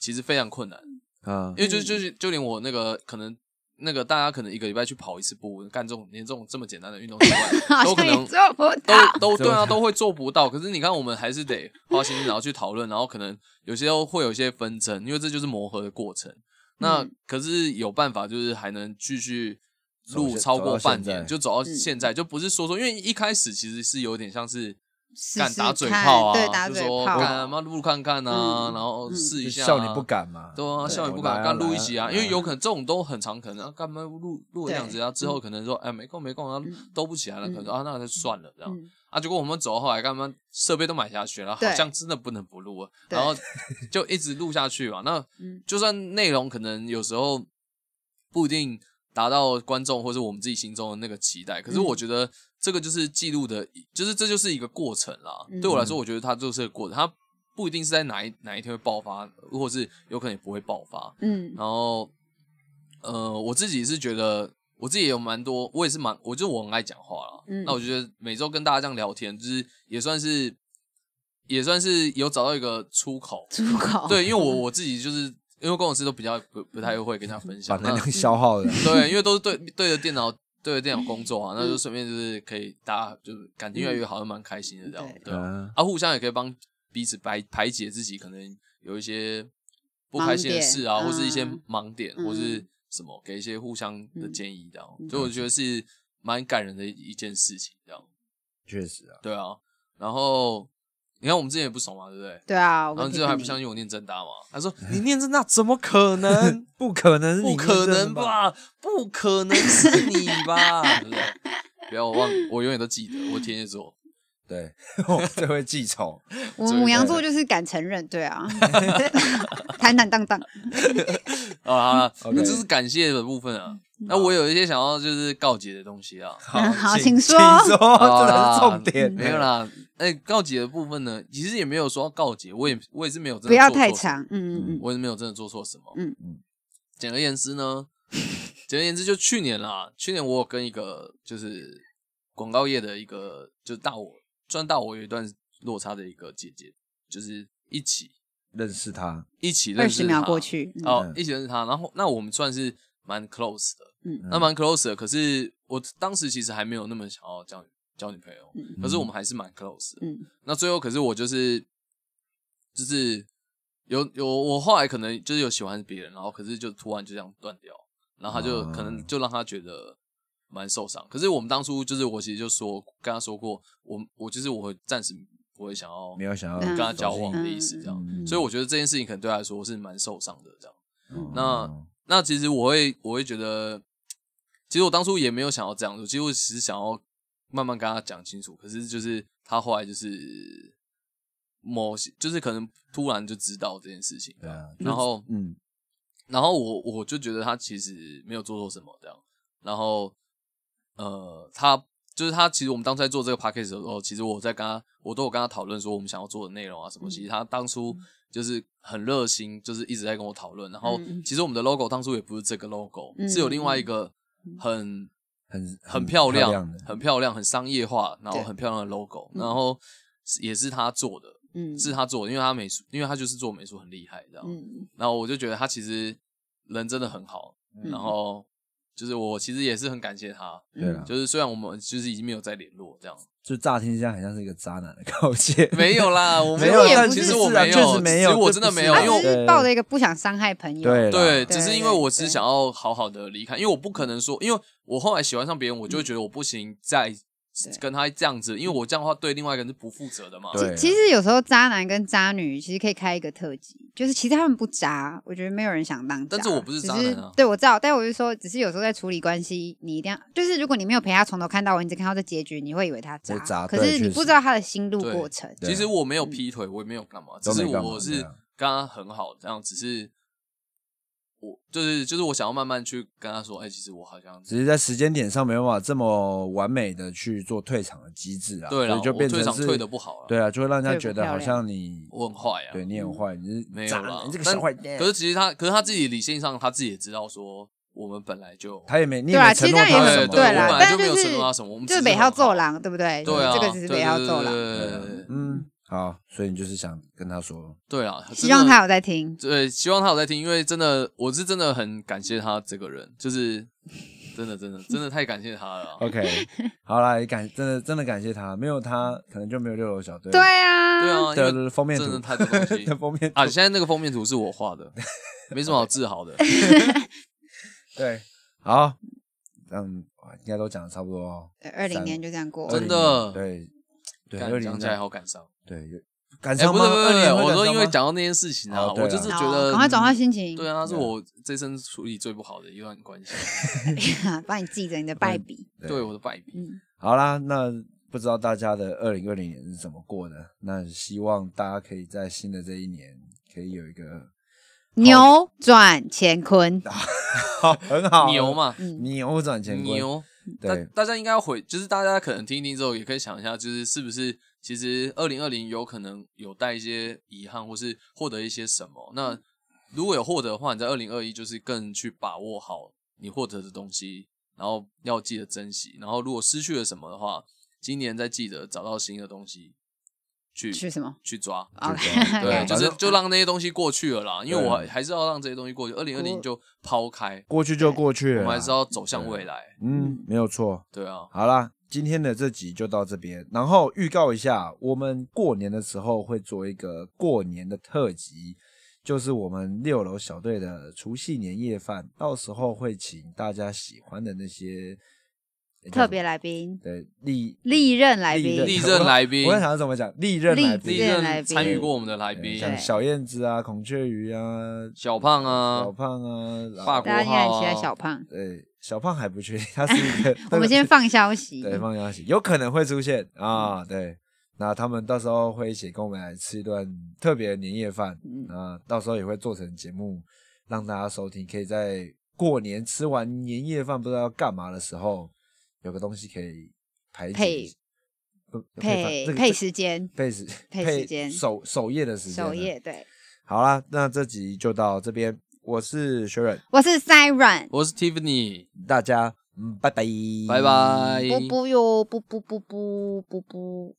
[SPEAKER 3] 其实非常困难，
[SPEAKER 1] 嗯，
[SPEAKER 3] 因为就就是就连我那个可能。那个大家可能一个礼拜去跑一次步，干这种连这种这么简单的运动习惯，
[SPEAKER 2] 好
[SPEAKER 3] 都可
[SPEAKER 2] 像
[SPEAKER 3] 能
[SPEAKER 2] 也做不到。
[SPEAKER 3] 都都对啊，
[SPEAKER 1] 怎么
[SPEAKER 3] 都会做不到。可是你看，我们还是得花心思，然后去讨论，然后可能有些会有一些纷争，因为这就是磨合的过程。那、
[SPEAKER 2] 嗯
[SPEAKER 3] 可是有办法，就是还能继续
[SPEAKER 1] 走
[SPEAKER 3] 录
[SPEAKER 1] 下
[SPEAKER 3] 超过半
[SPEAKER 1] 走到现
[SPEAKER 3] 年，
[SPEAKER 1] 在
[SPEAKER 3] 就
[SPEAKER 2] 嗯
[SPEAKER 3] 走到现在，就不是说说，因为一开始其实是有点像是
[SPEAKER 2] 试试
[SPEAKER 3] 敢打嘴
[SPEAKER 2] 看
[SPEAKER 3] 炮啊，
[SPEAKER 2] 对打
[SPEAKER 3] 就
[SPEAKER 2] 嘴
[SPEAKER 3] 说
[SPEAKER 2] 炮
[SPEAKER 3] 干妈录看看啊，
[SPEAKER 2] 嗯
[SPEAKER 3] 然后
[SPEAKER 2] 嗯
[SPEAKER 3] 试一
[SPEAKER 1] 就
[SPEAKER 3] 下、啊，
[SPEAKER 1] 笑你不。敢嘛？
[SPEAKER 3] 对啊，笑你不
[SPEAKER 1] 我
[SPEAKER 3] 敢，
[SPEAKER 1] 来
[SPEAKER 3] 干录
[SPEAKER 1] 来
[SPEAKER 3] 一集啊，
[SPEAKER 1] 来
[SPEAKER 3] 因为有可能这种都很常可能，啊干嘛录录这样子啊？
[SPEAKER 2] 对
[SPEAKER 3] 之后可能说，哎，没空没空，啊
[SPEAKER 2] 嗯，
[SPEAKER 3] 都不起来了，可能说啊，那就算了这样。
[SPEAKER 2] 嗯
[SPEAKER 3] 啊，结果我们走到后来，干嘛设备都买下去了，好
[SPEAKER 2] 对
[SPEAKER 3] 像真的不能不录了，
[SPEAKER 2] 对
[SPEAKER 3] 然后就一直录下去嘛。那
[SPEAKER 2] 嗯
[SPEAKER 3] 就算内容可能有时候不一定达到观众或者我们自己心中的那个期待，可是
[SPEAKER 2] 嗯
[SPEAKER 3] 我觉得这个就是记录的，就是这就是一个过程啦。
[SPEAKER 2] 嗯
[SPEAKER 3] 对我来说，我觉得它就是个过程，它不一定是在哪一哪一天会爆发，或是有可能也不会爆发。
[SPEAKER 2] 嗯
[SPEAKER 3] 然后，呃，我自己是觉得，我自己也有蛮多，我也是蛮，我就我很爱讲话啦。
[SPEAKER 2] 嗯
[SPEAKER 3] 那我觉得每周跟大家这样聊天，就是也算是，也算是有找到一个出口。
[SPEAKER 2] 出口
[SPEAKER 3] 对，因为我我自己就是因为工程师都比较不不太会跟大家分
[SPEAKER 1] 把
[SPEAKER 3] 享，
[SPEAKER 1] 能
[SPEAKER 3] 那
[SPEAKER 1] 量消耗了，
[SPEAKER 3] 对，因为都是对对着电脑对着电脑工作啊，
[SPEAKER 2] 嗯
[SPEAKER 3] 那就顺便就是可以大家就是感情越来越好，就蛮开心的这样
[SPEAKER 2] 对。
[SPEAKER 3] 对啊。
[SPEAKER 1] 嗯，
[SPEAKER 3] 啊，互相也可以帮彼此排排解自己可能有一些不开心的事啊，
[SPEAKER 2] 盲点
[SPEAKER 3] 或是一些
[SPEAKER 2] 嗯
[SPEAKER 3] 盲点，
[SPEAKER 2] 嗯
[SPEAKER 3] 或是什么，给一些互相的建议，这样，
[SPEAKER 2] 嗯
[SPEAKER 3] 所以我觉得是蛮感人的一件事情，这样，
[SPEAKER 1] 确实啊，
[SPEAKER 3] 对啊。然后你看我们之前也不熟嘛，对不对？
[SPEAKER 2] 对啊，我
[SPEAKER 3] 然后
[SPEAKER 2] 们嗯
[SPEAKER 3] 你最后还不
[SPEAKER 2] Tiffany
[SPEAKER 3] 相信我念正大嘛？他说：“你念正大怎么可 能？
[SPEAKER 1] 不可能是你
[SPEAKER 3] 不
[SPEAKER 1] 念
[SPEAKER 3] 可
[SPEAKER 1] 真的，
[SPEAKER 3] 能吧？不可能是你吧？对不对？不要忘，我永远都记得，我天蝎座。
[SPEAKER 1] 对， 我最会记 仇，
[SPEAKER 2] 我们母羊座就是敢承认，对啊，坦坦 荡荡。
[SPEAKER 3] 啊，
[SPEAKER 1] 嗯 OK
[SPEAKER 3] 那这是感谢的部分啊。
[SPEAKER 2] 嗯
[SPEAKER 3] 那我有一些想要就是告解的东 西啊，
[SPEAKER 2] 好
[SPEAKER 1] 请
[SPEAKER 2] 请说
[SPEAKER 1] 请说，
[SPEAKER 3] 好
[SPEAKER 1] 哦这才
[SPEAKER 3] 啦
[SPEAKER 1] 是重点。
[SPEAKER 3] 没有，啦，哎，告解的部分呢，其实也没有说要告解，我也我也是没有真 的
[SPEAKER 2] 不要
[SPEAKER 3] 做
[SPEAKER 2] 太
[SPEAKER 3] 错什么，
[SPEAKER 2] 长，嗯嗯嗯，
[SPEAKER 3] 我也没有真的做错什么。
[SPEAKER 2] 嗯
[SPEAKER 1] 嗯
[SPEAKER 3] 简而言之呢，简而言之就去年啦，去年我有跟一个就是广告业的一个就是大我，算大我有一段落差的一个姐姐，就是一起
[SPEAKER 1] 认识他，
[SPEAKER 3] 一起认
[SPEAKER 2] 二
[SPEAKER 3] 识
[SPEAKER 2] 十秒
[SPEAKER 3] 她
[SPEAKER 2] 过去，嗯
[SPEAKER 3] 哦
[SPEAKER 1] 嗯，
[SPEAKER 3] 一起认识他，然后那我们算是蛮 close 的，
[SPEAKER 2] 嗯
[SPEAKER 3] 那蛮 close 的。可是我当时其实还没有那么想要交交女朋友，
[SPEAKER 2] 嗯
[SPEAKER 3] 可是我们还是蛮 close 的。
[SPEAKER 2] 嗯
[SPEAKER 3] 那最后，可是我就是就是有有我后来可能就是有喜欢别人，然后可是就突然就这样断掉，然后他就、
[SPEAKER 1] 哦
[SPEAKER 3] 可能就让他觉得蛮受伤。可是我们当初就是我其实就说跟他说过，我我就是我会暂时不会想要
[SPEAKER 1] 没有想要
[SPEAKER 2] 嗯
[SPEAKER 3] 跟他交往
[SPEAKER 1] 走
[SPEAKER 3] 的意思，这样。
[SPEAKER 1] 嗯
[SPEAKER 3] 所以我觉得这件事情可能对他来说是蛮受伤的，这样。
[SPEAKER 1] 进
[SPEAKER 3] 那
[SPEAKER 1] 哦
[SPEAKER 3] 那其实我会我会觉得，其实我当初也没有想要这样做，其实我只是想要慢慢跟他讲清楚。可是就是他后来就是某些就是可能突然就知道这件事情，
[SPEAKER 1] 对啊
[SPEAKER 3] 然后
[SPEAKER 1] 嗯，
[SPEAKER 3] 然后我我就觉得他其实没有做错什么这样，然后呃，他就是他，其实我们当初在做这个 p a c k a g e 的时候，其实我在跟他，我都有跟他讨论说我们想要做的内容啊什么。
[SPEAKER 2] 嗯
[SPEAKER 3] 其实他当初就是很热心，就是一直在跟我讨论。然后
[SPEAKER 2] 嗯
[SPEAKER 3] 其实我们的 logo 当初也不是这个 logo，、
[SPEAKER 2] 嗯
[SPEAKER 3] 是有另外一个很
[SPEAKER 1] 很
[SPEAKER 3] 嗯很漂亮、
[SPEAKER 1] 的，
[SPEAKER 3] 很漂亮、很商业化，然后
[SPEAKER 2] 对
[SPEAKER 3] 很漂亮的 logo，然后是也是他做的。
[SPEAKER 2] 嗯，
[SPEAKER 3] 是他做的，因为他美术，因为他就是做美术很厉害，这样。
[SPEAKER 2] 嗯，
[SPEAKER 3] 然后我就觉得他其实人真的很好，
[SPEAKER 1] 嗯
[SPEAKER 3] 然后就是我其实也是很感谢他，
[SPEAKER 1] 对了，
[SPEAKER 3] 就是虽然我们就是已经没有再联络这样，
[SPEAKER 1] 就乍听之下很像是一个渣男的告诫，
[SPEAKER 3] 没 有啦，我
[SPEAKER 1] 没
[SPEAKER 2] 有
[SPEAKER 3] 但
[SPEAKER 2] 但
[SPEAKER 3] 其
[SPEAKER 2] 是
[SPEAKER 3] 实我
[SPEAKER 1] 是啊
[SPEAKER 3] 没有，
[SPEAKER 1] 确实没有
[SPEAKER 3] 其实我
[SPEAKER 1] 这
[SPEAKER 3] 真的
[SPEAKER 1] 不是
[SPEAKER 3] 没有，
[SPEAKER 1] 啊
[SPEAKER 2] 他
[SPEAKER 3] 因为
[SPEAKER 2] 只
[SPEAKER 3] 我
[SPEAKER 2] 是
[SPEAKER 1] 对
[SPEAKER 2] 抱着一个不想伤害朋友，
[SPEAKER 1] 对啦
[SPEAKER 3] 对，
[SPEAKER 2] 对
[SPEAKER 3] 只是因为
[SPEAKER 2] 对
[SPEAKER 3] 我只
[SPEAKER 2] 对
[SPEAKER 3] 是想要好好的离开，因为我不可能说，因为我后来喜欢上别人，我就会觉得我不行再
[SPEAKER 2] 嗯对嗯
[SPEAKER 3] 跟他这样子，因为我这样的话对另外一个人是不负责的嘛。
[SPEAKER 1] 对啊
[SPEAKER 2] 其实有时候渣男跟渣女其实可以开一个特辑，就是其实他们不渣，我觉得没有人想当渣。
[SPEAKER 3] 但是我不是渣
[SPEAKER 2] 只
[SPEAKER 3] 男啊
[SPEAKER 2] 是对，我知道，但我是说，只是有时候在处理关系，你一定要就是如果你没有陪他从头看到尾，你只看到这结局，你会以为他渣，
[SPEAKER 1] 这渣
[SPEAKER 2] 可是
[SPEAKER 1] 对
[SPEAKER 2] 你
[SPEAKER 1] 确实
[SPEAKER 2] 不知道他的心路
[SPEAKER 3] 对
[SPEAKER 2] 过程。
[SPEAKER 1] 对啊嗯
[SPEAKER 3] 其实我没有劈腿，我也没有干嘛，只
[SPEAKER 1] 都
[SPEAKER 3] 是
[SPEAKER 1] 没干嘛
[SPEAKER 3] 我是
[SPEAKER 1] 对啊
[SPEAKER 3] 跟他很好，这样只是我就是就是我想要慢慢去跟他说，哎，其实我好像
[SPEAKER 1] 只是在时间点上没办法这么完美的去做退场的机制啊，
[SPEAKER 3] 对
[SPEAKER 1] 所
[SPEAKER 3] 了，
[SPEAKER 1] 以就
[SPEAKER 3] 我
[SPEAKER 1] 变成
[SPEAKER 3] 退
[SPEAKER 1] 是
[SPEAKER 3] 场退的不好了，
[SPEAKER 1] 对啊，就会让人家觉
[SPEAKER 2] 退不
[SPEAKER 1] 得
[SPEAKER 2] 漂
[SPEAKER 1] 好
[SPEAKER 2] 亮嗯
[SPEAKER 1] 像你
[SPEAKER 3] 我很坏啊，
[SPEAKER 1] 对你很坏，你
[SPEAKER 3] 没
[SPEAKER 1] 是
[SPEAKER 3] 有
[SPEAKER 1] 渣
[SPEAKER 3] 啦
[SPEAKER 1] 男，你这个
[SPEAKER 3] 但
[SPEAKER 1] 小坏蛋。
[SPEAKER 3] 可是其实他，可是他自己理性上他自己也知道说，我们本来就
[SPEAKER 1] 他也没，你
[SPEAKER 2] 对啦
[SPEAKER 1] 没承诺
[SPEAKER 2] 其实这
[SPEAKER 1] 他
[SPEAKER 2] 样也
[SPEAKER 1] 什
[SPEAKER 3] 对
[SPEAKER 1] 么，
[SPEAKER 2] 很
[SPEAKER 3] 对，
[SPEAKER 2] 啦
[SPEAKER 3] 我本
[SPEAKER 2] 但
[SPEAKER 3] 来就是没有
[SPEAKER 2] 就是
[SPEAKER 3] 承诺他什么，我们
[SPEAKER 2] 就是
[SPEAKER 3] 只
[SPEAKER 2] 北
[SPEAKER 3] 很好
[SPEAKER 2] 号奏，郎，对不对？
[SPEAKER 3] 对啊，
[SPEAKER 2] 这个只是北号奏郎。
[SPEAKER 3] 对
[SPEAKER 1] 嗯，好，所以你就是想跟 他说，
[SPEAKER 3] 对啊，真的
[SPEAKER 2] 希望他有在听，
[SPEAKER 3] 对，希望他有在听，因为真的我是真的很感谢他这个人，就是真的真的真的太感谢他了啊。
[SPEAKER 1] OK，好啦，也感真的真的感谢他，没有他可能就没有六楼小队
[SPEAKER 2] 对啊，
[SPEAKER 3] 对，啊，
[SPEAKER 1] 的
[SPEAKER 3] 因为
[SPEAKER 1] 的封面
[SPEAKER 3] 真的
[SPEAKER 1] 图，
[SPEAKER 3] 太多东西
[SPEAKER 1] 的 封面
[SPEAKER 3] 啊，
[SPEAKER 1] 图，
[SPEAKER 3] 现在那个封面图是我画 的，没什么好自豪的。
[SPEAKER 1] 对，好，嗯，哇应该都讲的差不多哦，
[SPEAKER 2] 二零年就这样过，
[SPEAKER 3] 真的
[SPEAKER 1] 对 对，
[SPEAKER 3] 干
[SPEAKER 1] 二零
[SPEAKER 3] 讲起来好感伤。
[SPEAKER 1] 对，有感
[SPEAKER 3] 哎，
[SPEAKER 1] 伤
[SPEAKER 3] 不
[SPEAKER 1] 吗？
[SPEAKER 3] 是不是不
[SPEAKER 1] 20
[SPEAKER 3] 是，
[SPEAKER 1] 年会
[SPEAKER 3] 我
[SPEAKER 1] 感
[SPEAKER 3] 说因
[SPEAKER 1] 伤
[SPEAKER 3] 为
[SPEAKER 1] 吗
[SPEAKER 3] 讲到那件事情啊，
[SPEAKER 1] 哦对
[SPEAKER 3] 我
[SPEAKER 1] 啊
[SPEAKER 3] 就是
[SPEAKER 2] 好
[SPEAKER 3] 觉得
[SPEAKER 2] 赶快转换心情，
[SPEAKER 3] 对啊，是我这生处理最不好的一段关系，
[SPEAKER 2] 帮你记着你的败笔，
[SPEAKER 3] 啊对我的败笔。
[SPEAKER 2] 嗯，
[SPEAKER 1] 好啦，那不知道大家的二零二零年是怎么过的？那希望大家可以在新的这一年可以有一 个
[SPEAKER 2] 扭转乾坤，
[SPEAKER 1] 好很好
[SPEAKER 3] 牛嘛，
[SPEAKER 2] 嗯，
[SPEAKER 1] 扭转乾坤，
[SPEAKER 3] 牛，大
[SPEAKER 1] 对
[SPEAKER 3] 大家应该要回，就是大家可能听一听之后，也可以想一下，就是是不是其实二零二零有可能有带一些遗憾，或是获得一些什么。那
[SPEAKER 1] 嗯
[SPEAKER 3] 如果有获得的话，你在二零二一就是更去把握好你获得的东西，然后要记得珍惜。然后如果失去了什么的话，今年再记得找到新的东西去
[SPEAKER 2] 是什么？
[SPEAKER 3] 去抓。
[SPEAKER 1] 就
[SPEAKER 2] OK，
[SPEAKER 1] 这样
[SPEAKER 3] 对，
[SPEAKER 2] OK
[SPEAKER 3] 就
[SPEAKER 1] 反
[SPEAKER 3] 是
[SPEAKER 1] 正
[SPEAKER 3] 就让那些东西过去了啦，因为
[SPEAKER 1] 对
[SPEAKER 3] 我
[SPEAKER 1] 啊
[SPEAKER 3] 还还是要让这些东西过去。二零二零就抛开，
[SPEAKER 1] 过去就过去
[SPEAKER 3] 我
[SPEAKER 1] 了啦，
[SPEAKER 3] 们还是要走
[SPEAKER 1] 啊
[SPEAKER 3] 向未来。
[SPEAKER 1] 嗯，没有错。
[SPEAKER 3] 对啊，
[SPEAKER 1] 好啦，今天的这集就到这边，然后预告一下，我们过年的时候会做一个过年的特辑，就是我们六楼小队的除夕年夜饭，到时候会请大家喜欢的那些
[SPEAKER 2] 特别来宾，
[SPEAKER 1] 的历
[SPEAKER 2] 历任来宾，
[SPEAKER 3] 历任来宾
[SPEAKER 1] 我在想怎么讲，历任来
[SPEAKER 3] 历
[SPEAKER 2] 历
[SPEAKER 1] 宾，
[SPEAKER 2] 任来
[SPEAKER 3] 任
[SPEAKER 2] 宾
[SPEAKER 3] 参与过我们的来宾，
[SPEAKER 1] 像
[SPEAKER 2] 对
[SPEAKER 1] 小燕子啊、孔雀鱼啊、
[SPEAKER 3] 小胖啊
[SPEAKER 1] 小，胖啊，然后
[SPEAKER 3] 法国
[SPEAKER 2] 大家应该很期待小胖。
[SPEAKER 1] 对小胖还不确定，他是哦
[SPEAKER 2] 。
[SPEAKER 1] 一个
[SPEAKER 2] 我们先放消息，
[SPEAKER 1] 对放消息，有可能会出现
[SPEAKER 2] 嗯
[SPEAKER 1] 啊，对。那他们到时候会一起跟我们来吃一顿特别的年夜饭，
[SPEAKER 2] 嗯
[SPEAKER 1] 那到时候也会做成节目让大家收听，可以在过年吃完年夜饭不知道要干嘛的时候，有个东西可以排解
[SPEAKER 2] 配
[SPEAKER 1] 一下不
[SPEAKER 2] 配
[SPEAKER 1] 这个
[SPEAKER 2] 配时间，
[SPEAKER 1] 配时
[SPEAKER 2] 配时间
[SPEAKER 1] 首首页的时间啊
[SPEAKER 2] 首页。对，
[SPEAKER 1] 好啦，那这集就到这边，我是薛仁，
[SPEAKER 2] 我是
[SPEAKER 1] 哎
[SPEAKER 2] Siren，
[SPEAKER 3] 我是 Tiffany，
[SPEAKER 1] 大家嗯，拜拜，
[SPEAKER 3] 拜拜，
[SPEAKER 2] 不不哟，不不不不不不。